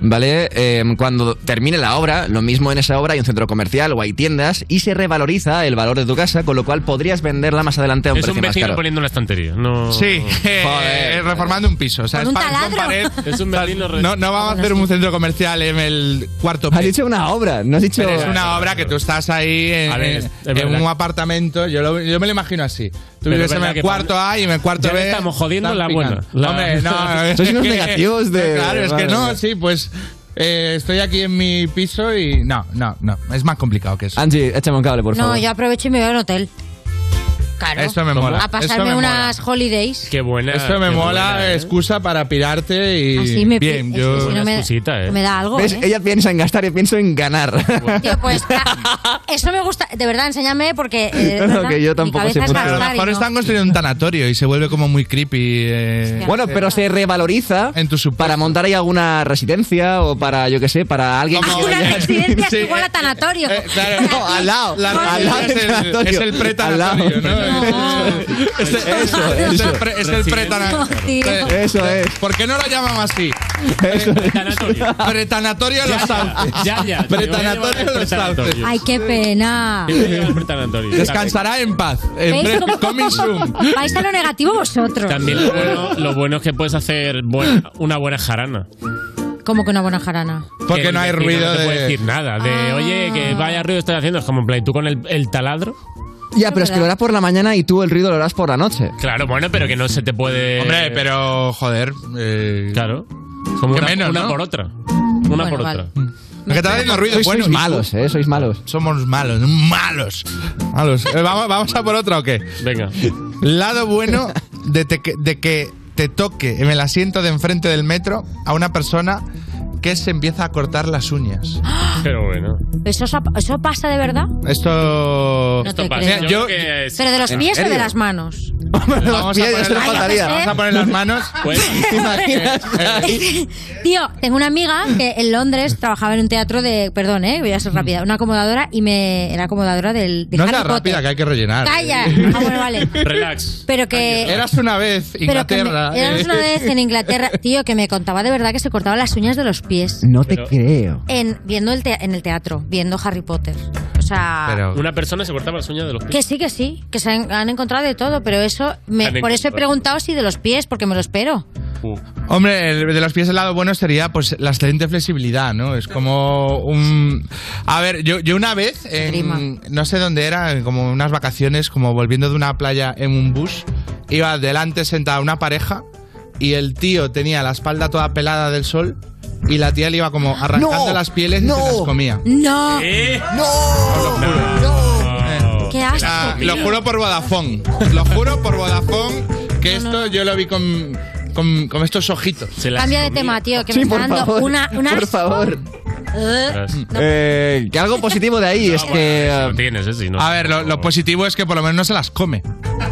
[SPEAKER 18] ¿vale? Eh, cuando termine la obra, lo mismo en esa obra hay un centro comercial o hay tiendas y se revaloriza el valor de tu casa, con lo cual podrías venderla más adelante a un
[SPEAKER 4] Es un
[SPEAKER 18] precio más
[SPEAKER 4] vecino
[SPEAKER 18] caro.
[SPEAKER 4] poniendo una estantería. No...
[SPEAKER 3] Sí, eh, eh, reformando un piso. O sea, es pa- son pared-
[SPEAKER 4] Es un vecino re-
[SPEAKER 3] No, no vamos a hacer un centro comercial en el cuarto piso. Has dicho
[SPEAKER 18] una obra, no has dicho.
[SPEAKER 3] Es una obra que tú estás ahí en,
[SPEAKER 4] A ver, es-
[SPEAKER 3] en-
[SPEAKER 4] es
[SPEAKER 3] en
[SPEAKER 4] verdad.
[SPEAKER 3] un apartamento. Yo, lo- yo me lo imagino así. Tú
[SPEAKER 4] Pero
[SPEAKER 3] vives
[SPEAKER 4] es
[SPEAKER 3] en
[SPEAKER 4] verdad
[SPEAKER 3] el
[SPEAKER 4] que
[SPEAKER 3] cuarto
[SPEAKER 4] Pablo-
[SPEAKER 3] A y en el cuarto
[SPEAKER 4] ya
[SPEAKER 3] B.
[SPEAKER 4] le estamos jodiendo
[SPEAKER 3] están
[SPEAKER 4] la buena.
[SPEAKER 3] picando.
[SPEAKER 4] La-
[SPEAKER 3] Hombre, no.
[SPEAKER 18] Sois
[SPEAKER 3] es
[SPEAKER 18] unos
[SPEAKER 3] que-
[SPEAKER 18] negativos de-
[SPEAKER 3] Claro, es que
[SPEAKER 18] vale,
[SPEAKER 3] no,
[SPEAKER 18] vale.
[SPEAKER 3] sí, pues. eh, estoy aquí en mi piso y. No, no, no. Es más complicado que eso.
[SPEAKER 18] Angie, échame un cable, por
[SPEAKER 8] no, yo aprovecho y me voy al hotel. Claro.
[SPEAKER 3] Eso me mola.
[SPEAKER 8] A pasarme
[SPEAKER 3] Eso me
[SPEAKER 8] unas holidays.
[SPEAKER 4] Qué buena.
[SPEAKER 3] Eso me
[SPEAKER 4] qué
[SPEAKER 3] mola,
[SPEAKER 4] buena, ¿eh?
[SPEAKER 3] excusa para pirarte y.
[SPEAKER 8] Así me pi-
[SPEAKER 3] bien,
[SPEAKER 8] es
[SPEAKER 3] yo.
[SPEAKER 8] que si no me-
[SPEAKER 4] excusita,
[SPEAKER 8] me da algo,
[SPEAKER 18] ¿Ves?
[SPEAKER 8] ¿eh?
[SPEAKER 18] Ella piensa en gastar, yo pienso en ganar.
[SPEAKER 8] Tío, pues ah, eso me gusta. De verdad, enséñame porque. eh, de
[SPEAKER 18] No,
[SPEAKER 8] verdad,
[SPEAKER 18] que yo tampoco
[SPEAKER 8] mi cabeza
[SPEAKER 18] sé
[SPEAKER 8] es
[SPEAKER 18] mucho.
[SPEAKER 8] gastar
[SPEAKER 18] A lo
[SPEAKER 8] y
[SPEAKER 18] mejor
[SPEAKER 8] no.
[SPEAKER 3] Están construyendo un tanatorio y se vuelve como muy creepy. eh,
[SPEAKER 18] Bueno,
[SPEAKER 3] eh,
[SPEAKER 18] pero se revaloriza para montar ahí alguna residencia o para, yo qué sé, para alguien que
[SPEAKER 8] Una
[SPEAKER 18] vaya-
[SPEAKER 8] residencia
[SPEAKER 18] Sí. Eh,
[SPEAKER 8] es igual a tanatorio.
[SPEAKER 3] claro,
[SPEAKER 18] No, al lado.
[SPEAKER 3] La
[SPEAKER 18] al lado
[SPEAKER 3] residencia
[SPEAKER 18] del
[SPEAKER 3] es el-
[SPEAKER 18] tanatorio.
[SPEAKER 3] es el
[SPEAKER 18] Al lado.
[SPEAKER 3] pretanatorio, Es,
[SPEAKER 18] eso,
[SPEAKER 3] Este, es
[SPEAKER 18] eso.
[SPEAKER 3] el, pre- es el pretana-
[SPEAKER 8] Tío.
[SPEAKER 3] pre-
[SPEAKER 18] Eso es.
[SPEAKER 3] ¿Por qué no lo llaman así? Pretanatorio. Pretanatorio los sauces.
[SPEAKER 4] Ya, ya.
[SPEAKER 3] Pretanatorio los sauces.
[SPEAKER 8] Ay, qué pena.
[SPEAKER 3] Descansará en paz. En
[SPEAKER 8] ¿Veis
[SPEAKER 3] bre-
[SPEAKER 8] cómo-
[SPEAKER 3] coming soon.
[SPEAKER 8] Vais a lo negativo vosotros.
[SPEAKER 4] También lo bueno, lo bueno es que puedes hacer buena- una buena jarana.
[SPEAKER 8] Como que una buena jarana.
[SPEAKER 4] Que el
[SPEAKER 3] no hay
[SPEAKER 4] vecino
[SPEAKER 3] ruido
[SPEAKER 4] No te puede
[SPEAKER 3] de-
[SPEAKER 4] decir nada. De, oye,
[SPEAKER 8] Ah.
[SPEAKER 4] que vaya ruido estás haciendo. Es como en play. Tú con el, el taladro.
[SPEAKER 18] Ya, pero es que lo harás por la mañana y tú el ruido lo harás por la noche.
[SPEAKER 4] Claro, bueno, pero que no se te puede. eh,
[SPEAKER 3] Hombre, pero joder.
[SPEAKER 4] claro. Como
[SPEAKER 3] que
[SPEAKER 4] una,
[SPEAKER 3] menos,
[SPEAKER 4] una
[SPEAKER 3] ¿no?
[SPEAKER 4] por otra.
[SPEAKER 3] Una
[SPEAKER 4] por
[SPEAKER 3] otra. Que está haciendo ruido.
[SPEAKER 18] Sois,
[SPEAKER 3] bueno,
[SPEAKER 18] sois
[SPEAKER 3] y-
[SPEAKER 18] malos, eh, sois malos.
[SPEAKER 3] Somos malos, malos. Malos. Eh, ¿Vamos, vamos a por otra o qué?
[SPEAKER 4] Venga.
[SPEAKER 3] Lado bueno de, te que- de que te toque en el asiento de enfrente del metro a una persona que se empieza a cortar las uñas.
[SPEAKER 4] Pero bueno.
[SPEAKER 8] ¿Eso, sa- ¿Eso pasa de verdad?
[SPEAKER 3] Esto.
[SPEAKER 8] No te creo. ¿Pero de los pies o de las manos? ¿eh?
[SPEAKER 3] Vamos a
[SPEAKER 8] pies,
[SPEAKER 3] poner, Pues,
[SPEAKER 8] eso no
[SPEAKER 3] Ay, yo
[SPEAKER 8] faltaría.
[SPEAKER 3] qué sé. Vamos a poner las manos. eh, ¿Te imaginas?
[SPEAKER 8] Tío, tengo una amiga que en Londres trabajaba en un teatro de. Perdón, eh, voy a ser rápida. Una acomodadora y me. Era acomodadora del. De
[SPEAKER 3] No
[SPEAKER 8] Harry
[SPEAKER 3] seas
[SPEAKER 8] Potter.
[SPEAKER 3] rápida, que hay que rellenar.
[SPEAKER 8] Calla. Ah, bueno, vale.
[SPEAKER 4] Relax.
[SPEAKER 8] Pero que.
[SPEAKER 3] Eras una vez
[SPEAKER 8] pero que me-
[SPEAKER 3] Inglaterra. eh.
[SPEAKER 8] éramos una vez en Inglaterra, tío, que me contaba de verdad que se cortaba las uñas de los pies.
[SPEAKER 18] No te creo.
[SPEAKER 8] En, viendo el te- en el teatro, viendo Harry Potter. O sea.
[SPEAKER 4] Ah. Una persona se cortaba las uñas de los pies.
[SPEAKER 8] Que sí, que sí, que se han, han encontrado de todo, pero eso, me-
[SPEAKER 3] Han
[SPEAKER 8] por eso he
[SPEAKER 3] encontrado.
[SPEAKER 8] preguntado si de los pies, porque me lo espero.
[SPEAKER 3] Hombre, el de los pies del lado bueno sería pues la excelente flexibilidad, ¿no? Es como un... A ver, yo, yo una vez, en- no sé dónde era, en como unas vacaciones, como volviendo de una playa en un bus, iba delante sentada una pareja y el tío tenía la espalda toda pelada del sol y la tía le iba como arrancando
[SPEAKER 25] No,
[SPEAKER 3] las pieles y se las comía.
[SPEAKER 8] ¡No!
[SPEAKER 25] ¡No!
[SPEAKER 8] ¡Qué asco!
[SPEAKER 3] Ah, lo juro por Vodafone. Lo juro por Vodafone que esto yo lo vi con, con, con estos ojitos.
[SPEAKER 8] Cambia de tema, tío, que me está dando una, una
[SPEAKER 18] Por
[SPEAKER 8] asco.
[SPEAKER 18] favor.
[SPEAKER 8] Eh,
[SPEAKER 18] Eh, que algo positivo de ahí es que.
[SPEAKER 4] tienes,
[SPEAKER 3] eh, A ver, lo, lo positivo es que por lo menos no se las come.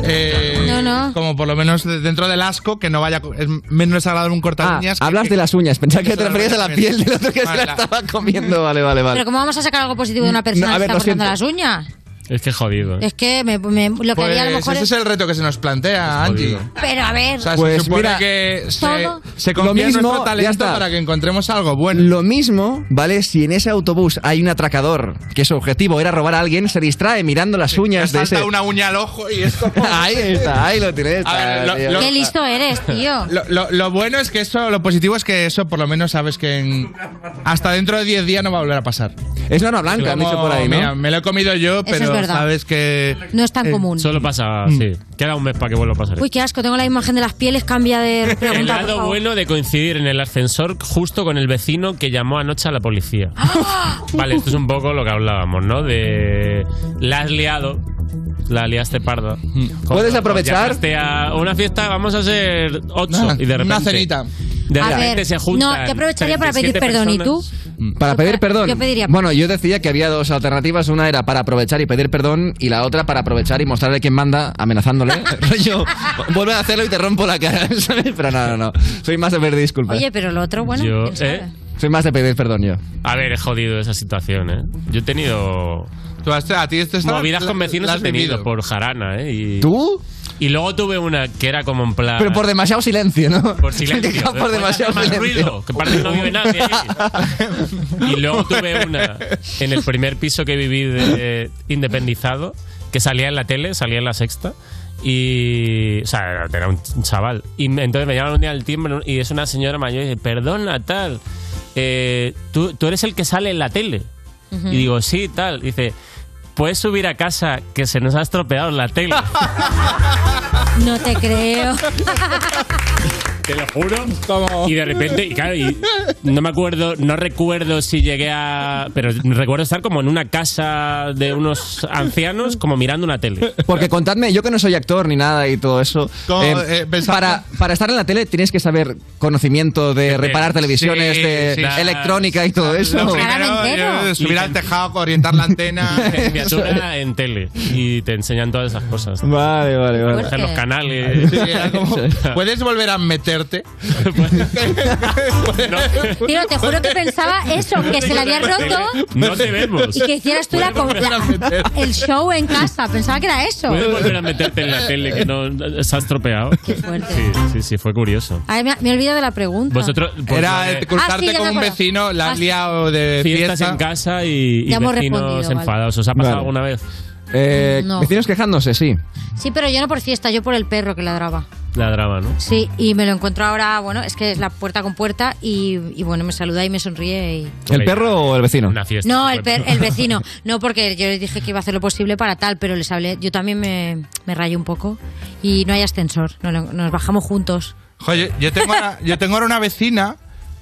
[SPEAKER 3] Eh,
[SPEAKER 18] No,
[SPEAKER 3] Como por lo menos de- dentro del asco, que no vaya. co- Es menos desagradable un
[SPEAKER 18] Ah,
[SPEAKER 3] cortaviñas. que-
[SPEAKER 18] hablas de las uñas. Pensaba que
[SPEAKER 3] Eso
[SPEAKER 18] te referías a la
[SPEAKER 3] también.
[SPEAKER 18] piel del otro que se
[SPEAKER 3] Vale,
[SPEAKER 18] la
[SPEAKER 3] la-
[SPEAKER 18] estaba comiendo. Vale, vale, vale.
[SPEAKER 8] Pero ¿cómo vamos a sacar algo positivo de una persona
[SPEAKER 18] No, a
[SPEAKER 8] que
[SPEAKER 18] ver,
[SPEAKER 8] está
[SPEAKER 18] lo
[SPEAKER 8] cortando
[SPEAKER 18] siento.
[SPEAKER 8] las uñas?
[SPEAKER 4] Es que jodido. ¿eh?
[SPEAKER 8] Es que me, me- lo que
[SPEAKER 3] Pues
[SPEAKER 8] haría a lo mejor
[SPEAKER 3] ese
[SPEAKER 8] es...
[SPEAKER 3] es el reto que se nos plantea, Angie.
[SPEAKER 8] Pero a ver...
[SPEAKER 3] O sea, se
[SPEAKER 18] Pues
[SPEAKER 3] supone
[SPEAKER 18] mira,
[SPEAKER 3] que se,
[SPEAKER 18] todo-
[SPEAKER 3] se
[SPEAKER 18] Lo
[SPEAKER 3] confía en
[SPEAKER 18] mismo,
[SPEAKER 3] nuestro
[SPEAKER 18] ya
[SPEAKER 3] talento
[SPEAKER 18] está.
[SPEAKER 3] para que encontremos algo bueno.
[SPEAKER 18] Lo mismo, ¿vale? Si en ese autobús hay un atracador que su objetivo era robar a alguien, se distrae mirando las uñas de
[SPEAKER 3] Salta
[SPEAKER 18] ese.
[SPEAKER 3] una uña al ojo y es como.
[SPEAKER 18] Ahí está, ahí lo tienes.
[SPEAKER 3] A ver,
[SPEAKER 18] está, tío.
[SPEAKER 8] Qué listo eres, tío.
[SPEAKER 3] Lo, lo- lo bueno es que eso, lo positivo es que eso por lo menos sabes que en- hasta dentro de 10 días no va a volver a pasar.
[SPEAKER 18] Es una blanca, han dicho por ahí, ¿no?
[SPEAKER 3] me lo he comido yo, pero
[SPEAKER 8] verdad.
[SPEAKER 4] sabes que. eh,
[SPEAKER 8] No es tan común. Pues
[SPEAKER 4] Solo pasa,
[SPEAKER 18] Mm.
[SPEAKER 4] sí. Queda un mes para que vuelva a pasar.
[SPEAKER 8] Uy, qué asco, tengo la imagen de las pieles, cambia de
[SPEAKER 4] el
[SPEAKER 8] pregunta. por
[SPEAKER 4] lado
[SPEAKER 8] favor.
[SPEAKER 4] bueno de coincidir en el ascensor justo con el vecino que llamó anoche a la policía.
[SPEAKER 8] Ah.
[SPEAKER 4] vale, esto es un poco lo que hablábamos, ¿no? De. La has liado. La liaste parda.
[SPEAKER 3] Mm.
[SPEAKER 18] Puedes aprovechar-
[SPEAKER 4] llamaste A una fiesta, vamos a ser ocho.
[SPEAKER 18] Nada,
[SPEAKER 4] y de repente.
[SPEAKER 18] una cenita.
[SPEAKER 4] De
[SPEAKER 8] A
[SPEAKER 4] repente
[SPEAKER 8] ver,
[SPEAKER 4] se juntan.
[SPEAKER 8] No, yo aprovecharía para pedir
[SPEAKER 4] 37
[SPEAKER 8] perdón.
[SPEAKER 4] personas.
[SPEAKER 8] ¿Y tú?
[SPEAKER 18] Para pedir perdón.
[SPEAKER 8] yo pediría-
[SPEAKER 18] Bueno, yo decía que había dos alternativas. Una era para aprovechar y pedir perdón y la otra para aprovechar y mostrarle quién manda amenazándole. Rollo, vuelve a hacerlo y te rompo la cara, ¿sabes? Pero no, no, no. Soy más de pedir disculpas.
[SPEAKER 8] Oye, pero lo otro, bueno. pues,
[SPEAKER 4] Yo,
[SPEAKER 8] quién sabe.
[SPEAKER 4] ¿eh?
[SPEAKER 18] Soy más de pedir perdón yo.
[SPEAKER 4] A ver, he jodido esa situación, ¿eh? Yo he tenido.
[SPEAKER 3] a ti este
[SPEAKER 4] Movidas
[SPEAKER 3] la-
[SPEAKER 4] con vecinos
[SPEAKER 3] la
[SPEAKER 4] he
[SPEAKER 3] has
[SPEAKER 4] tenido
[SPEAKER 3] vivido.
[SPEAKER 4] por jarana, ¿eh? Y-
[SPEAKER 18] ¿Tú?
[SPEAKER 4] Y luego tuve una que era como en plan.
[SPEAKER 18] Pero por demasiado silencio, ¿no?
[SPEAKER 4] Por silencio.
[SPEAKER 18] Que por
[SPEAKER 4] Después
[SPEAKER 18] demasiado
[SPEAKER 4] hace más
[SPEAKER 18] silencio.
[SPEAKER 4] ruido, que parece que no vive nadie ahí. Y luego tuve una en el primer piso que viví de independizado, que salía en la tele, salía en la sexta. Y. O sea, era- era un chaval. Y me- entonces me llaman un día al timbre y es una señora mayor y dice: Perdona, tal. eh, tú, tú eres el que sale en la tele.
[SPEAKER 25] Ujú.
[SPEAKER 4] Y digo: Sí, tal. Dice: Puedes subir a casa que se nos ha estropeado la tele.
[SPEAKER 8] No te creo.
[SPEAKER 4] Te lo juro. Y de repente, y claro, y no me acuerdo, no recuerdo si llegué a. Pero recuerdo estar como en una casa de unos ancianos, como mirando una tele.
[SPEAKER 18] Porque contadme, yo que no soy actor ni nada y todo eso.
[SPEAKER 4] ¿Cómo,
[SPEAKER 18] eh,
[SPEAKER 4] eh, pensaba-
[SPEAKER 18] para, para estar en la tele tienes que saber conocimiento de reparar televisiones,
[SPEAKER 3] sí,
[SPEAKER 18] de
[SPEAKER 3] sí, sí.
[SPEAKER 18] electrónica y todo eso.
[SPEAKER 3] Lo primero, yo, subir al tejado, orientar la antena.
[SPEAKER 4] Licenciatura en tele. Y te enseñan todas esas cosas.
[SPEAKER 18] Vale, vale,
[SPEAKER 4] vale. Dejar los canales.
[SPEAKER 3] Sí, era como, ¿Puedes volver a meterte?
[SPEAKER 8] Tío, te juro que pensaba eso, que se le había roto
[SPEAKER 4] No te vemos.
[SPEAKER 8] y que hicieras tú la, la- el show en casa. Pensaba que era eso.
[SPEAKER 4] Puedes volver a meterte en la tele que no se ha estropeado. Qué
[SPEAKER 8] fuerte.
[SPEAKER 4] Sí, sí, sí, fue curioso.
[SPEAKER 8] Ay, me, me he olvidado de la pregunta.
[SPEAKER 4] Vosotros. pues,
[SPEAKER 3] Era eh, cruzarte
[SPEAKER 8] Ah, sí, ya
[SPEAKER 3] con
[SPEAKER 8] me
[SPEAKER 3] un
[SPEAKER 8] acuerdo.
[SPEAKER 3] vecino, la
[SPEAKER 8] Ah,
[SPEAKER 3] has
[SPEAKER 8] sí.
[SPEAKER 3] liado de
[SPEAKER 4] Fiestas
[SPEAKER 3] fiesta.
[SPEAKER 4] en casa y, y
[SPEAKER 8] Ya hemos
[SPEAKER 4] vecinos
[SPEAKER 8] respondido, vale.
[SPEAKER 4] enfadados. ¿Os ha pasado
[SPEAKER 18] Vale.
[SPEAKER 4] alguna vez?
[SPEAKER 18] Eh,
[SPEAKER 8] No.
[SPEAKER 18] Vecinos quejándose, sí.
[SPEAKER 8] Sí, pero yo no por fiesta, yo por el perro que ladraba.
[SPEAKER 4] La drama, ¿no?
[SPEAKER 8] Sí, y me lo encuentro ahora, bueno, es que es la puerta con puerta y, y bueno, me saluda y me sonríe y...
[SPEAKER 18] ¿El perro o el vecino?
[SPEAKER 4] Una fiesta.
[SPEAKER 8] No, el, per- el vecino. No, porque yo les dije que iba a hacer lo posible para tal, pero les hablé. Yo también me, me rayé un poco. Y no hay ascensor. no- no- nos bajamos juntos.
[SPEAKER 3] Joder, yo tengo ahora, yo tengo ahora una vecina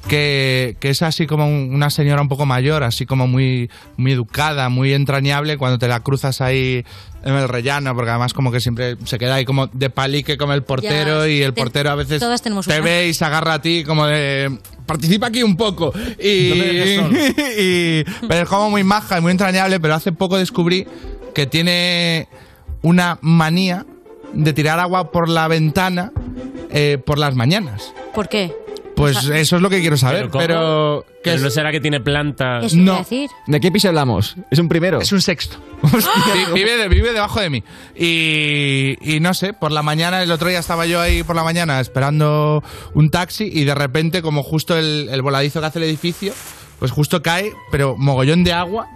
[SPEAKER 3] que, que es así como un- una señora un poco mayor, así como muy, muy educada, muy entrañable cuando te la cruzas ahí en el rellano, porque además como que siempre se queda ahí como de palique como el portero
[SPEAKER 8] Ya,
[SPEAKER 3] y el
[SPEAKER 8] te-
[SPEAKER 3] portero a veces
[SPEAKER 8] todas tenemos
[SPEAKER 3] te
[SPEAKER 8] una.
[SPEAKER 3] ve y se agarra a ti como de... Participa aquí un poco. Y,
[SPEAKER 4] No me dejes solo.
[SPEAKER 3] y- pero es como muy maja y muy entrañable, pero hace poco descubrí que tiene una manía de tirar agua por la ventana eh, por las mañanas.
[SPEAKER 8] ¿Por qué?
[SPEAKER 3] Pues eso es lo que quiero saber,
[SPEAKER 4] Pero, ¿cómo?
[SPEAKER 3] pero...
[SPEAKER 4] Pero no será que tiene plantas.
[SPEAKER 8] Eso iba a decir.
[SPEAKER 18] ¿De qué piso hablamos? ¿Es un primero? Es
[SPEAKER 3] un sexto. Vi- vive, de- vive debajo de mí. Y, y no sé, por la mañana, el otro día estaba yo ahí por la mañana esperando un taxi y de repente, como justo el, el voladizo que hace el edificio, pues justo cae, pero mogollón de agua.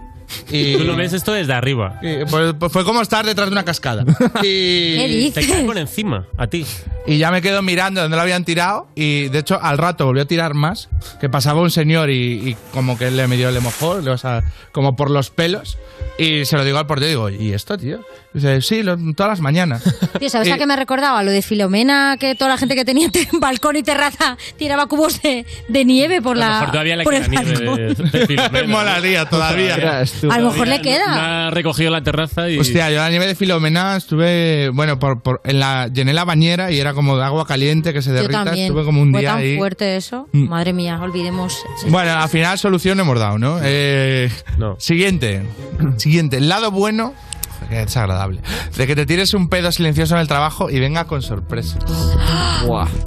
[SPEAKER 3] Y,
[SPEAKER 4] Tú lo ves esto desde arriba.
[SPEAKER 3] y, pues, pues fue como estar detrás de una cascada. Y,
[SPEAKER 4] ¿Qué dices? Te cae por encima, a ti.
[SPEAKER 3] Y ya me quedo mirando dónde lo habían tirado y de hecho al rato volvió a tirar más, que pasaba un señor y, y como que le medio le mojó, le vas a- como por los pelos y se lo digo al portero y digo, ¿y esto, tío? Y dice, sí, lo- todas las mañanas.
[SPEAKER 8] Tío, ¿sabes
[SPEAKER 3] Eh,
[SPEAKER 8] a qué me recordaba? Lo de Filomena, que toda la gente que tenía te- balcón y terraza tiraba cubos de, de nieve por la...
[SPEAKER 4] Mejor todavía le
[SPEAKER 8] por
[SPEAKER 4] queda
[SPEAKER 8] el
[SPEAKER 4] nieve
[SPEAKER 8] balcón.
[SPEAKER 4] de, de Filomena.
[SPEAKER 3] Molaría todavía.
[SPEAKER 8] A lo mejor le queda.
[SPEAKER 4] Ha recogido la terraza y.
[SPEAKER 3] Hostia, yo a la nieve de Filomena estuve, bueno, por, por- en la, llené la bañera y era como de agua caliente que se
[SPEAKER 8] Yo
[SPEAKER 3] derrita,
[SPEAKER 8] también.
[SPEAKER 3] estuve como un
[SPEAKER 8] Fue
[SPEAKER 3] día
[SPEAKER 8] tan
[SPEAKER 3] ahí.
[SPEAKER 8] fuerte eso.
[SPEAKER 3] Mm.
[SPEAKER 8] Madre mía, olvidemos.
[SPEAKER 3] Bueno, al final solución hemos dado, ¿no? Eh, Siguiente. Siguiente. El lado bueno. Qué desagradable. De que te tires un pedo silencioso en el trabajo y venga con sorpresa.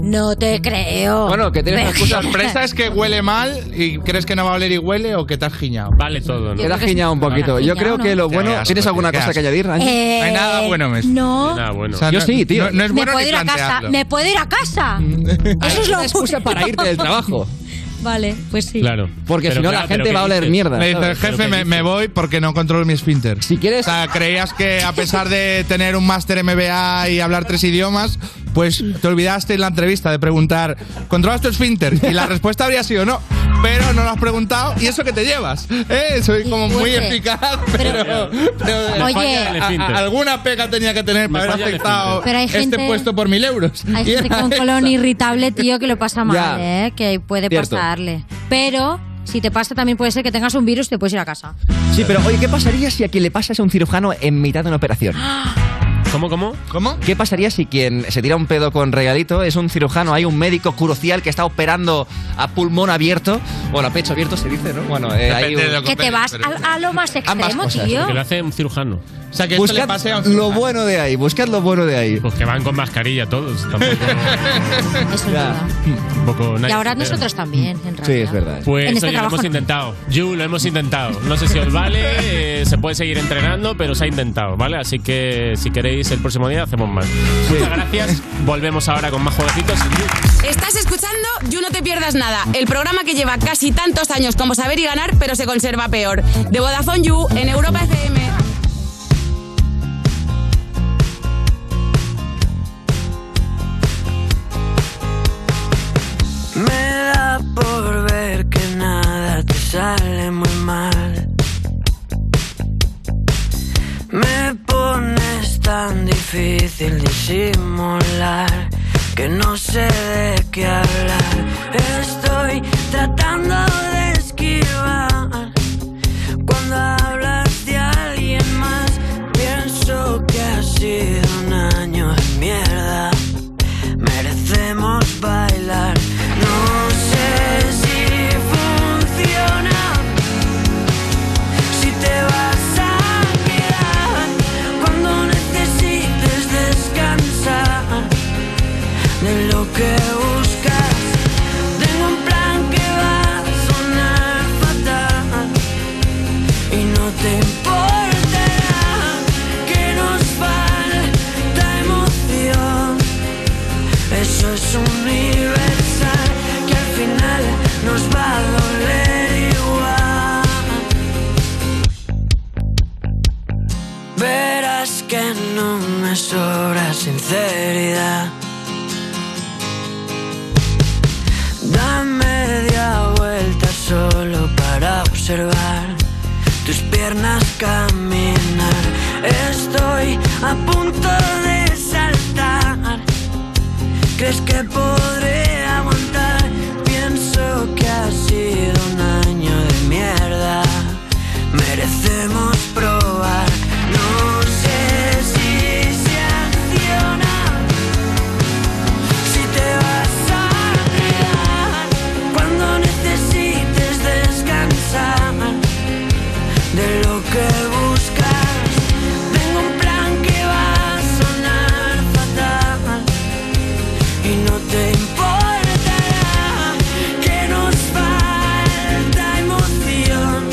[SPEAKER 8] No te creo.
[SPEAKER 3] Bueno, que tienes
[SPEAKER 8] Ve-
[SPEAKER 3] una excusa. sorpresa es que huele mal y crees que no va a oler y huele o que te has giñado.
[SPEAKER 4] Vale todo,
[SPEAKER 18] Te has guiñado un poquito. Yo creo que lo bueno. ¿Tienes alguna cosa que añadir, Ángel?
[SPEAKER 8] Eh,
[SPEAKER 3] No hay nada bueno, Messi.
[SPEAKER 8] No.
[SPEAKER 4] Ah,
[SPEAKER 3] nada bueno.
[SPEAKER 18] Yo sí, tío.
[SPEAKER 3] No, no es
[SPEAKER 8] me
[SPEAKER 3] bueno
[SPEAKER 8] puedo
[SPEAKER 3] ni
[SPEAKER 8] ir a casa.
[SPEAKER 3] plantearlo.
[SPEAKER 8] Me puedo ir a casa.
[SPEAKER 3] Mm.
[SPEAKER 8] Eso es lo excusa
[SPEAKER 18] para irte del trabajo.
[SPEAKER 8] Vale, pues sí.
[SPEAKER 4] Claro.
[SPEAKER 18] Porque si no, la gente va a oler mierda.
[SPEAKER 3] Me dice el
[SPEAKER 18] ¿sabes?
[SPEAKER 3] jefe, me, me voy porque no controlo mi esfínter. Si quieres. O sea, creías que a pesar de tener un máster MBA y hablar tres idiomas, pues te olvidaste en la entrevista de preguntar, ¿controlas tu esfínter? Y la respuesta habría sido no. pero no lo has preguntado y eso que te llevas. ¿eh? Soy como muy
[SPEAKER 25] fuerte.
[SPEAKER 3] eficaz, pero, pero me
[SPEAKER 8] Oye.
[SPEAKER 3] falla el esfínter. A- a- alguna pega tenía que tener para haber
[SPEAKER 8] falla el
[SPEAKER 3] aceptado
[SPEAKER 8] esfínter. Pero hay
[SPEAKER 3] este
[SPEAKER 8] gente-
[SPEAKER 3] puesto por mil euros.
[SPEAKER 8] Hay
[SPEAKER 3] Y
[SPEAKER 8] gente
[SPEAKER 3] era
[SPEAKER 8] con
[SPEAKER 3] esa.
[SPEAKER 8] colon irritable, tío, que lo pasa mal,
[SPEAKER 3] Ya.
[SPEAKER 8] ¿eh? Que puede
[SPEAKER 18] Cierto.
[SPEAKER 8] pasarle. Pero si te pasa, también puede ser que tengas un virus y te puedes ir a casa.
[SPEAKER 18] Sí, pero oye, ¿qué pasaría si a quien le pasa es a un cirujano en mitad de una operación?
[SPEAKER 4] ¿Cómo, cómo?
[SPEAKER 3] ¿Cómo?
[SPEAKER 18] ¿Qué pasaría si quien se tira un pedo con regalito es un cirujano? Hay un médico crucial que está operando a pulmón abierto, bueno, a pecho abierto se dice, ¿no? Bueno, eh, hay un...
[SPEAKER 8] Que te vas a, a lo más extremo,
[SPEAKER 18] cosas.
[SPEAKER 8] tío.
[SPEAKER 18] Que
[SPEAKER 4] Lo hace un cirujano.
[SPEAKER 3] O sea, que
[SPEAKER 18] Buscad lo bueno de ahí, buscad lo bueno de ahí.
[SPEAKER 4] Pues que van con mascarilla todos. Pues Tampoco,
[SPEAKER 8] Eso es verdad.
[SPEAKER 4] un poco
[SPEAKER 8] Y
[SPEAKER 4] nadie
[SPEAKER 8] ahora
[SPEAKER 4] se entera.
[SPEAKER 8] nosotros también, en realidad.
[SPEAKER 4] Pues
[SPEAKER 8] En este
[SPEAKER 4] oye, lo
[SPEAKER 8] trabajo
[SPEAKER 4] hemos
[SPEAKER 8] no.
[SPEAKER 4] intentado. Yu, lo hemos intentado. No sé si os vale, eh, se puede seguir entrenando, pero se ha intentado, ¿vale? Así que si queréis el próximo día hacemos más. Muchas gracias. Volvemos ahora con más jueguecitos.
[SPEAKER 1] Estás escuchando You No Te Pierdas Nada, el programa que lleva casi tantos años como saber y ganar, pero se conserva peor. De Vodafone You en Europa FM.
[SPEAKER 25] Me da por ver que nada te sale muy mal. Me pones tan difícil disimular que no sé de qué hablar. Estoy tratando de esquivar. Cuando hablas de alguien más, pienso que ha sido un año de mierda. Merecemos bailar. No sé si funciona. Si te vas a quedar cuando necesites descansar de lo que buscas. Tengo un plan que va a sonar fatal y no te importará que nos falta emoción. Eso es universal que al final nos va a doler igual. Verás que no me sobra sinceridad. Da media vuelta solo para observar tus piernas caminar. Estoy a punto de saltar. ¿Crees que podré aguantar? Pienso que ha sido un año de mierda. Merecemos probar. No sé si se acciona. Si te vas a quedar cuando necesites descansar de lo que buscas. Tengo un plan que va a sonar fatal y no te importará que nos falta emoción.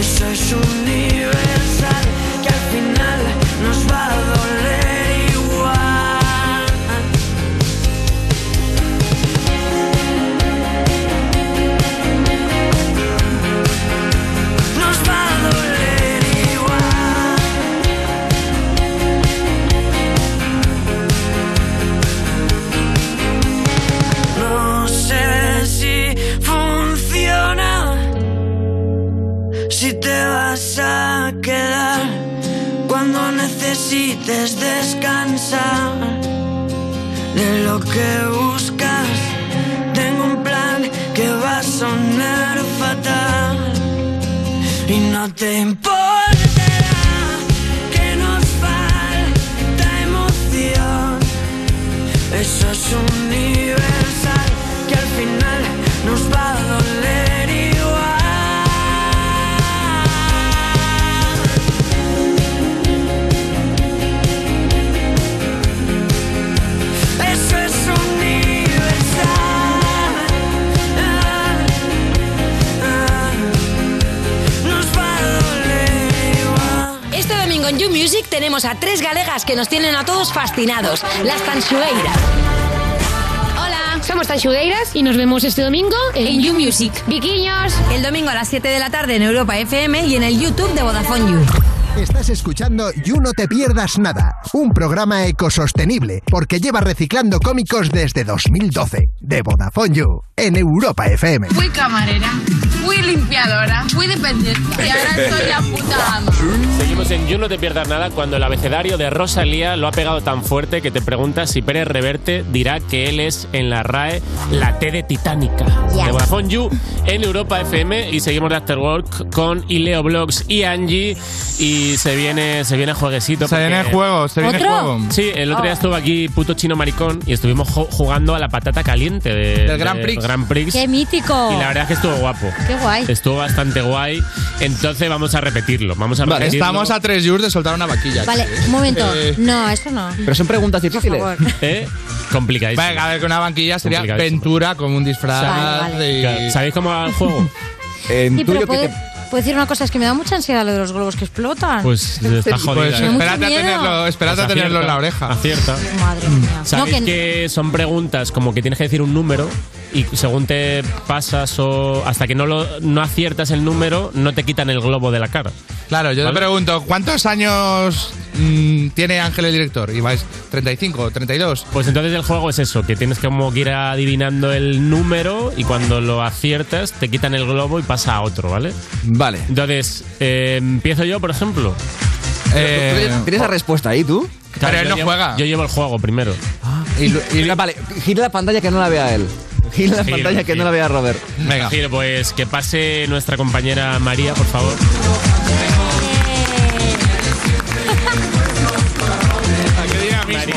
[SPEAKER 25] Eso es universal que al final nos va a doler igual. Nos va a doler igual. No sé si funciona. Si te vas a quedar cuando necesites descansar de lo que buscas. Tengo un plan que va a sonar fatal y no te importará que nos falta emoción. Eso es universal que al final nos va a doler igual. Eso es universal. Ah, ah. Nos va a doler igual.
[SPEAKER 26] Este domingo en You Music tenemos a tres galegas que nos tienen a todos fascinados. Las Tanchueiras. Hola, somos Tanchueiras y nos vemos este domingo en, You Music. Viquiños.
[SPEAKER 28] El domingo a las 7 de la tarde en Europa FM y en el YouTube de Vodafone You.
[SPEAKER 5] Estás escuchando You No Te Pierdas Nada, un programa ecosostenible porque lleva reciclando cómicos desde 2012, de Vodafone You, en Europa FM.
[SPEAKER 28] Fui camarera, fui limpiadora, fui dependiente. Y ahora soy la puta ama.
[SPEAKER 4] Seguimos en You, no te pierdas nada cuando el abecedario de Rosalía lo ha pegado tan fuerte que te preguntas si Pérez Reverte dirá que él es en la RAE la T de Titánica. De Vodafone You en Europa FM y seguimos de Afterwork con Ileo Blogs y Angie y se viene se viene jueguecito.
[SPEAKER 3] Se viene
[SPEAKER 4] porque-
[SPEAKER 3] juego, se viene ¿Otro? juego.
[SPEAKER 4] Sí, el otro día
[SPEAKER 8] Oh.
[SPEAKER 3] Ah.
[SPEAKER 4] estuvo aquí puto chino maricón y estuvimos jo- jugando a la patata caliente de-
[SPEAKER 3] Del Grand Prix.
[SPEAKER 4] Grand Prix.
[SPEAKER 8] ¡Qué mítico!
[SPEAKER 4] Y la verdad es que estuvo guapo.
[SPEAKER 8] ¡Qué guay!
[SPEAKER 4] Estuvo bastante guay. Entonces vamos a repetirlo. Vamos a
[SPEAKER 3] Vale,
[SPEAKER 4] repetirlo.
[SPEAKER 3] estamos a tres jours de soltar una vaquilla.
[SPEAKER 8] Vale,
[SPEAKER 3] aquí, ¿eh?
[SPEAKER 8] un momento.
[SPEAKER 3] Eh,
[SPEAKER 8] No, eso no.
[SPEAKER 3] Pero son preguntas difíciles.
[SPEAKER 8] favor.
[SPEAKER 4] ¿Eh? Complicadísimo.
[SPEAKER 3] Venga, a ver, con una banquilla sería
[SPEAKER 4] Complicadísimo.
[SPEAKER 3] Ventura con un disfraz.
[SPEAKER 8] Vale,
[SPEAKER 3] y-
[SPEAKER 4] Claro, ¿Sabéis cómo va el juego?
[SPEAKER 8] Sí, pero puedo, puedo decir una cosa, es que me da mucha ansiedad lo de los globos que explotan.
[SPEAKER 4] Pues está
[SPEAKER 3] Pues
[SPEAKER 4] jodida. ¿eh?
[SPEAKER 3] espérate a
[SPEAKER 8] miedo.
[SPEAKER 3] tenerlo, espérate
[SPEAKER 4] Pues
[SPEAKER 3] a tenerlo en
[SPEAKER 4] acierta,
[SPEAKER 3] la oreja.
[SPEAKER 4] Acierta.
[SPEAKER 8] Madre mía.
[SPEAKER 4] Sabéis
[SPEAKER 8] No,
[SPEAKER 4] que son preguntas como que tienes que decir un número y según te pasas o hasta que no lo no aciertas el número no te quitan el globo de la cara.
[SPEAKER 3] Claro, yo
[SPEAKER 4] ¿Vale?
[SPEAKER 3] te pregunto, ¿cuántos años mm, tiene Ángel el director? Y vais 35, 32.
[SPEAKER 4] Pues entonces el juego es eso, que tienes como que ir adivinando el número y cuando lo aciertas te quitan el globo y pasa a otro, ¿vale?
[SPEAKER 18] Vale.
[SPEAKER 4] Entonces, eh, empiezo yo, por ejemplo. Eh,
[SPEAKER 18] ¿Tienes la respuesta ahí tú?
[SPEAKER 4] Claro, yo llevo- Yo llevo el juego primero.
[SPEAKER 18] Ah, vale, gira la pantalla que no la vea él. Gira la
[SPEAKER 4] Giro,
[SPEAKER 18] pantalla que no la vea Robert.
[SPEAKER 4] Venga. pues que pase nuestra compañera María, por favor.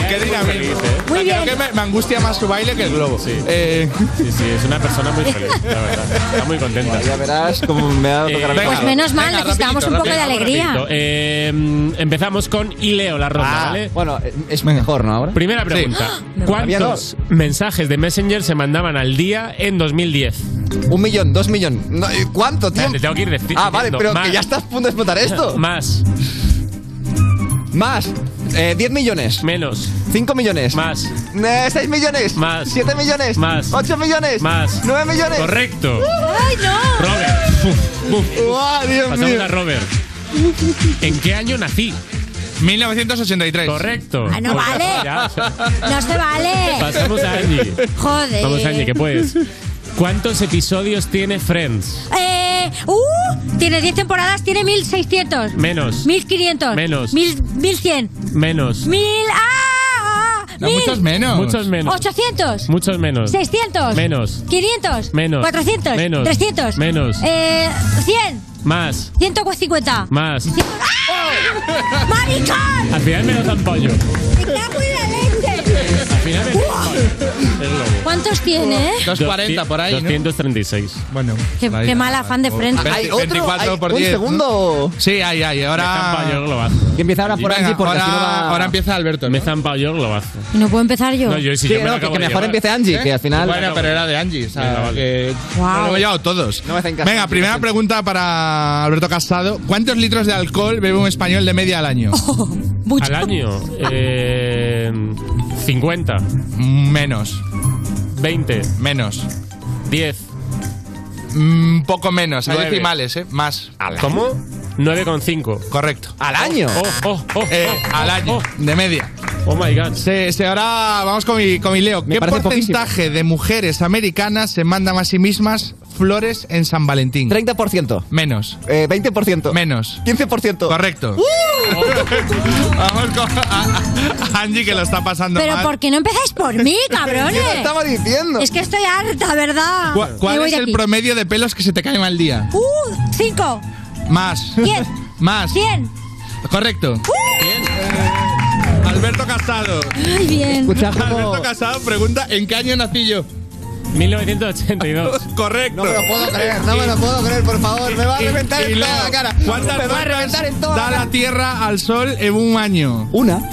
[SPEAKER 3] ¿Qué dinamismo?
[SPEAKER 8] Muy
[SPEAKER 3] bien. Creo que me, me angustia más su baile que el globo. Eh, Sí.
[SPEAKER 4] Sí, sí, es una persona muy feliz, la verdad. Está muy contenta.
[SPEAKER 18] Ya verás cómo me ha tocado
[SPEAKER 4] Eh,
[SPEAKER 8] Pues menos mal, necesitábamos un poco de alegría.
[SPEAKER 4] Perfecto. Eh, empezamos con Ileo, la ronda,
[SPEAKER 18] Ah,
[SPEAKER 4] ¿vale?
[SPEAKER 18] Bueno, es mejor, ¿no? Ahora.
[SPEAKER 4] Primera pregunta.
[SPEAKER 18] Había
[SPEAKER 4] ¿Cuántos
[SPEAKER 18] dos.
[SPEAKER 4] mensajes de Messenger se mandaban al día en 2010?
[SPEAKER 18] Un millón, dos millones. ¿Cuánto tiempo?
[SPEAKER 4] Te tengo que ir deci-
[SPEAKER 18] Ah, vale,
[SPEAKER 4] diciendo.
[SPEAKER 18] pero
[SPEAKER 4] Más.
[SPEAKER 18] que ya estás a punto de explotar esto.
[SPEAKER 4] Más.
[SPEAKER 18] Más. Eh, 10 millones.
[SPEAKER 4] Menos.
[SPEAKER 18] 5 millones.
[SPEAKER 4] Más.
[SPEAKER 18] 6 millones.
[SPEAKER 4] Más.
[SPEAKER 18] 7 millones.
[SPEAKER 4] Más.
[SPEAKER 18] 8 millones.
[SPEAKER 4] Más.
[SPEAKER 18] 9 millones.
[SPEAKER 4] Correcto.
[SPEAKER 8] ¡Ay, no!
[SPEAKER 4] Robert. Buf, buf.
[SPEAKER 18] Guau, Dios
[SPEAKER 4] Pasamos
[SPEAKER 18] mío.
[SPEAKER 4] a Robert. ¿En qué año nací?
[SPEAKER 3] 1983.
[SPEAKER 4] Correcto. Pues
[SPEAKER 8] Ah, no vale.
[SPEAKER 4] Ya.
[SPEAKER 8] No se vale.
[SPEAKER 4] Pasamos a Angie.
[SPEAKER 8] Joder.
[SPEAKER 4] Vamos, Angie, que puedes. ¿Cuántos episodios tiene Friends?
[SPEAKER 8] Eh, uh, tiene 10 temporadas, tiene 1600.
[SPEAKER 4] Menos.
[SPEAKER 8] 1500.
[SPEAKER 4] Menos.
[SPEAKER 8] 1000, 1100.
[SPEAKER 4] Menos.
[SPEAKER 8] 1000. ¡Ah!
[SPEAKER 4] No,
[SPEAKER 8] 1000.
[SPEAKER 4] muchos menos. Muchos menos.
[SPEAKER 8] 800.
[SPEAKER 4] Muchos menos.
[SPEAKER 8] 600.
[SPEAKER 4] Menos.
[SPEAKER 8] 500.
[SPEAKER 4] Menos.
[SPEAKER 8] 400.
[SPEAKER 4] Menos.
[SPEAKER 8] 300.
[SPEAKER 4] Menos.
[SPEAKER 8] Eh, 100.
[SPEAKER 4] Más.
[SPEAKER 8] 150.
[SPEAKER 4] Más.
[SPEAKER 8] ¡Ah! ¡Maricón!
[SPEAKER 4] Al final me lo dan pollo.
[SPEAKER 8] ¡Me cago en la leche!
[SPEAKER 4] Al final me lo dan pollo. El globo.
[SPEAKER 8] ¿Cuántos tiene?
[SPEAKER 3] 240 por ahí, ¿no?
[SPEAKER 4] 236.
[SPEAKER 3] Bueno.
[SPEAKER 8] ¿eh? Qué, qué mal afán de frente.
[SPEAKER 3] Hay otro, 24 hay por un 10, ¿no?
[SPEAKER 18] segundo.
[SPEAKER 3] Sí, ahí, ahí.
[SPEAKER 4] Me
[SPEAKER 3] Ahora.
[SPEAKER 4] zampa yo el globazo.
[SPEAKER 18] Que empieza ahora por
[SPEAKER 3] Venga,
[SPEAKER 18] Angie porque
[SPEAKER 3] ahora,
[SPEAKER 18] si no va.
[SPEAKER 3] ahora empieza Alberto.
[SPEAKER 4] Me he zampado yo el globazo.
[SPEAKER 8] ¿Y no puedo empezar yo?
[SPEAKER 4] No, yo sí,
[SPEAKER 18] Sí,
[SPEAKER 4] yo me lo
[SPEAKER 18] no, que,
[SPEAKER 4] acabo
[SPEAKER 18] que
[SPEAKER 4] de
[SPEAKER 18] mejor
[SPEAKER 4] llevar.
[SPEAKER 18] empiece Angie, que al final.
[SPEAKER 3] Bueno, pero era de Angie. O sea,
[SPEAKER 4] Venga, vale.
[SPEAKER 3] que
[SPEAKER 8] Guau.
[SPEAKER 3] lo hemos llevado todos.
[SPEAKER 18] No me hacen caso.
[SPEAKER 3] Venga, primera pregunta para Alberto Casado. ¿Cuántos litros de alcohol bebe un español de media al año?
[SPEAKER 4] Al año. eh, 50.
[SPEAKER 3] Menos.
[SPEAKER 4] 20.
[SPEAKER 3] Menos.
[SPEAKER 4] 10.
[SPEAKER 3] Un poco menos. Hay
[SPEAKER 4] Nueve.
[SPEAKER 3] decimales, ¿eh? Más.
[SPEAKER 4] ¿Cómo? 9,5.
[SPEAKER 3] Correcto.
[SPEAKER 18] ¿Al año?
[SPEAKER 4] Oh, oh, oh,
[SPEAKER 3] Eh,
[SPEAKER 4] oh,
[SPEAKER 3] al
[SPEAKER 4] oh,
[SPEAKER 3] año.
[SPEAKER 4] oh.
[SPEAKER 3] De media.
[SPEAKER 4] Oh my god.
[SPEAKER 3] Se, se- ahora vamos con mi, con mi Leo.
[SPEAKER 18] Me
[SPEAKER 3] ¿Qué
[SPEAKER 18] parece
[SPEAKER 3] porcentaje de mujeres americanas se mandan a sí mismas flores en San Valentín?
[SPEAKER 18] 30%.
[SPEAKER 3] Menos.
[SPEAKER 18] Eh, 20%.
[SPEAKER 3] Menos.
[SPEAKER 18] 15%.
[SPEAKER 3] Correcto.
[SPEAKER 18] ¡Uh!
[SPEAKER 3] Vamos con a- a- Angie que lo está pasando
[SPEAKER 8] Pero
[SPEAKER 3] mal.
[SPEAKER 8] ¿por qué no empezáis por mí, cabrones?
[SPEAKER 18] ¿Qué lo estaba diciendo?
[SPEAKER 8] Es que estoy harta, ¿verdad?
[SPEAKER 3] ¿Cuál, cuál
[SPEAKER 8] Me voy
[SPEAKER 3] es
[SPEAKER 8] de
[SPEAKER 3] el
[SPEAKER 8] aquí.
[SPEAKER 3] promedio de pelos que se te caen al día?
[SPEAKER 8] ¡Uh! ¡Cinco!
[SPEAKER 3] Más.
[SPEAKER 8] Diez.
[SPEAKER 3] Más.
[SPEAKER 8] ¡Cien!
[SPEAKER 3] Correcto. Alberto Casado.
[SPEAKER 8] ¡Ay, bien!
[SPEAKER 18] Escucha como.
[SPEAKER 3] Alberto Casado pregunta ¿en qué año nací yo?
[SPEAKER 4] 1982.
[SPEAKER 3] Correcto.
[SPEAKER 18] No me lo puedo creer, no me lo puedo creer, por favor. Me va a
[SPEAKER 3] Y-
[SPEAKER 18] reventar
[SPEAKER 3] y
[SPEAKER 18] en
[SPEAKER 3] Leo,
[SPEAKER 18] toda la cara.
[SPEAKER 3] ¿Cuántas
[SPEAKER 18] Me va a
[SPEAKER 3] vueltas
[SPEAKER 18] reventar en toda
[SPEAKER 3] da
[SPEAKER 18] la
[SPEAKER 3] la
[SPEAKER 18] cara.
[SPEAKER 3] Tierra al Sol en un año?
[SPEAKER 18] Una.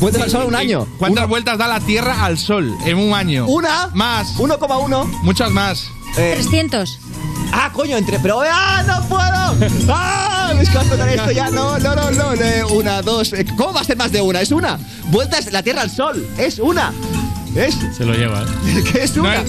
[SPEAKER 18] Vuelta al sol un año.
[SPEAKER 3] ¿Cuántas vueltas da la Tierra al Sol en un año?
[SPEAKER 18] Una.
[SPEAKER 3] Más.
[SPEAKER 18] 1,1.
[SPEAKER 3] Muchas más.
[SPEAKER 18] Eh,
[SPEAKER 8] 300.
[SPEAKER 18] Ah, coño, entre. Pero. ¡Ah, no puedo! ¡Ah! Me escondo con esto ya. No, no, no, no. Eh, una, dos. eh, ¿Cómo va a ser más de una? Es una. Vueltas la Tierra al Sol. Es una. Es.
[SPEAKER 4] Se lo lleva, ¿eh?
[SPEAKER 18] ¿Qué es una?
[SPEAKER 3] es-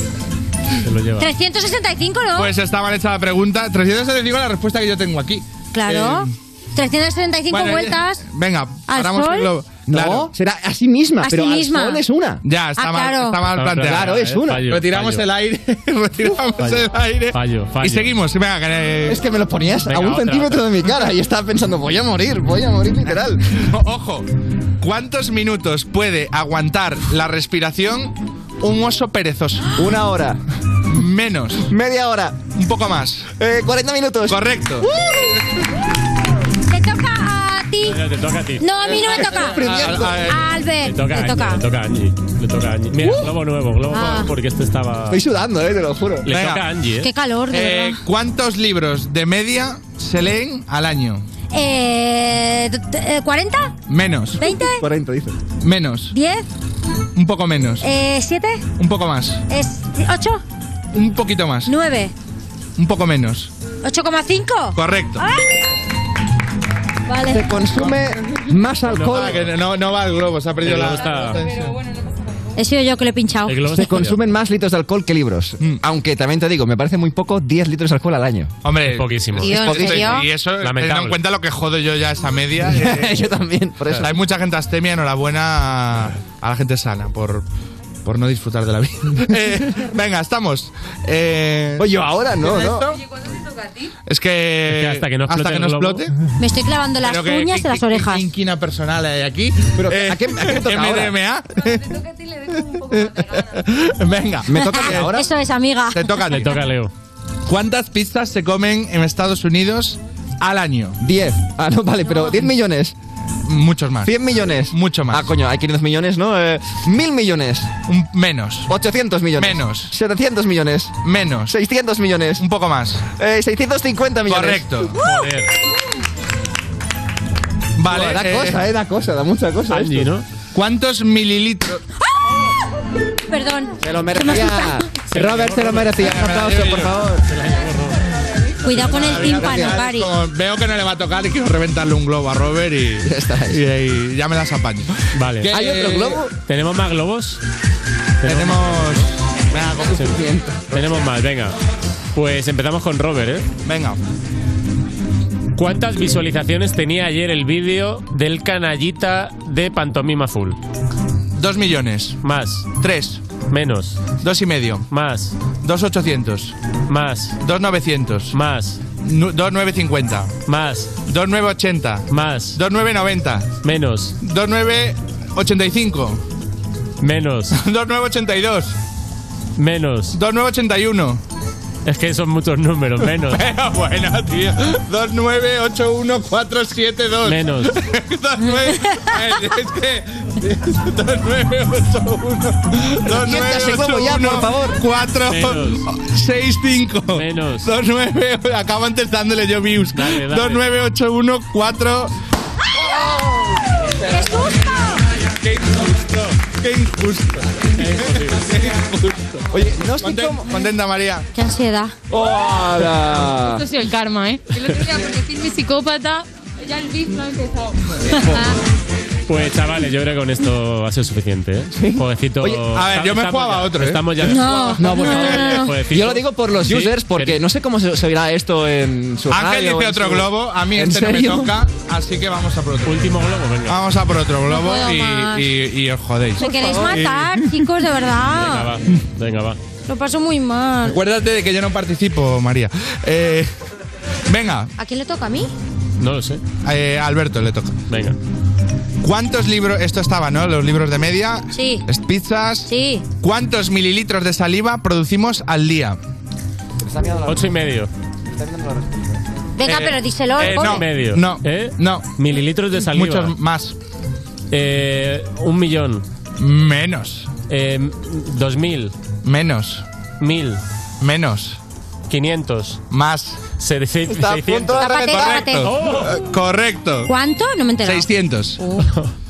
[SPEAKER 4] se lo lleva.
[SPEAKER 8] 365, ¿no?
[SPEAKER 3] Pues está mal hecha la pregunta. 375 la respuesta que yo tengo aquí.
[SPEAKER 8] claro.
[SPEAKER 3] Eh,
[SPEAKER 8] 335
[SPEAKER 3] bueno, eh,
[SPEAKER 8] vueltas.
[SPEAKER 3] Venga,
[SPEAKER 8] ¿Al
[SPEAKER 3] paramos
[SPEAKER 8] sol?
[SPEAKER 3] el globo.
[SPEAKER 34] No,
[SPEAKER 3] Claro.
[SPEAKER 34] será a sí misma,
[SPEAKER 8] A
[SPEAKER 34] pero
[SPEAKER 8] sí
[SPEAKER 34] al
[SPEAKER 8] misma.
[SPEAKER 34] sol es una.
[SPEAKER 3] Ya, está
[SPEAKER 8] Ah,
[SPEAKER 3] mal,
[SPEAKER 8] claro.
[SPEAKER 3] está mal
[SPEAKER 34] Claro,
[SPEAKER 3] planteado.
[SPEAKER 34] claro, es una. Fallo,
[SPEAKER 3] retiramos
[SPEAKER 34] fallo.
[SPEAKER 3] el aire, retiramos
[SPEAKER 34] Fallo,
[SPEAKER 3] el aire. Y seguimos. Venga, que- eh,
[SPEAKER 34] Es que me lo ponías
[SPEAKER 3] Venga,
[SPEAKER 34] a un
[SPEAKER 3] otra,
[SPEAKER 34] centímetro
[SPEAKER 3] otra.
[SPEAKER 34] de mi cara y estaba pensando, voy a morir, voy a morir literal.
[SPEAKER 3] O- Ojo, ¿cuántos minutos puede aguantar la respiración un oso perezoso?
[SPEAKER 34] Una hora.
[SPEAKER 3] Menos.
[SPEAKER 34] Media hora.
[SPEAKER 3] Un poco más.
[SPEAKER 34] 40 minutos. Uh.
[SPEAKER 3] Correcto.
[SPEAKER 8] ¡Uh! Te toca a ti.
[SPEAKER 4] Te toca a ti.
[SPEAKER 8] No, a mí no me toca.
[SPEAKER 4] A- a-
[SPEAKER 8] A Albert,
[SPEAKER 4] Le toca a
[SPEAKER 8] te
[SPEAKER 4] Añi,
[SPEAKER 8] toca.
[SPEAKER 4] le toca a Añi. Le toca a Añi. Mira, globo nuevo, globo
[SPEAKER 8] Ah.
[SPEAKER 4] nuevo, porque este estaba.
[SPEAKER 34] Estoy sudando, eh, te lo juro.
[SPEAKER 4] Le toca a Angie, ¿eh?
[SPEAKER 8] Qué calor, de
[SPEAKER 3] Eh,
[SPEAKER 8] verdad.
[SPEAKER 3] ¿Cuántos libros de media se leen al año?
[SPEAKER 8] Eh, t- t- eh, ¿40?
[SPEAKER 3] Menos.
[SPEAKER 8] ¿20?
[SPEAKER 3] 40, dice. Menos.
[SPEAKER 8] ¿10?
[SPEAKER 3] Un poco menos.
[SPEAKER 8] Eh, ¿7?
[SPEAKER 3] Un poco más.
[SPEAKER 8] Es ¿8?
[SPEAKER 3] Un poquito más.
[SPEAKER 8] ¿9?
[SPEAKER 3] Un poco menos.
[SPEAKER 8] ¿8,5?
[SPEAKER 3] Correcto.
[SPEAKER 8] Ah. Vale.
[SPEAKER 34] Se consume más alcohol.
[SPEAKER 3] No, que no, no va el globo, se ha perdido
[SPEAKER 34] El
[SPEAKER 3] la.
[SPEAKER 34] globo está-
[SPEAKER 8] He sido yo que le he pinchado.
[SPEAKER 18] Se consumen más litros de alcohol que libros.
[SPEAKER 3] Mm.
[SPEAKER 18] Aunque también te digo, me parece muy poco 10 litros de alcohol al año.
[SPEAKER 3] Hombre, poquísimo.
[SPEAKER 18] Dios, ¿en serio?
[SPEAKER 3] Y eso, teniendo en
[SPEAKER 18] Lamentable.
[SPEAKER 3] cuenta lo que jodo yo ya esa media. eh,
[SPEAKER 18] Yo también, por eso.
[SPEAKER 3] Hay mucha gente astemia, enhorabuena a la gente sana por, por no disfrutar de la vida. Eh, venga, estamos. Eh,
[SPEAKER 34] Oye, ahora no,
[SPEAKER 3] ¿tienes
[SPEAKER 34] no.
[SPEAKER 3] esto? Es que,
[SPEAKER 4] Es que hasta que no explote el
[SPEAKER 3] no
[SPEAKER 4] globo.
[SPEAKER 3] explote.
[SPEAKER 8] Me estoy clavando las
[SPEAKER 3] Pero que-
[SPEAKER 8] uñas
[SPEAKER 3] que-
[SPEAKER 8] de las orejas.
[SPEAKER 3] Inquina personal hay aquí. Pero ¿a qué,
[SPEAKER 34] a qué me toca ahora?
[SPEAKER 3] MDMA. Venga, me toca a mí ahora.
[SPEAKER 8] Eso es, amiga.
[SPEAKER 3] Te toca, Le toca Leo. ¿Cuántas pizzas se comen en Estados Unidos al año?
[SPEAKER 18] 10. Ah, no, vale, pero 10 millones.
[SPEAKER 3] Muchos más.
[SPEAKER 18] 100 millones.
[SPEAKER 3] Mucho más.
[SPEAKER 18] Ah, coño, hay 500 millones, ¿no? Eh, 1000 millones.
[SPEAKER 3] menos.
[SPEAKER 18] 800 millones.
[SPEAKER 3] Menos.
[SPEAKER 18] 700 millones.
[SPEAKER 3] Menos.
[SPEAKER 18] 600 millones. Un
[SPEAKER 3] poco más.
[SPEAKER 18] Eh, 650 millones.
[SPEAKER 3] Correcto. Vale.
[SPEAKER 34] da cosa, eh, da cosa, da mucha cosa.
[SPEAKER 3] Angie,
[SPEAKER 34] esto.
[SPEAKER 3] ¿no? ¿Cuántos mililitros?
[SPEAKER 8] ¡Ah! Perdón.
[SPEAKER 34] Se lo
[SPEAKER 8] Que me
[SPEAKER 34] merecía.
[SPEAKER 8] asusta.
[SPEAKER 34] Robert se lo merecía. Un aplauso, por favor.
[SPEAKER 8] Cuidado con el tímpano, Cari.
[SPEAKER 3] Como veo que no le va a tocar y quiero reventarle un globo a Robert y, y, ahí ya me las apaño.
[SPEAKER 4] Vale.
[SPEAKER 3] ¿Qué- eh,
[SPEAKER 4] ¿Tenemos más globos?
[SPEAKER 3] Tenemos.
[SPEAKER 4] Sí. Tenemos más, venga. Pues empezamos con Robert, ¿eh?
[SPEAKER 3] Venga.
[SPEAKER 4] ¿Cuántas visualizaciones tenía ayer el vídeo del canallita de Pantomima Full?
[SPEAKER 3] Dos millones.
[SPEAKER 4] Más.
[SPEAKER 3] Tres.
[SPEAKER 4] Menos.
[SPEAKER 3] Dos y medio.
[SPEAKER 4] Más.
[SPEAKER 3] Dos ochocientos.
[SPEAKER 4] Más.
[SPEAKER 3] Dos novecientos.
[SPEAKER 4] Más.
[SPEAKER 3] Dos nueve cincuenta.
[SPEAKER 4] Más.
[SPEAKER 3] Dos nueve ochenta.
[SPEAKER 4] Más.
[SPEAKER 3] Dos nueve noventa.
[SPEAKER 4] Menos.
[SPEAKER 3] Dos nueve ochenta y cinco.
[SPEAKER 4] Menos.
[SPEAKER 3] 2982.
[SPEAKER 4] Menos.
[SPEAKER 3] 2981.
[SPEAKER 4] Es que son muchos números. Menos.
[SPEAKER 3] Pero bueno, tío. 2981472.
[SPEAKER 4] Menos.
[SPEAKER 3] 29. Es que. 2981.
[SPEAKER 34] Siéntase, huevo, ya, por favor.
[SPEAKER 3] 4.
[SPEAKER 34] Menos.
[SPEAKER 3] 65.
[SPEAKER 4] Menos.
[SPEAKER 3] 29. Acabo antes dándole yo views.
[SPEAKER 4] Dale, dale.
[SPEAKER 3] 29814.
[SPEAKER 8] ¡Qué susto!
[SPEAKER 3] ¡Qué injusto! ¡Qué injusto! ¡Qué injusto! Oye, no estoy contenta, María.
[SPEAKER 8] Qué ansiedad.
[SPEAKER 34] ¡Hola!
[SPEAKER 28] Esto ha sido el karma, ¿eh? El otro día, porque soy mi psicópata, ya el beef no ha empezado.
[SPEAKER 4] Pues chavales, yo creo que con esto ha sido suficiente, ¿eh? Jueguecito.
[SPEAKER 18] Oye, a ver, yo me jugaba ¿eh?
[SPEAKER 4] otro, ¿eh? Estamos ya. Pues,
[SPEAKER 18] No, no, por favor.
[SPEAKER 4] Jueguecito.
[SPEAKER 18] Yo lo digo por los
[SPEAKER 4] Sí,
[SPEAKER 18] users porque no sé cómo se, se oirá esto en su
[SPEAKER 3] Ángel
[SPEAKER 18] radio o
[SPEAKER 3] dice
[SPEAKER 18] en
[SPEAKER 3] otro
[SPEAKER 18] su-
[SPEAKER 3] globo, a mí
[SPEAKER 18] ¿En
[SPEAKER 3] este no me
[SPEAKER 18] serio?
[SPEAKER 3] toca, así que vamos a por otro.
[SPEAKER 4] Último globo, venga.
[SPEAKER 3] Vamos a por otro globo
[SPEAKER 8] puedo
[SPEAKER 3] y,
[SPEAKER 8] más.
[SPEAKER 3] y- y os jodéis.
[SPEAKER 8] Me queréis
[SPEAKER 3] Por favor.
[SPEAKER 8] matar, chicos, de
[SPEAKER 4] Venga,
[SPEAKER 8] verdad.
[SPEAKER 4] va. Venga, va.
[SPEAKER 8] Lo paso muy mal.
[SPEAKER 3] Acuérdate de que yo no participo, María. Eh, venga,
[SPEAKER 8] ¿A quién le toca a mí?
[SPEAKER 4] No lo sé.
[SPEAKER 3] eh, Alberto le toca.
[SPEAKER 4] Venga.
[SPEAKER 3] ¿Cuántos libros? Esto estaba, ¿no? Los libros de media.
[SPEAKER 8] Sí.
[SPEAKER 3] Las Pizzas.
[SPEAKER 8] Sí.
[SPEAKER 3] ¿Cuántos mililitros de saliva producimos al día?
[SPEAKER 4] Ocho y medio.
[SPEAKER 8] Venga,
[SPEAKER 4] Eh,
[SPEAKER 8] pero díselo.
[SPEAKER 4] eh,
[SPEAKER 8] pobre.
[SPEAKER 4] no, medio.
[SPEAKER 3] No,
[SPEAKER 4] ¿Eh?
[SPEAKER 3] no.
[SPEAKER 4] Mililitros de saliva.
[SPEAKER 3] Muchos más.
[SPEAKER 4] Eh, un millón.
[SPEAKER 3] Menos.
[SPEAKER 4] Eh, dos mil.
[SPEAKER 3] Menos.
[SPEAKER 4] Mil.
[SPEAKER 3] Menos.
[SPEAKER 4] Quinientos.
[SPEAKER 3] Más.
[SPEAKER 4] Se- se-
[SPEAKER 34] Está a punto
[SPEAKER 4] seiscientos.
[SPEAKER 34] de
[SPEAKER 8] Tápate, tápate.
[SPEAKER 3] Correcto. Correcto.
[SPEAKER 8] ¿Cuánto? No me he enterado.
[SPEAKER 3] 600.
[SPEAKER 8] Uh,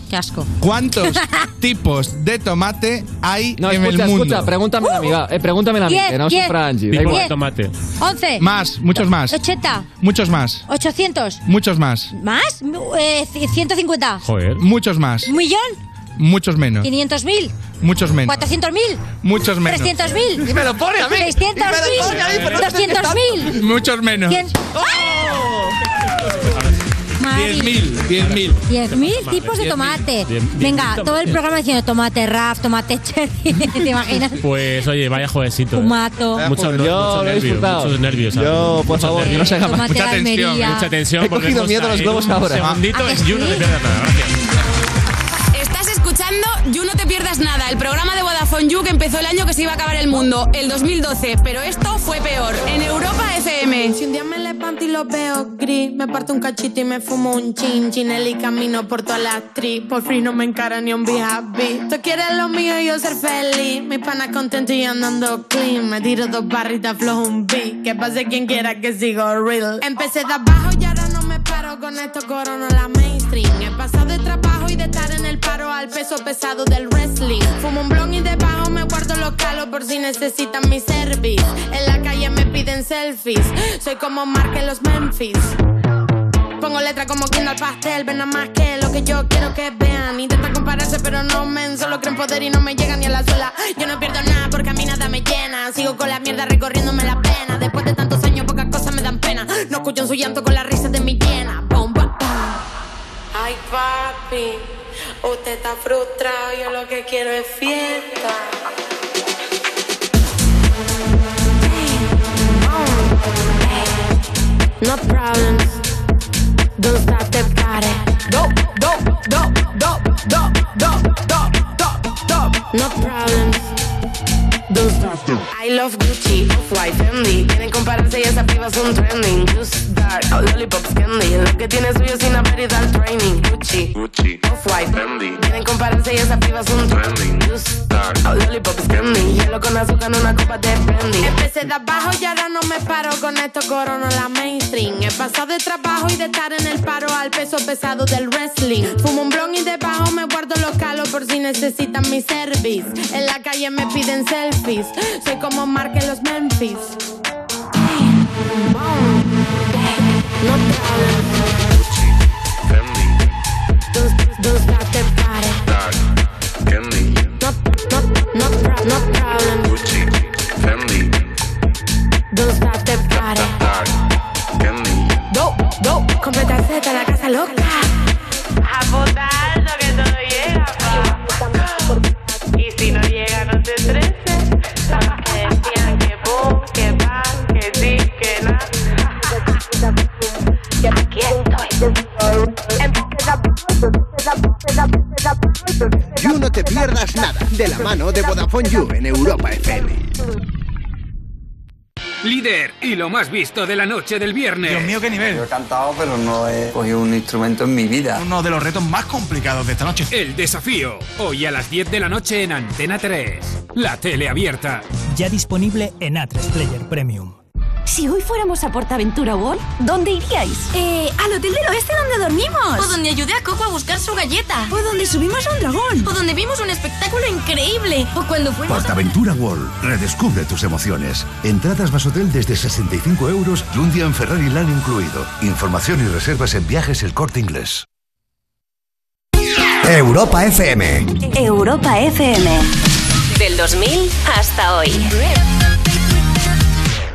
[SPEAKER 8] qué asco.
[SPEAKER 3] ¿Cuántos tipos de tomate hay
[SPEAKER 18] No,
[SPEAKER 3] en
[SPEAKER 18] escucha,
[SPEAKER 3] el mundo?
[SPEAKER 18] escucha, pregúntame la amiga, eh, pregúntame la
[SPEAKER 8] Diez,
[SPEAKER 18] amiga, que no
[SPEAKER 8] diez.
[SPEAKER 18] sufra Angie. da
[SPEAKER 4] Tipo
[SPEAKER 18] igual.
[SPEAKER 4] de tomate.
[SPEAKER 8] 11.
[SPEAKER 3] Más, muchos más.
[SPEAKER 8] 80.
[SPEAKER 3] Muchos más.
[SPEAKER 8] 800.
[SPEAKER 3] Muchos más.
[SPEAKER 8] ¿Más? Eh, c- 150.
[SPEAKER 4] Joder.
[SPEAKER 3] Muchos más.
[SPEAKER 8] ¿Un millón?
[SPEAKER 3] Muchos menos.
[SPEAKER 8] 500.000.
[SPEAKER 3] Muchos menos.
[SPEAKER 8] 400.000.
[SPEAKER 3] Muchos menos.
[SPEAKER 8] 300.000. Y me lo pone a mí. 600.000.
[SPEAKER 34] Y me lo pone a mí, pero no sé qué
[SPEAKER 8] 200.000.
[SPEAKER 3] Muchos menos.
[SPEAKER 8] ¿Quién? ¡Ah! Mari.
[SPEAKER 3] 10.000, 10.000.
[SPEAKER 8] 10.000 tipos de tomate. Venga, todo el programa diciendo tomate raf, tomate cherry, ¿te imaginas?
[SPEAKER 4] Pues oye, vaya jueguecito. ¿eh?
[SPEAKER 8] Tomato.
[SPEAKER 4] Mucho, mucho
[SPEAKER 35] lo he
[SPEAKER 4] nervio,
[SPEAKER 35] disfrutado.
[SPEAKER 4] muchos nervios. ¿sabes?
[SPEAKER 35] Yo, por
[SPEAKER 4] Muchos
[SPEAKER 35] favor, que no se haga más.
[SPEAKER 4] nervios.
[SPEAKER 35] Tomate
[SPEAKER 4] Mucha
[SPEAKER 35] de
[SPEAKER 4] tensión,
[SPEAKER 35] Almería. Ah,
[SPEAKER 4] mucha tensión.
[SPEAKER 35] He
[SPEAKER 4] porque
[SPEAKER 35] cogido
[SPEAKER 4] hemos
[SPEAKER 35] miedo a los
[SPEAKER 4] traído
[SPEAKER 35] globos
[SPEAKER 4] un
[SPEAKER 35] ahora.
[SPEAKER 4] Segundito
[SPEAKER 1] ¿A que
[SPEAKER 4] en You, no
[SPEAKER 1] sí?
[SPEAKER 4] te pierdas nada. Gracias.
[SPEAKER 1] Estás escuchando You No Te Pierdas Nada, el programa de Vodafone You que empezó el año que se iba a acabar el mundo, el 2012, pero esto fue peor, en Europa FM.
[SPEAKER 36] Si un día me levanto y lo veo gris, me parto un cachito y me fumo un chin chinel y camino por toda la actriz. Por fin no me encara ni un BHB. Tú quieres lo mío y yo ser feliz. Mi pana contento y yo andando clean. Me tiro dos barritas, flojo un beat. Que pase quien quiera que sigo real. Empecé de abajo y ahora no me paro. Con esto corono la mainstream. He pasado de trabajo y de estar en el paro al peso pesado del wrestling. Fumo un blon y debajo me guardo los calos por si necesitan mi service. En la calle me piden selfies. Soy como Mark en los Memphis. Pongo letra como quien al pastel, ven a más que lo que yo quiero que vean. Intenta compararse, pero no men, solo creen poder y no me llegan ni a la suela. Yo no pierdo nada porque a mí nada me llena. Sigo con la mierda recorriéndome la pena. Después de tantos años, pocas cosas me dan pena. No escucho en su llanto con la risa de mi llena. Bomba, Ay, papi, usted está frustrado. Yo lo que quiero es fiesta.
[SPEAKER 2] No problems. Don't stop the party. Do, do, do, do, do, do, do, do, do. No problems. Don't stop the
[SPEAKER 36] I love Gucci, Off-White, Fendi Quieren compararse y esas pibas son trending Juice, Dark, o Lollipop, Candy Lo que tiene suyo sin haber ido al training Gucci, Gucci, Off-White, Fendi Quieren compararse y esas pibas son trending Juice, Dark, o Lollipop, Candy Hielo con azúcar en una copa de Fendi Empecé de abajo y ahora no me paro con esto corono la mainstream. He pasado de trabajo y de estar en el paro al peso pesado del wrestling. Fumo un blon y debajo me guardo los calos por si necesitan mi service. En la calle me piden selfies. Soy como Mark en los Memphis.
[SPEAKER 2] Don't stop the party. No, no, no, pro- no problem. Don't stop the party.
[SPEAKER 36] Do, do, completa Z, la casa loca. Apuntar lo que todo llega, pa. Y si no llega, no te estreses. Sabes que decían que boom, que pan, que sí, que na. Y aquí estoy.
[SPEAKER 5] You No Te Pierdas Nada, de la mano de Vodafone You en Europa FM.
[SPEAKER 14] Líder y lo más visto de la noche del viernes. Dios mío, qué nivel.
[SPEAKER 19] Yo he cantado, pero no he cogido un instrumento en mi vida.
[SPEAKER 14] Uno de los retos más complicados de esta noche. El desafío. Hoy a las 10 de la noche en Antena 3. La tele abierta.
[SPEAKER 37] Ya disponible en A3 Player Premium.
[SPEAKER 10] Si hoy fuéramos a PortAventura World, ¿dónde iríais? Eh, al hotel del oeste donde dormimos.
[SPEAKER 17] O donde ayudé a Coco a buscar su galleta.
[SPEAKER 10] O donde subimos a un dragón.
[SPEAKER 17] O donde vimos un espectáculo increíble. O cuando
[SPEAKER 15] Pues
[SPEAKER 17] fuimos a...
[SPEAKER 15] PortAventura World. Redescubre tus emociones. Entradas más hotel desde 65 euros y un día en Ferrari Land incluido. Información y reservas en viajes el corte inglés.
[SPEAKER 5] Europa FM.
[SPEAKER 10] Europa FM. Del 2000 hasta hoy.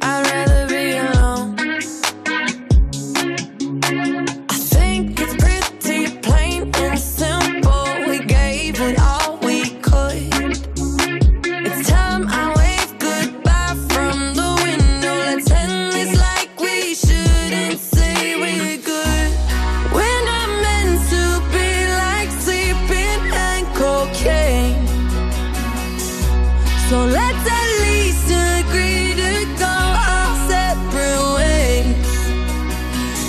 [SPEAKER 23] I'd rather be alone. I think it's pretty plain and simple. We gave it all we could. It's time I wave goodbye from the window. Let's end this like we shouldn't say we're good. We're not meant to be like sleeping and cocaine. So let's at least agree to go our separate ways.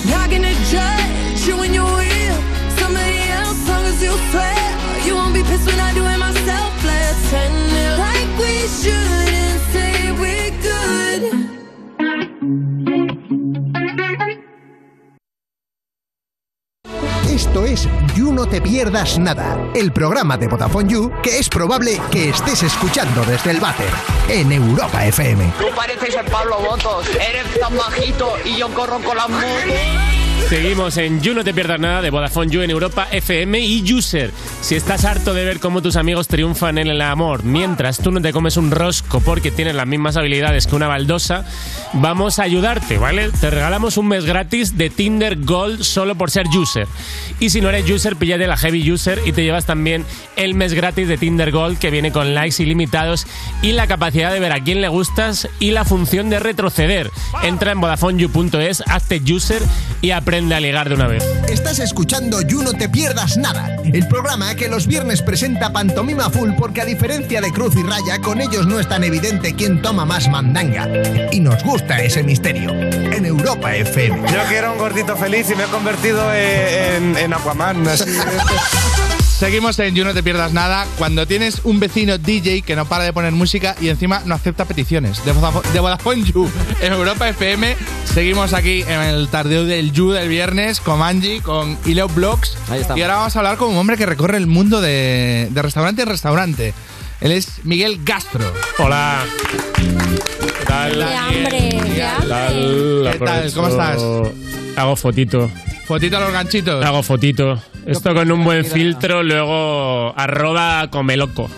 [SPEAKER 23] Not gonna judge you when you will. Somebody else, long as you swear. You won't be pissed when I do it myself. Let's end it like we shouldn't say we're good.
[SPEAKER 5] Esto es You No Te Pierdas Nada, el programa de Vodafone You que es probable que estés escuchando desde el váter en Europa FM.
[SPEAKER 23] Tú pareces el Pablo Botos, eres tan bajito y yo corro con las motos.
[SPEAKER 4] Seguimos en You No Te Pierdas Nada de Vodafone You en Europa FM y User. Si estás harto de ver cómo tus amigos triunfan en el amor mientras tú no te comes un rosco porque tienes las mismas habilidades que una baldosa, vamos a ayudarte, ¿vale? Te regalamos un mes gratis de Tinder Gold solo por ser user. Y si no eres user, píllate la Heavy User y te llevas también el mes gratis de Tinder Gold que viene con likes ilimitados y la capacidad de ver a quién le gustas y la función de retroceder. Entra en vodafoneyou.es, hazte user y aprende a ligar de una vez.
[SPEAKER 5] Estás escuchando You No Te Pierdas Nada, el programa que los viernes presenta Pantomima Full porque a diferencia de Cruz y Raya, con ellos no es tan evidente quién toma más mandanga. Y nos gusta ese misterio. En Europa FM.
[SPEAKER 2] Yo que era un gordito feliz y me he convertido en, en- en Aquaman. así.
[SPEAKER 3] Seguimos en You No Te Pierdas Nada. Cuando tienes un vecino DJ que no para de poner música y encima no acepta peticiones. De, Vodafo- de Vodafone You en Europa FM. Seguimos aquí en el tardeo del You del viernes con Angie, con Ileo Blogs. Y ahora vamos a hablar con un hombre que recorre el mundo de, de restaurante en restaurante. Él es Miguel Gastro.
[SPEAKER 4] Hola. ¿Qué tal?
[SPEAKER 3] ¡Qué hambre! ¡Qué
[SPEAKER 4] hambre!
[SPEAKER 3] ¿Qué tal? ¿Cómo estás?
[SPEAKER 4] Hago fotito.
[SPEAKER 3] ¿Fotito a los ganchitos?
[SPEAKER 4] Hago fotito. Esto con un buen filtro, luego arroba comeloco.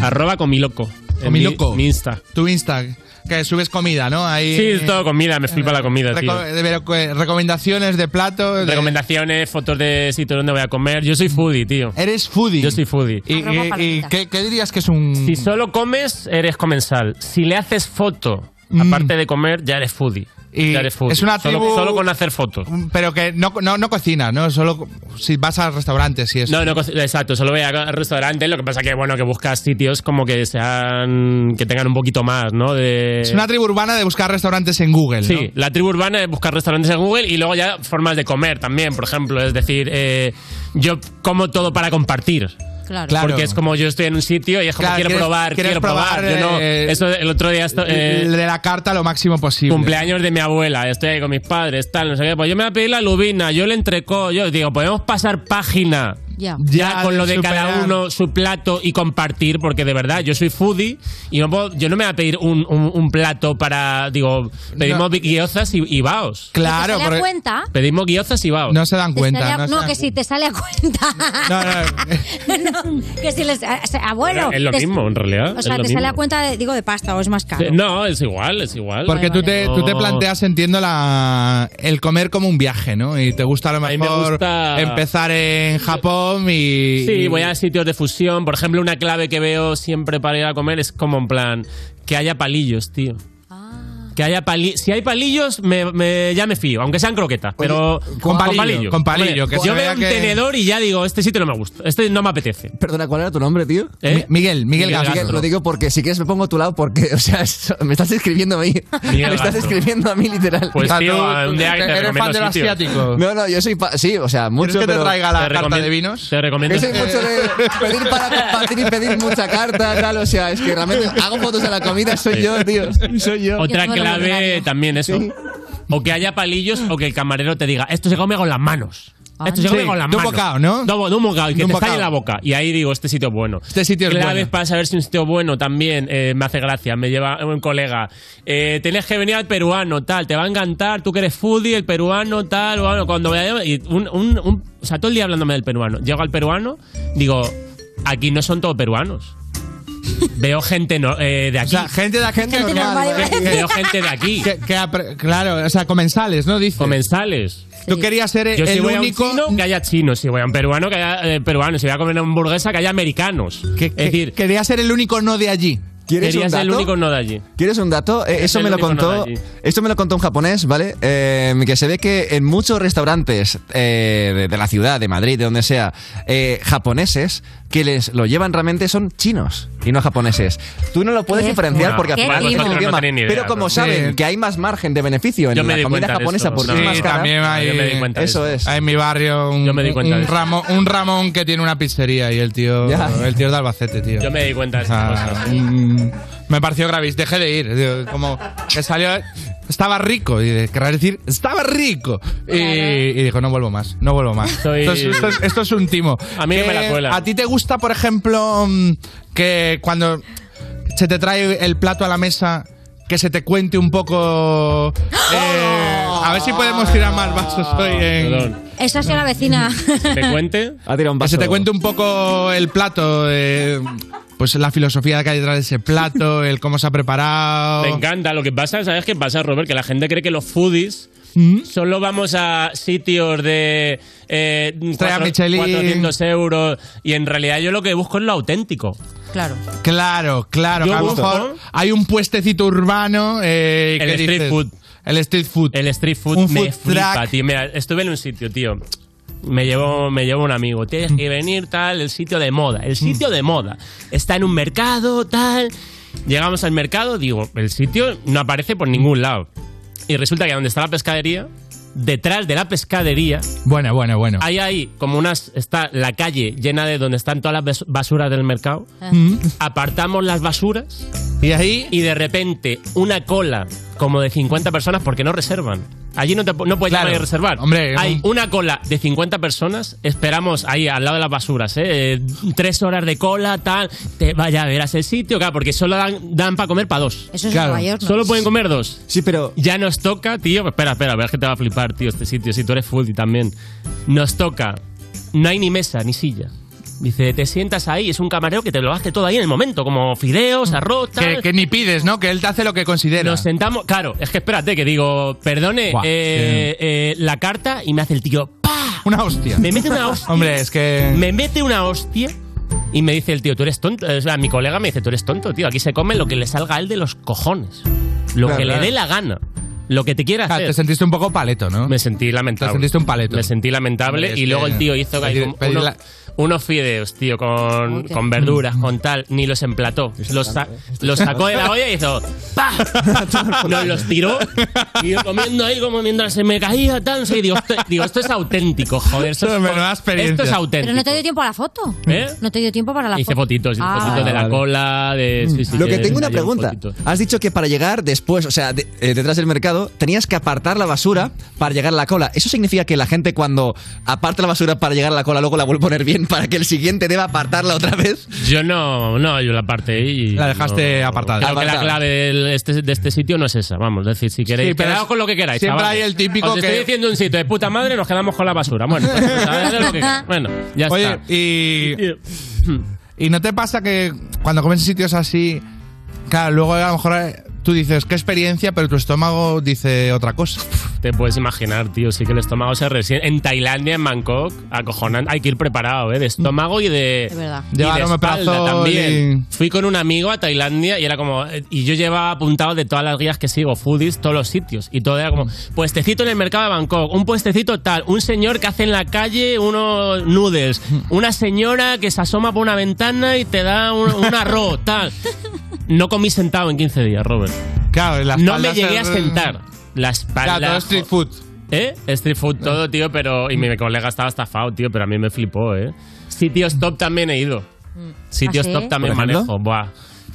[SPEAKER 4] Arroba comiloco. En
[SPEAKER 3] Comiloco.
[SPEAKER 4] Mi, mi Insta.
[SPEAKER 3] Tu Insta, que subes comida, ¿no? Ahí, eh,
[SPEAKER 4] Sí, es todo comida, me flipa la comida, tío.
[SPEAKER 3] Reco- de- de- recomendaciones de platos. de-
[SPEAKER 4] Recomendaciones, fotos de sitios donde voy a comer. Yo soy foodie, tío.
[SPEAKER 3] Eres foodie.
[SPEAKER 4] Yo soy foodie.
[SPEAKER 3] ¿Y, y- y qué, qué dirías que es un...?
[SPEAKER 4] Si solo comes, eres comensal. Si le haces foto, aparte de comer, ya eres foodie. ya eres foodie.
[SPEAKER 3] Mm. es una
[SPEAKER 4] Solo-
[SPEAKER 3] tribu-
[SPEAKER 4] solo con hacer fotos.
[SPEAKER 3] mm, Pero que no, no, no cocinas, ¿no? Solo si vas a restaurantes y eso.
[SPEAKER 4] No, no, cos- exacto, solo voy a restaurantes, lo que pasa que bueno, que buscas sitios como que sean que tengan un poquito más, ¿no? De
[SPEAKER 3] Es una tribu urbana de buscar restaurantes en Google,
[SPEAKER 4] Sí,
[SPEAKER 3] ¿no?
[SPEAKER 4] la tribu urbana es buscar restaurantes en Google y luego ya formas de comer también, por ejemplo, es decir, eh, yo como todo para compartir.
[SPEAKER 1] Claro.
[SPEAKER 4] Porque es como yo estoy en un sitio y es como
[SPEAKER 3] Claro,
[SPEAKER 4] quiero
[SPEAKER 3] quieres-
[SPEAKER 4] probar,
[SPEAKER 3] quieres
[SPEAKER 4] quiero probar.
[SPEAKER 3] probar,
[SPEAKER 4] yo no-
[SPEAKER 3] eh,
[SPEAKER 4] eso el otro día esto, eh,
[SPEAKER 3] de la carta lo máximo posible.
[SPEAKER 4] cumpleaños de mi abuela, estoy ahí con mis padres, tal, no sé qué, pues yo me voy a pedir la lubina, yo le entrecó, yo digo, podemos pasar página
[SPEAKER 1] Ya.
[SPEAKER 4] ya, con lo de
[SPEAKER 3] superar.
[SPEAKER 4] cada uno su plato y compartir, porque de verdad yo soy foodie y no puedo- yo no me voy a pedir un, un- un plato para, digo, pedimos guiozas y, y vaos.
[SPEAKER 8] ¿Te sale a cuenta?
[SPEAKER 4] Pedimos guiozas y vaos.
[SPEAKER 3] No se dan
[SPEAKER 8] Te sale a- no, que si te sale a cuenta. No, que si les. o sea, abuelo.
[SPEAKER 4] es lo
[SPEAKER 8] te-
[SPEAKER 4] mismo, en realidad.
[SPEAKER 8] O
[SPEAKER 4] es
[SPEAKER 8] sea,
[SPEAKER 4] lo
[SPEAKER 8] te sale a
[SPEAKER 4] mismo.
[SPEAKER 8] cuenta, de, digo, de pasta o es más caro.
[SPEAKER 4] No, es igual, es igual.
[SPEAKER 3] Porque tú, te, tú te planteas, entiendo, la, el comer como un viaje, ¿no? Y te gusta a lo mejor
[SPEAKER 4] gusta-
[SPEAKER 3] empezar en Japón y...
[SPEAKER 4] Sí, voy a sitios de fusión. Por ejemplo, una clave que veo siempre para ir a comer es como en plan que haya palillos, tío. Que haya pali si hay palillos, me, me- ya me fío, aunque sean croquetas, pero
[SPEAKER 3] con palillo, con palillo, que se
[SPEAKER 4] yo veo
[SPEAKER 3] vea
[SPEAKER 4] un
[SPEAKER 3] que-
[SPEAKER 4] tenedor y ya digo, este sitio no me gusta, este no me apetece.
[SPEAKER 18] Perdona, ¿cuál era tu nombre, tío?
[SPEAKER 4] ¿Eh?
[SPEAKER 3] Mi- Miguel, Miguel Gastro.
[SPEAKER 18] Lo digo porque si quieres me pongo a tu lado porque, o sea, es- me estás escribiendo a mí.
[SPEAKER 4] Miguel
[SPEAKER 18] me estás
[SPEAKER 4] Gastro.
[SPEAKER 18] escribiendo a mí literal.
[SPEAKER 4] Pues, tío, un día que te
[SPEAKER 3] ¿Eres fan
[SPEAKER 4] recomiendo
[SPEAKER 3] del
[SPEAKER 4] sitio.
[SPEAKER 3] asiático?
[SPEAKER 18] No, no, yo soy pa- sí, o sea, mucho
[SPEAKER 3] ¿Quieres que te
[SPEAKER 18] pero-
[SPEAKER 3] traiga la
[SPEAKER 18] Te
[SPEAKER 3] carta
[SPEAKER 18] recomiendo-
[SPEAKER 3] de vinos?
[SPEAKER 4] Te recomiendo.
[SPEAKER 18] Yo soy mucho de pedir para compartir y pedir mucha carta, tal, o sea, es que realmente hago fotos a la comida, soy
[SPEAKER 4] Sí.
[SPEAKER 18] yo, tío, soy yo.
[SPEAKER 4] Otra clave también eso. O que haya palillos o que el camarero te diga, esto se come con las manos. Esto se come
[SPEAKER 3] Sí,
[SPEAKER 4] con las
[SPEAKER 3] de un
[SPEAKER 4] manos.
[SPEAKER 3] bocado, ¿no?
[SPEAKER 4] De un bo- de un bocado, y que
[SPEAKER 3] De un
[SPEAKER 4] te estalle
[SPEAKER 3] bocado.
[SPEAKER 4] la boca. Y ahí digo, este sitio es bueno. Este
[SPEAKER 3] sitio es
[SPEAKER 4] Claves
[SPEAKER 3] bueno.
[SPEAKER 4] para saber si un sitio es bueno también eh, me hace gracia. Me lleva un colega. Eh, tenés que venir al peruano, tal. Te va a encantar. Tú que eres foodie, el peruano, tal. Bueno, cuando vaya. y un- un- un- o sea, todo el día hablándome del peruano. Llego al peruano, digo, aquí no son todos peruanos. Veo gente no- eh, de aquí.
[SPEAKER 3] gente de gente,
[SPEAKER 4] Gente normal,
[SPEAKER 3] normal.
[SPEAKER 4] iba a decir. Veo gente de aquí.
[SPEAKER 3] Que- que apre- claro, o sea, comensales, ¿no? Dices.
[SPEAKER 4] Comensales.
[SPEAKER 3] Tú querías ser
[SPEAKER 4] Yo
[SPEAKER 3] el
[SPEAKER 4] si voy
[SPEAKER 3] único...
[SPEAKER 4] a un chino, que haya chinos. Si voy a un peruano, que haya eh, peruanos. Si voy a comer una hamburguesa, que haya americanos. es decir,
[SPEAKER 3] querías ser el único no de allí.
[SPEAKER 18] ¿Quieres
[SPEAKER 4] quería
[SPEAKER 18] un
[SPEAKER 4] ser el
[SPEAKER 18] dato?
[SPEAKER 4] único no de allí.
[SPEAKER 18] ¿Quieres un dato? Eh,
[SPEAKER 4] Es
[SPEAKER 18] eso
[SPEAKER 4] el
[SPEAKER 18] me lo
[SPEAKER 4] único
[SPEAKER 18] contó.
[SPEAKER 4] nada allí.
[SPEAKER 18] Esto me lo contó un japonés, ¿vale? Eh, que se ve que en muchos restaurantes eh, de, de la ciudad, de Madrid, de donde sea, eh, japoneses que les lo llevan realmente son chinos y no japoneses. Tú no lo puedes
[SPEAKER 4] Qué
[SPEAKER 18] diferenciar
[SPEAKER 4] fino,
[SPEAKER 18] porque al
[SPEAKER 4] qué
[SPEAKER 18] final es
[SPEAKER 4] fino.
[SPEAKER 18] el
[SPEAKER 4] Vosotros no
[SPEAKER 18] idioma.
[SPEAKER 4] tenéis ni idea,
[SPEAKER 18] pero como
[SPEAKER 4] ¿no?
[SPEAKER 18] saben
[SPEAKER 4] Sí.
[SPEAKER 18] que hay más margen de beneficio en
[SPEAKER 4] Yo me
[SPEAKER 18] la
[SPEAKER 4] di
[SPEAKER 18] comida
[SPEAKER 4] cuenta de
[SPEAKER 18] japonesa
[SPEAKER 4] esto,
[SPEAKER 18] porque
[SPEAKER 4] no.
[SPEAKER 18] es más
[SPEAKER 4] Sí,
[SPEAKER 18] cara.
[SPEAKER 3] También hay,
[SPEAKER 4] yo me di cuenta de
[SPEAKER 18] eso es.
[SPEAKER 3] hay en mi barrio un,
[SPEAKER 4] Yo me di cuenta
[SPEAKER 3] un
[SPEAKER 4] de eso.
[SPEAKER 3] Ramón, un Ramón que tiene una pizzería y el tío,
[SPEAKER 4] Ya.
[SPEAKER 3] el tío es de Albacete, tío.
[SPEAKER 4] Yo me di cuenta de estas
[SPEAKER 3] Ah,
[SPEAKER 4] cosas.
[SPEAKER 3] mm, me pareció gravísimo. Dejé de ir. tío, Como que salió. Estaba rico. Y de- querrá decir, estaba rico. Y, y dijo, no vuelvo más. No vuelvo más.
[SPEAKER 4] Soy-
[SPEAKER 3] Esto, es, esto es- esto es un timo.
[SPEAKER 4] A mí no
[SPEAKER 3] Que
[SPEAKER 4] me la cuela.
[SPEAKER 3] ¿A ti te gusta, por ejemplo, mm, que cuando se te trae el plato a la mesa. Que se te cuente un poco. eh, a ver si podemos tirar más vasos hoy en,
[SPEAKER 4] Perdón.
[SPEAKER 8] Eso ha sido la vecina.
[SPEAKER 4] ¿Te Mm. cuente?
[SPEAKER 3] Que se te cuente un poco el plato, eh, pues la filosofía que hay detrás de ese plato, el cómo se ha preparado.
[SPEAKER 4] Me encanta. Lo que pasa, ¿sabes qué pasa, Robert? Que la gente cree que los foodies
[SPEAKER 3] ¿Mm?
[SPEAKER 4] solo vamos a sitios de eh,
[SPEAKER 3] Estrella
[SPEAKER 4] cuatro-
[SPEAKER 3] Michelin.
[SPEAKER 4] 400 euros y en realidad yo lo que busco es lo auténtico.
[SPEAKER 1] Claro.
[SPEAKER 3] Claro, claro.
[SPEAKER 4] Yo
[SPEAKER 3] que a lo
[SPEAKER 4] busco-
[SPEAKER 3] mejor hay un puestecito urbano. eh,
[SPEAKER 4] El
[SPEAKER 3] que
[SPEAKER 4] street
[SPEAKER 3] dices-
[SPEAKER 4] food. Eh.
[SPEAKER 3] El street food.
[SPEAKER 4] El street food
[SPEAKER 3] Un
[SPEAKER 4] me
[SPEAKER 3] food truck.
[SPEAKER 4] flipa, tío. Mira, estuve en un sitio, tío. Me llevó, me llevó un amigo. Tienes
[SPEAKER 3] Mm.
[SPEAKER 4] que venir, tal, el sitio de moda. El sitio de moda. Está en un mercado, tal. Llegamos al mercado, digo, el sitio no aparece por ningún lado. Y resulta que donde está la pescadería, detrás de la pescadería,
[SPEAKER 3] Bueno, bueno, bueno.
[SPEAKER 4] hay ahí como unas. Está la calle llena de donde están todas las bas- basuras del mercado.
[SPEAKER 8] Ah.
[SPEAKER 3] Mm.
[SPEAKER 4] Apartamos las basuras.
[SPEAKER 3] Y ahí.
[SPEAKER 4] Y de repente, una cola como de 50 personas porque no reservan. Allí no, te, po- no puedes llamar y reservar.
[SPEAKER 3] hombre,
[SPEAKER 4] Hay una cola de 50 personas. Esperamos ahí al lado de las basuras, ¿eh? Eh, tres horas de cola, tal. Te vaya a ver a ese sitio, claro, porque solo dan, para comer para dos.
[SPEAKER 8] Eso es Claro. Nueva York, ¿no?
[SPEAKER 4] Solo pueden comer dos.
[SPEAKER 34] Sí, pero.
[SPEAKER 4] Ya nos toca, tío. Espera, espera, a ver que te va a flipar, tío, este sitio. Si tú eres foodie también. Nos toca. No hay ni mesa, ni silla. Dice, te sientas ahí, es un camarero que te lo hace todo ahí en el momento, como fideos, arroz, tal.
[SPEAKER 3] Que, que ni pides, ¿no? Que él te hace lo que considera.
[SPEAKER 4] Nos sentamos. Claro, es que espérate, que digo, perdone,
[SPEAKER 3] Buah,
[SPEAKER 4] eh, eh, la carta y me hace el tío, ¡pa!
[SPEAKER 3] Una hostia.
[SPEAKER 4] Me mete una hostia.
[SPEAKER 3] Hombre, es que.
[SPEAKER 4] Me mete una hostia y me dice el tío, tú eres tonto. O sea, mi colega me dice, tú eres tonto, tío. Aquí se come lo que le salga a él de los cojones. Lo
[SPEAKER 3] Claro,
[SPEAKER 4] que
[SPEAKER 3] claro.
[SPEAKER 4] le dé la gana. Lo que te quiera
[SPEAKER 3] Claro,
[SPEAKER 4] hacer.
[SPEAKER 3] te sentiste un poco paleto, ¿no?
[SPEAKER 4] Me sentí lamentable.
[SPEAKER 3] Te sentiste un paleto.
[SPEAKER 4] Me sentí lamentable
[SPEAKER 3] Hombre, es
[SPEAKER 4] y luego
[SPEAKER 3] que-
[SPEAKER 4] el tío hizo que hay
[SPEAKER 3] pedir-
[SPEAKER 4] como
[SPEAKER 3] pedir
[SPEAKER 4] uno-
[SPEAKER 3] la- Mm.
[SPEAKER 4] unos fideos, tío, con, con verduras, con tal, ni los emplató. Los, sa-
[SPEAKER 3] ¿eh?
[SPEAKER 4] los sacó de la olla y hizo ¡pa! Nos los tiró y yo comiendo ahí como mientras se me caía tan. Y digo, esto, digo, esto es auténtico, joder. Esto, es- esto es
[SPEAKER 8] Pero no
[SPEAKER 4] auténtico.
[SPEAKER 8] te dio tiempo a la foto.
[SPEAKER 4] ¿Eh?
[SPEAKER 8] No te dio tiempo para la
[SPEAKER 4] Hice
[SPEAKER 8] foto.
[SPEAKER 4] fotitos, hice
[SPEAKER 8] Ah. Mm.
[SPEAKER 4] fotitos de la
[SPEAKER 18] Vale.
[SPEAKER 4] cola, de. sí, sí,
[SPEAKER 18] Mm. Lo que
[SPEAKER 4] de-
[SPEAKER 18] tengo una
[SPEAKER 4] de- de-
[SPEAKER 18] pregunta.
[SPEAKER 4] fotitos.
[SPEAKER 18] Has dicho que para llegar después, o sea, de- eh, detrás del mercado, tenías que apartar la basura para llegar a la cola. ¿Eso significa que la gente cuando aparta la basura para llegar a la cola, luego la vuelve a poner bien para que el siguiente deba apartarla otra vez?
[SPEAKER 4] Yo no, no, yo la parte y
[SPEAKER 18] La dejaste apartada.
[SPEAKER 4] Claro que la
[SPEAKER 18] Apartada.
[SPEAKER 4] clave del- este- de este sitio no es esa, vamos, es decir, si queréis,
[SPEAKER 3] Sí, pero
[SPEAKER 4] quedaos con lo que queráis.
[SPEAKER 3] siempre
[SPEAKER 4] chavales.
[SPEAKER 3] hay el típico
[SPEAKER 4] Os
[SPEAKER 3] que-
[SPEAKER 4] estoy diciendo un sitio de puta madre, nos quedamos con la basura. Bueno, pues, sabed lo que queráis. bueno, ya
[SPEAKER 3] Oye,
[SPEAKER 4] está.
[SPEAKER 3] y. ¿Y no te pasa que cuando comes en sitios así. Claro, luego a lo mejor eh, tú dices, qué experiencia, pero tu estómago dice otra cosa.
[SPEAKER 4] Te puedes imaginar, tío, sí que el estómago se resiente. En Tailandia, en Bangkok, acojonante, hay que ir preparado, ¿eh? De estómago y de.
[SPEAKER 8] Es verdad.
[SPEAKER 4] y de
[SPEAKER 3] Llevar omeprazol
[SPEAKER 4] espalda también. Fui con un amigo a Tailandia y era como. eh, Y yo llevaba apuntado de todas las guías que sigo, foodies, todos los sitios. Y todo era como. Puestecito en el mercado de Bangkok, un puestecito tal, un señor que hace en la calle unos noodles, una señora que se asoma por una ventana y te da un, un arroz, tal. No comí sentado en 15 días, Robert.
[SPEAKER 3] Claro, la
[SPEAKER 4] No
[SPEAKER 3] espalda
[SPEAKER 4] me llegué
[SPEAKER 3] se-
[SPEAKER 4] a sentar. La espalda.
[SPEAKER 3] Claro, todo street food.
[SPEAKER 4] ¿Eh? Street food todo, tío, pero. Y mi colega estaba estafado, tío, pero a mí me flipó, ¿eh? Sitios top también he ido.
[SPEAKER 8] Mm.
[SPEAKER 4] Sitios
[SPEAKER 3] ¿Ah, sí?
[SPEAKER 4] top también
[SPEAKER 3] ¿Por ejemplo?
[SPEAKER 4] manejo. Buah.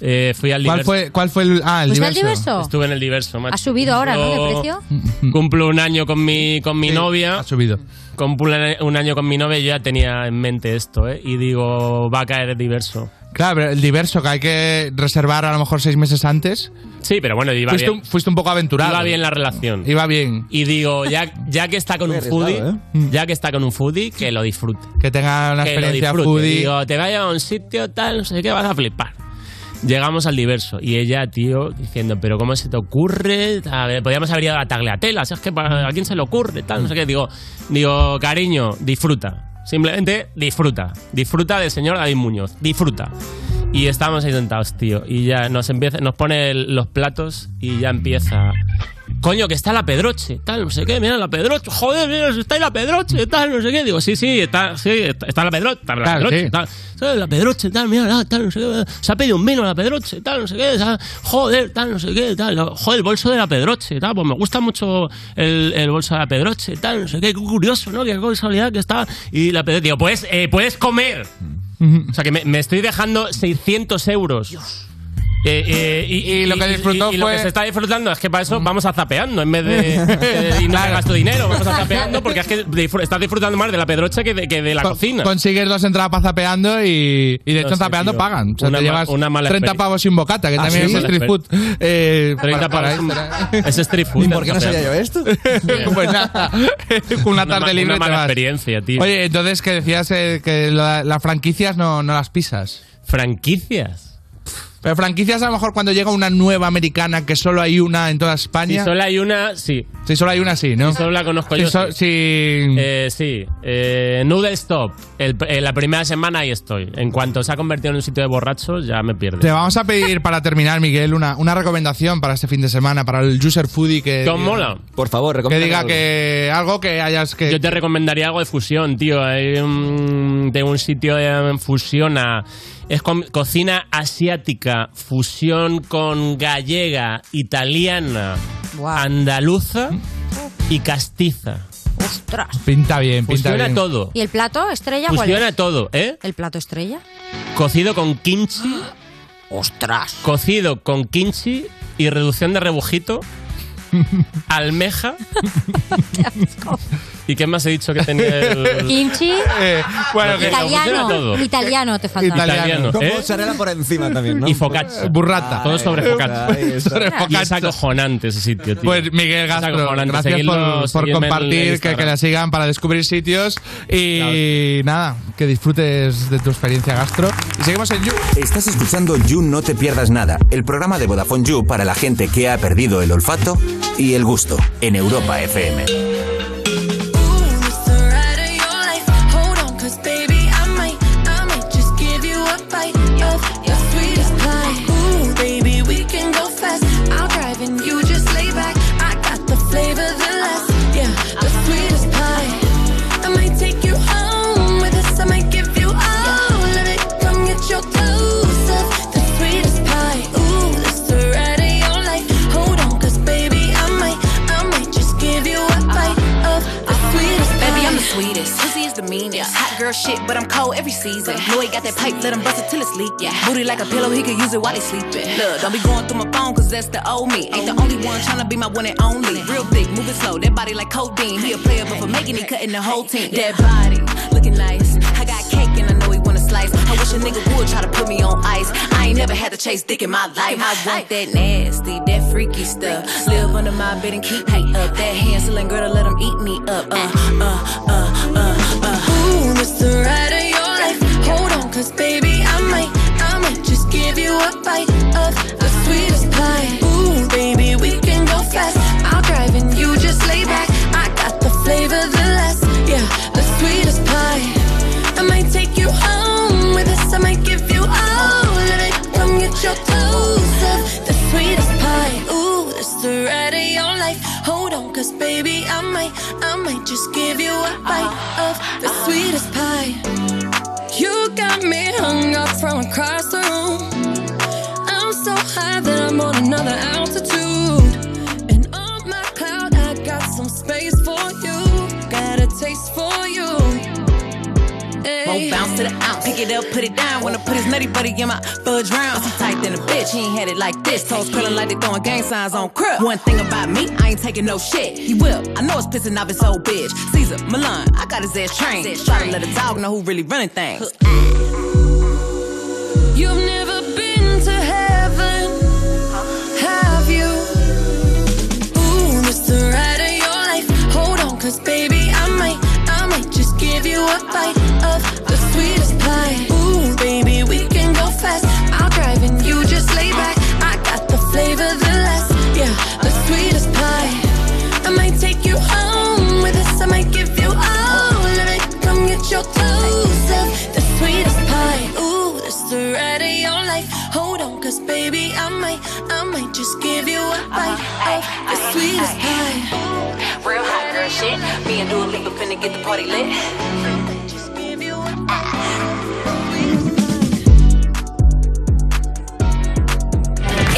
[SPEAKER 4] Eh, fui al
[SPEAKER 3] ¿Cuál
[SPEAKER 4] diverso.
[SPEAKER 3] fue, ¿Cuál fue el.? Ah, el
[SPEAKER 8] ¿Fuiste
[SPEAKER 3] diverso.
[SPEAKER 8] al diverso?
[SPEAKER 4] Estuve en el diverso, macho.
[SPEAKER 8] Ha subido ahora, ¿no?
[SPEAKER 4] Yo
[SPEAKER 8] De precio.
[SPEAKER 4] Cumplo un año con mi, con mi novia. Ha
[SPEAKER 3] subido.
[SPEAKER 4] Cumplo un año con mi novia y yo ya tenía en mente esto, ¿eh? Y digo, va a caer el diverso.
[SPEAKER 3] Claro, pero el diverso, que hay que reservar a lo mejor seis meses antes.
[SPEAKER 4] Sí, pero bueno, iba
[SPEAKER 3] Fuiste
[SPEAKER 4] bien.
[SPEAKER 3] un, fuiste un poco aventurado.
[SPEAKER 4] Iba bien la relación.
[SPEAKER 3] Iba bien.
[SPEAKER 4] Y digo, ya, ya que está con
[SPEAKER 3] Muy
[SPEAKER 4] un foodie,
[SPEAKER 3] arriesgado, ¿eh?
[SPEAKER 4] ya que está con un foodie, que lo disfrute.
[SPEAKER 3] Que tenga una
[SPEAKER 4] que lo
[SPEAKER 3] experiencia
[SPEAKER 4] disfrute.
[SPEAKER 3] foodie.
[SPEAKER 4] Digo, te vaya a un sitio tal, no sé qué, vas a flipar. Llegamos al diverso y ella, tío, diciendo, pero ¿cómo se te ocurre? A ver, podríamos haber ido a la tagliatela, ¿sabes qué? ¿A quién se le ocurre? Tal, no sé qué. Digo, digo cariño, disfruta. Simplemente disfruta. Disfruta del señor David Muñoz. Disfruta. Y estamos ahí sentados, tío. Y ya nos empieza, nos pone el- los platos y ya empieza. Coño, que está la Pedroche, tal, no sé qué, mira la Pedroche, joder, mira, está ahí la Pedroche, tal, no sé qué. Digo, sí, sí, está, sí, está, está la Pedroche, está la
[SPEAKER 3] Claro,
[SPEAKER 4] Pedroche,
[SPEAKER 3] sí.
[SPEAKER 4] tal. ¿Sabes? La Pedroche, tal, mira, la- tal, no sé qué. Se ha pedido un vino a la Pedroche, tal, no sé qué, ¿sabes? joder, tal, no sé qué, tal. Joder, el bolso de la Pedroche, tal, pues me gusta mucho el, el bolso de la Pedroche, tal, no sé qué, qué curioso, ¿no? Qué casualidad que está. Y la Pedroche, digo, pues, eh, puedes comer. O sea, que me, me estoy dejando 600 euros Eh, eh, y,
[SPEAKER 3] Y lo que disfrutó
[SPEAKER 4] y- y lo
[SPEAKER 3] fue-
[SPEAKER 4] que se está disfrutando es que para eso vamos a zapeando en vez de. eh, y no me
[SPEAKER 3] Claro.
[SPEAKER 4] gasto dinero, vamos a zapeando porque es que disfr- estás disfrutando más de la pedrocha que de, que de la
[SPEAKER 3] Con-
[SPEAKER 4] cocina.
[SPEAKER 3] Consigues dos entradas para zapeando y, y de hecho
[SPEAKER 4] No
[SPEAKER 3] en
[SPEAKER 4] sé,
[SPEAKER 3] zapeando
[SPEAKER 4] tío.
[SPEAKER 3] pagan. O sea,
[SPEAKER 4] Una
[SPEAKER 3] te
[SPEAKER 4] ma-
[SPEAKER 3] llevas
[SPEAKER 4] una mala
[SPEAKER 3] 30
[SPEAKER 4] experiencia.
[SPEAKER 3] pavos sin bocata, que
[SPEAKER 4] Ah,
[SPEAKER 3] también
[SPEAKER 4] ¿sí?
[SPEAKER 3] es street food. Eh,
[SPEAKER 4] 30
[SPEAKER 3] para- para
[SPEAKER 4] pavos.
[SPEAKER 3] esto.
[SPEAKER 4] Es street food.
[SPEAKER 3] ¿Y por qué no sabía yo
[SPEAKER 4] esto?
[SPEAKER 3] pues nada, una tarde
[SPEAKER 4] ma-
[SPEAKER 3] libre
[SPEAKER 4] Una
[SPEAKER 3] te
[SPEAKER 4] mala
[SPEAKER 3] vas.
[SPEAKER 4] experiencia, tío.
[SPEAKER 3] Oye, entonces que decías eh, que la- las franquicias no, no las pisas.
[SPEAKER 4] ¿Franquicias?
[SPEAKER 3] Pero franquicias a lo mejor cuando llega una nueva americana que solo hay una en toda
[SPEAKER 4] Si
[SPEAKER 3] España.
[SPEAKER 4] solo hay una, sí.
[SPEAKER 3] Si solo hay una, sí, ¿no?
[SPEAKER 4] Si solo la conozco
[SPEAKER 3] Si
[SPEAKER 4] yo.
[SPEAKER 3] so-
[SPEAKER 4] sí.
[SPEAKER 3] Eh,
[SPEAKER 4] sí. Eh, Noodle Stop. El- eh, la primera semana ahí estoy. En cuanto se ha convertido en un sitio de borrachos, ya me pierdo.
[SPEAKER 3] Te vamos a pedir para terminar, Miguel, una, una recomendación para este fin de semana, para el user foodie que...
[SPEAKER 4] ¿Te os mola?
[SPEAKER 38] Por favor,
[SPEAKER 3] Que diga que algo que hayas que...
[SPEAKER 4] Yo te recomendaría algo de fusión, tío. Hay un- de un sitio de fusiona. Es com- cocina asiática, fusión con gallega, italiana, andaluza y castiza.
[SPEAKER 8] Ostras.
[SPEAKER 3] Pinta bien, pinta
[SPEAKER 4] Fusiona
[SPEAKER 3] bien.
[SPEAKER 4] todo.
[SPEAKER 8] ¿Y el plato estrella cuál
[SPEAKER 4] Fusiona
[SPEAKER 8] es?
[SPEAKER 4] todo, ¿eh?
[SPEAKER 8] ¿El plato estrella?
[SPEAKER 4] Cocido con kimchi. ¡Ostras! Cocido con kimchi y reducción de rebujito. Almeja. ¿Y qué más he dicho que tenía el-
[SPEAKER 8] Kimchi.
[SPEAKER 4] Eh, bueno, que- funciona
[SPEAKER 8] italiano.
[SPEAKER 4] todo.
[SPEAKER 8] Italiano te falta.
[SPEAKER 4] Italiano,
[SPEAKER 14] Con
[SPEAKER 4] ¿eh?
[SPEAKER 14] mozzarella por encima también, ¿no?
[SPEAKER 4] Y focaccia.
[SPEAKER 3] Burrata.
[SPEAKER 4] Todo sobre
[SPEAKER 14] Ahí
[SPEAKER 4] focaccia.
[SPEAKER 14] está, ahí está. Sobre
[SPEAKER 4] Y es acojonante ese sitio, tío.
[SPEAKER 3] Pues Miguel
[SPEAKER 4] Es
[SPEAKER 3] Castro,
[SPEAKER 4] acojonante.
[SPEAKER 3] gracias
[SPEAKER 4] Seguidlo-
[SPEAKER 3] por, por
[SPEAKER 4] seguidme en el
[SPEAKER 3] compartir, que,
[SPEAKER 4] Instagram.
[SPEAKER 3] que la sigan para descubrir sitios y nada, que disfrutes de tu experiencia gastro. Y seguimos en You.
[SPEAKER 14] Estás escuchando You No Te Pierdas Nada, el programa de Vodafone You para la gente que ha perdido el olfato y el gusto en Europa FM.
[SPEAKER 23] the ride of your life. Hold on, 'cause baby, I might, I might just give you a bite of your sweetest pie. Ooh, baby, we can go fast. I'll drive and you just lay back. I got the flavor, the last, yeah, the sweetest pie. I might take you home with us. I might give you all of it. Come get your dose of the sweetest pie. Ooh, that's the ride of your life. Hold on, 'cause baby, I might, I might just give you a bite of the sweetest pie.
[SPEAKER 39] Baby, I'm the sweetest. Pussy is the meanest. Hot girl shit, but I'm cold every season. Know he got that pipe, let him bust it till it's leak. Yeah. Booty like a pillow, he could use it while he sleeping. Look, don't be going through my phone, cause that's the old me. Ain't the only one tryna be my one and only. Real big, moving slow, that body like codeine. He a player, but for making it, cutting the whole team. That body, looking nice. I got cake and I know he wanna slice. I wish a nigga would try to put me on ice. I ain't never had to chase dick in my life. I want that nasty, that freaky stuff. Live under my bed and keep me up. That Hansel and Gretel, let him eat me up. Uh, uh, uh, uh, uh.
[SPEAKER 23] Ooh, that's the ride of your life. Hold on, cause baby, I might, I might just give you a bite of the sweetest pie. Ooh, baby, we can go fast. I'll drive and you just lay back. I got the flavor, the last, yeah, the sweetest pie. I might take you home with us. I might give you all of it. Come get your dose of the sweetest pie. Ooh, that's the ride of your life. Hold on, cause baby, I might, I might just give you a bite of the sweetest pie. You got me hung up from across the room. I'm so high that I'm on another altitude. And on my cloud, I got some space for you. Got a taste for you.
[SPEAKER 39] Won't bounce to the ounce. Pick it up, put it down. Wanna put his nutty buddy in my fudge round. I'm tight than a bitch, he ain't had it like this. Toes curling like they throwing gang signs on crib. One thing about me, I ain't taking no shit. He will, I know it's pissing off his old bitch. Caesar, Milan, I got his ass trained. Try to let a dog know who really running things.
[SPEAKER 23] You've never been to heaven, have you? Ooh, it's the ride of your life. Hold on, cause baby, I might, I might just give you a bite of the sweetest pie. Ooh, baby, we can go fast. I'll drive and you just lay back. I got the flavor, the last, yeah, the sweetest pie. I might take you home with us. I might give you all of it. Come get your dose of the sweetest pie. Ooh, that's the ride of your life. Hold on, cause baby, I might, I might just give you a bite of the sweetest pie.
[SPEAKER 39] Real hot girl shit. Me and Dua Lipa finna get the party lit.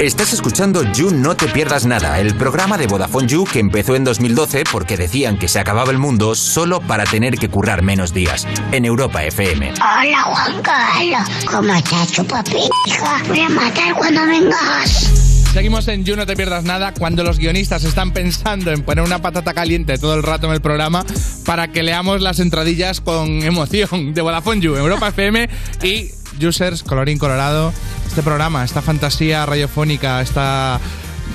[SPEAKER 22] Estás escuchando You No Te Pierdas Nada, el programa de Vodafone You que empezó en 2012 porque decían que se acababa el mundo solo para tener que currar menos días, en Europa FM.
[SPEAKER 25] Hola, Juan Carlos. ¿Cómo estás, chupapi? Hija, voy a matar cuando vengas.
[SPEAKER 3] Seguimos en You, no te pierdas nada. Cuando los guionistas están pensando en poner una patata caliente todo el rato en el programa para que leamos las entradillas con emoción de Vodafone You, Europa FM y Users Colorín Colorado. Este programa, esta fantasía radiofónica, esta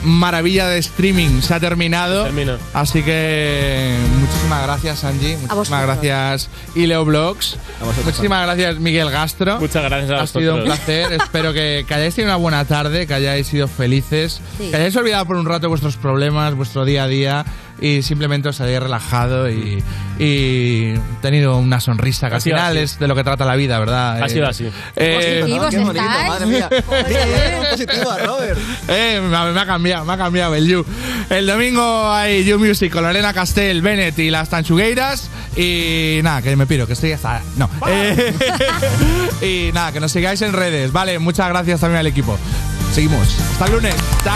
[SPEAKER 3] maravilla de streaming se ha terminado. Así que muchísimas gracias, Angie. Muchísimas
[SPEAKER 2] vosotros.
[SPEAKER 3] gracias, Ileo Blogs. Muchísimas gracias, Miguel Gastro.
[SPEAKER 4] Muchas gracias a
[SPEAKER 3] Ha sido un
[SPEAKER 4] vosotros.
[SPEAKER 3] placer. Espero que, que hayáis tenido una buena tarde, que hayáis sido felices,
[SPEAKER 4] Sí.
[SPEAKER 3] que hayáis olvidado por un rato vuestros problemas, vuestro día a día y simplemente os hayáis relajado y, y tenido una sonrisa, que
[SPEAKER 4] Ha
[SPEAKER 3] al
[SPEAKER 4] sido
[SPEAKER 3] final
[SPEAKER 4] así.
[SPEAKER 3] es de lo que trata la vida, ¿verdad?
[SPEAKER 4] Ha
[SPEAKER 3] Eh,
[SPEAKER 4] sido así.
[SPEAKER 3] eh,
[SPEAKER 25] Positivos Qué bonito, estáis. madre mía. Bien, positiva, Robert.
[SPEAKER 3] Eh, me, me ha cambiado, me ha cambiado el You. El domingo hay You Music con Lorena Castell, Bennett y las Tanchugueiras. Y nada, que me piro, que estoy hasta. No. Eh, y nada, que nos sigáis en redes. Vale, muchas gracias también al equipo. Seguimos. Hasta el lunes. Chao.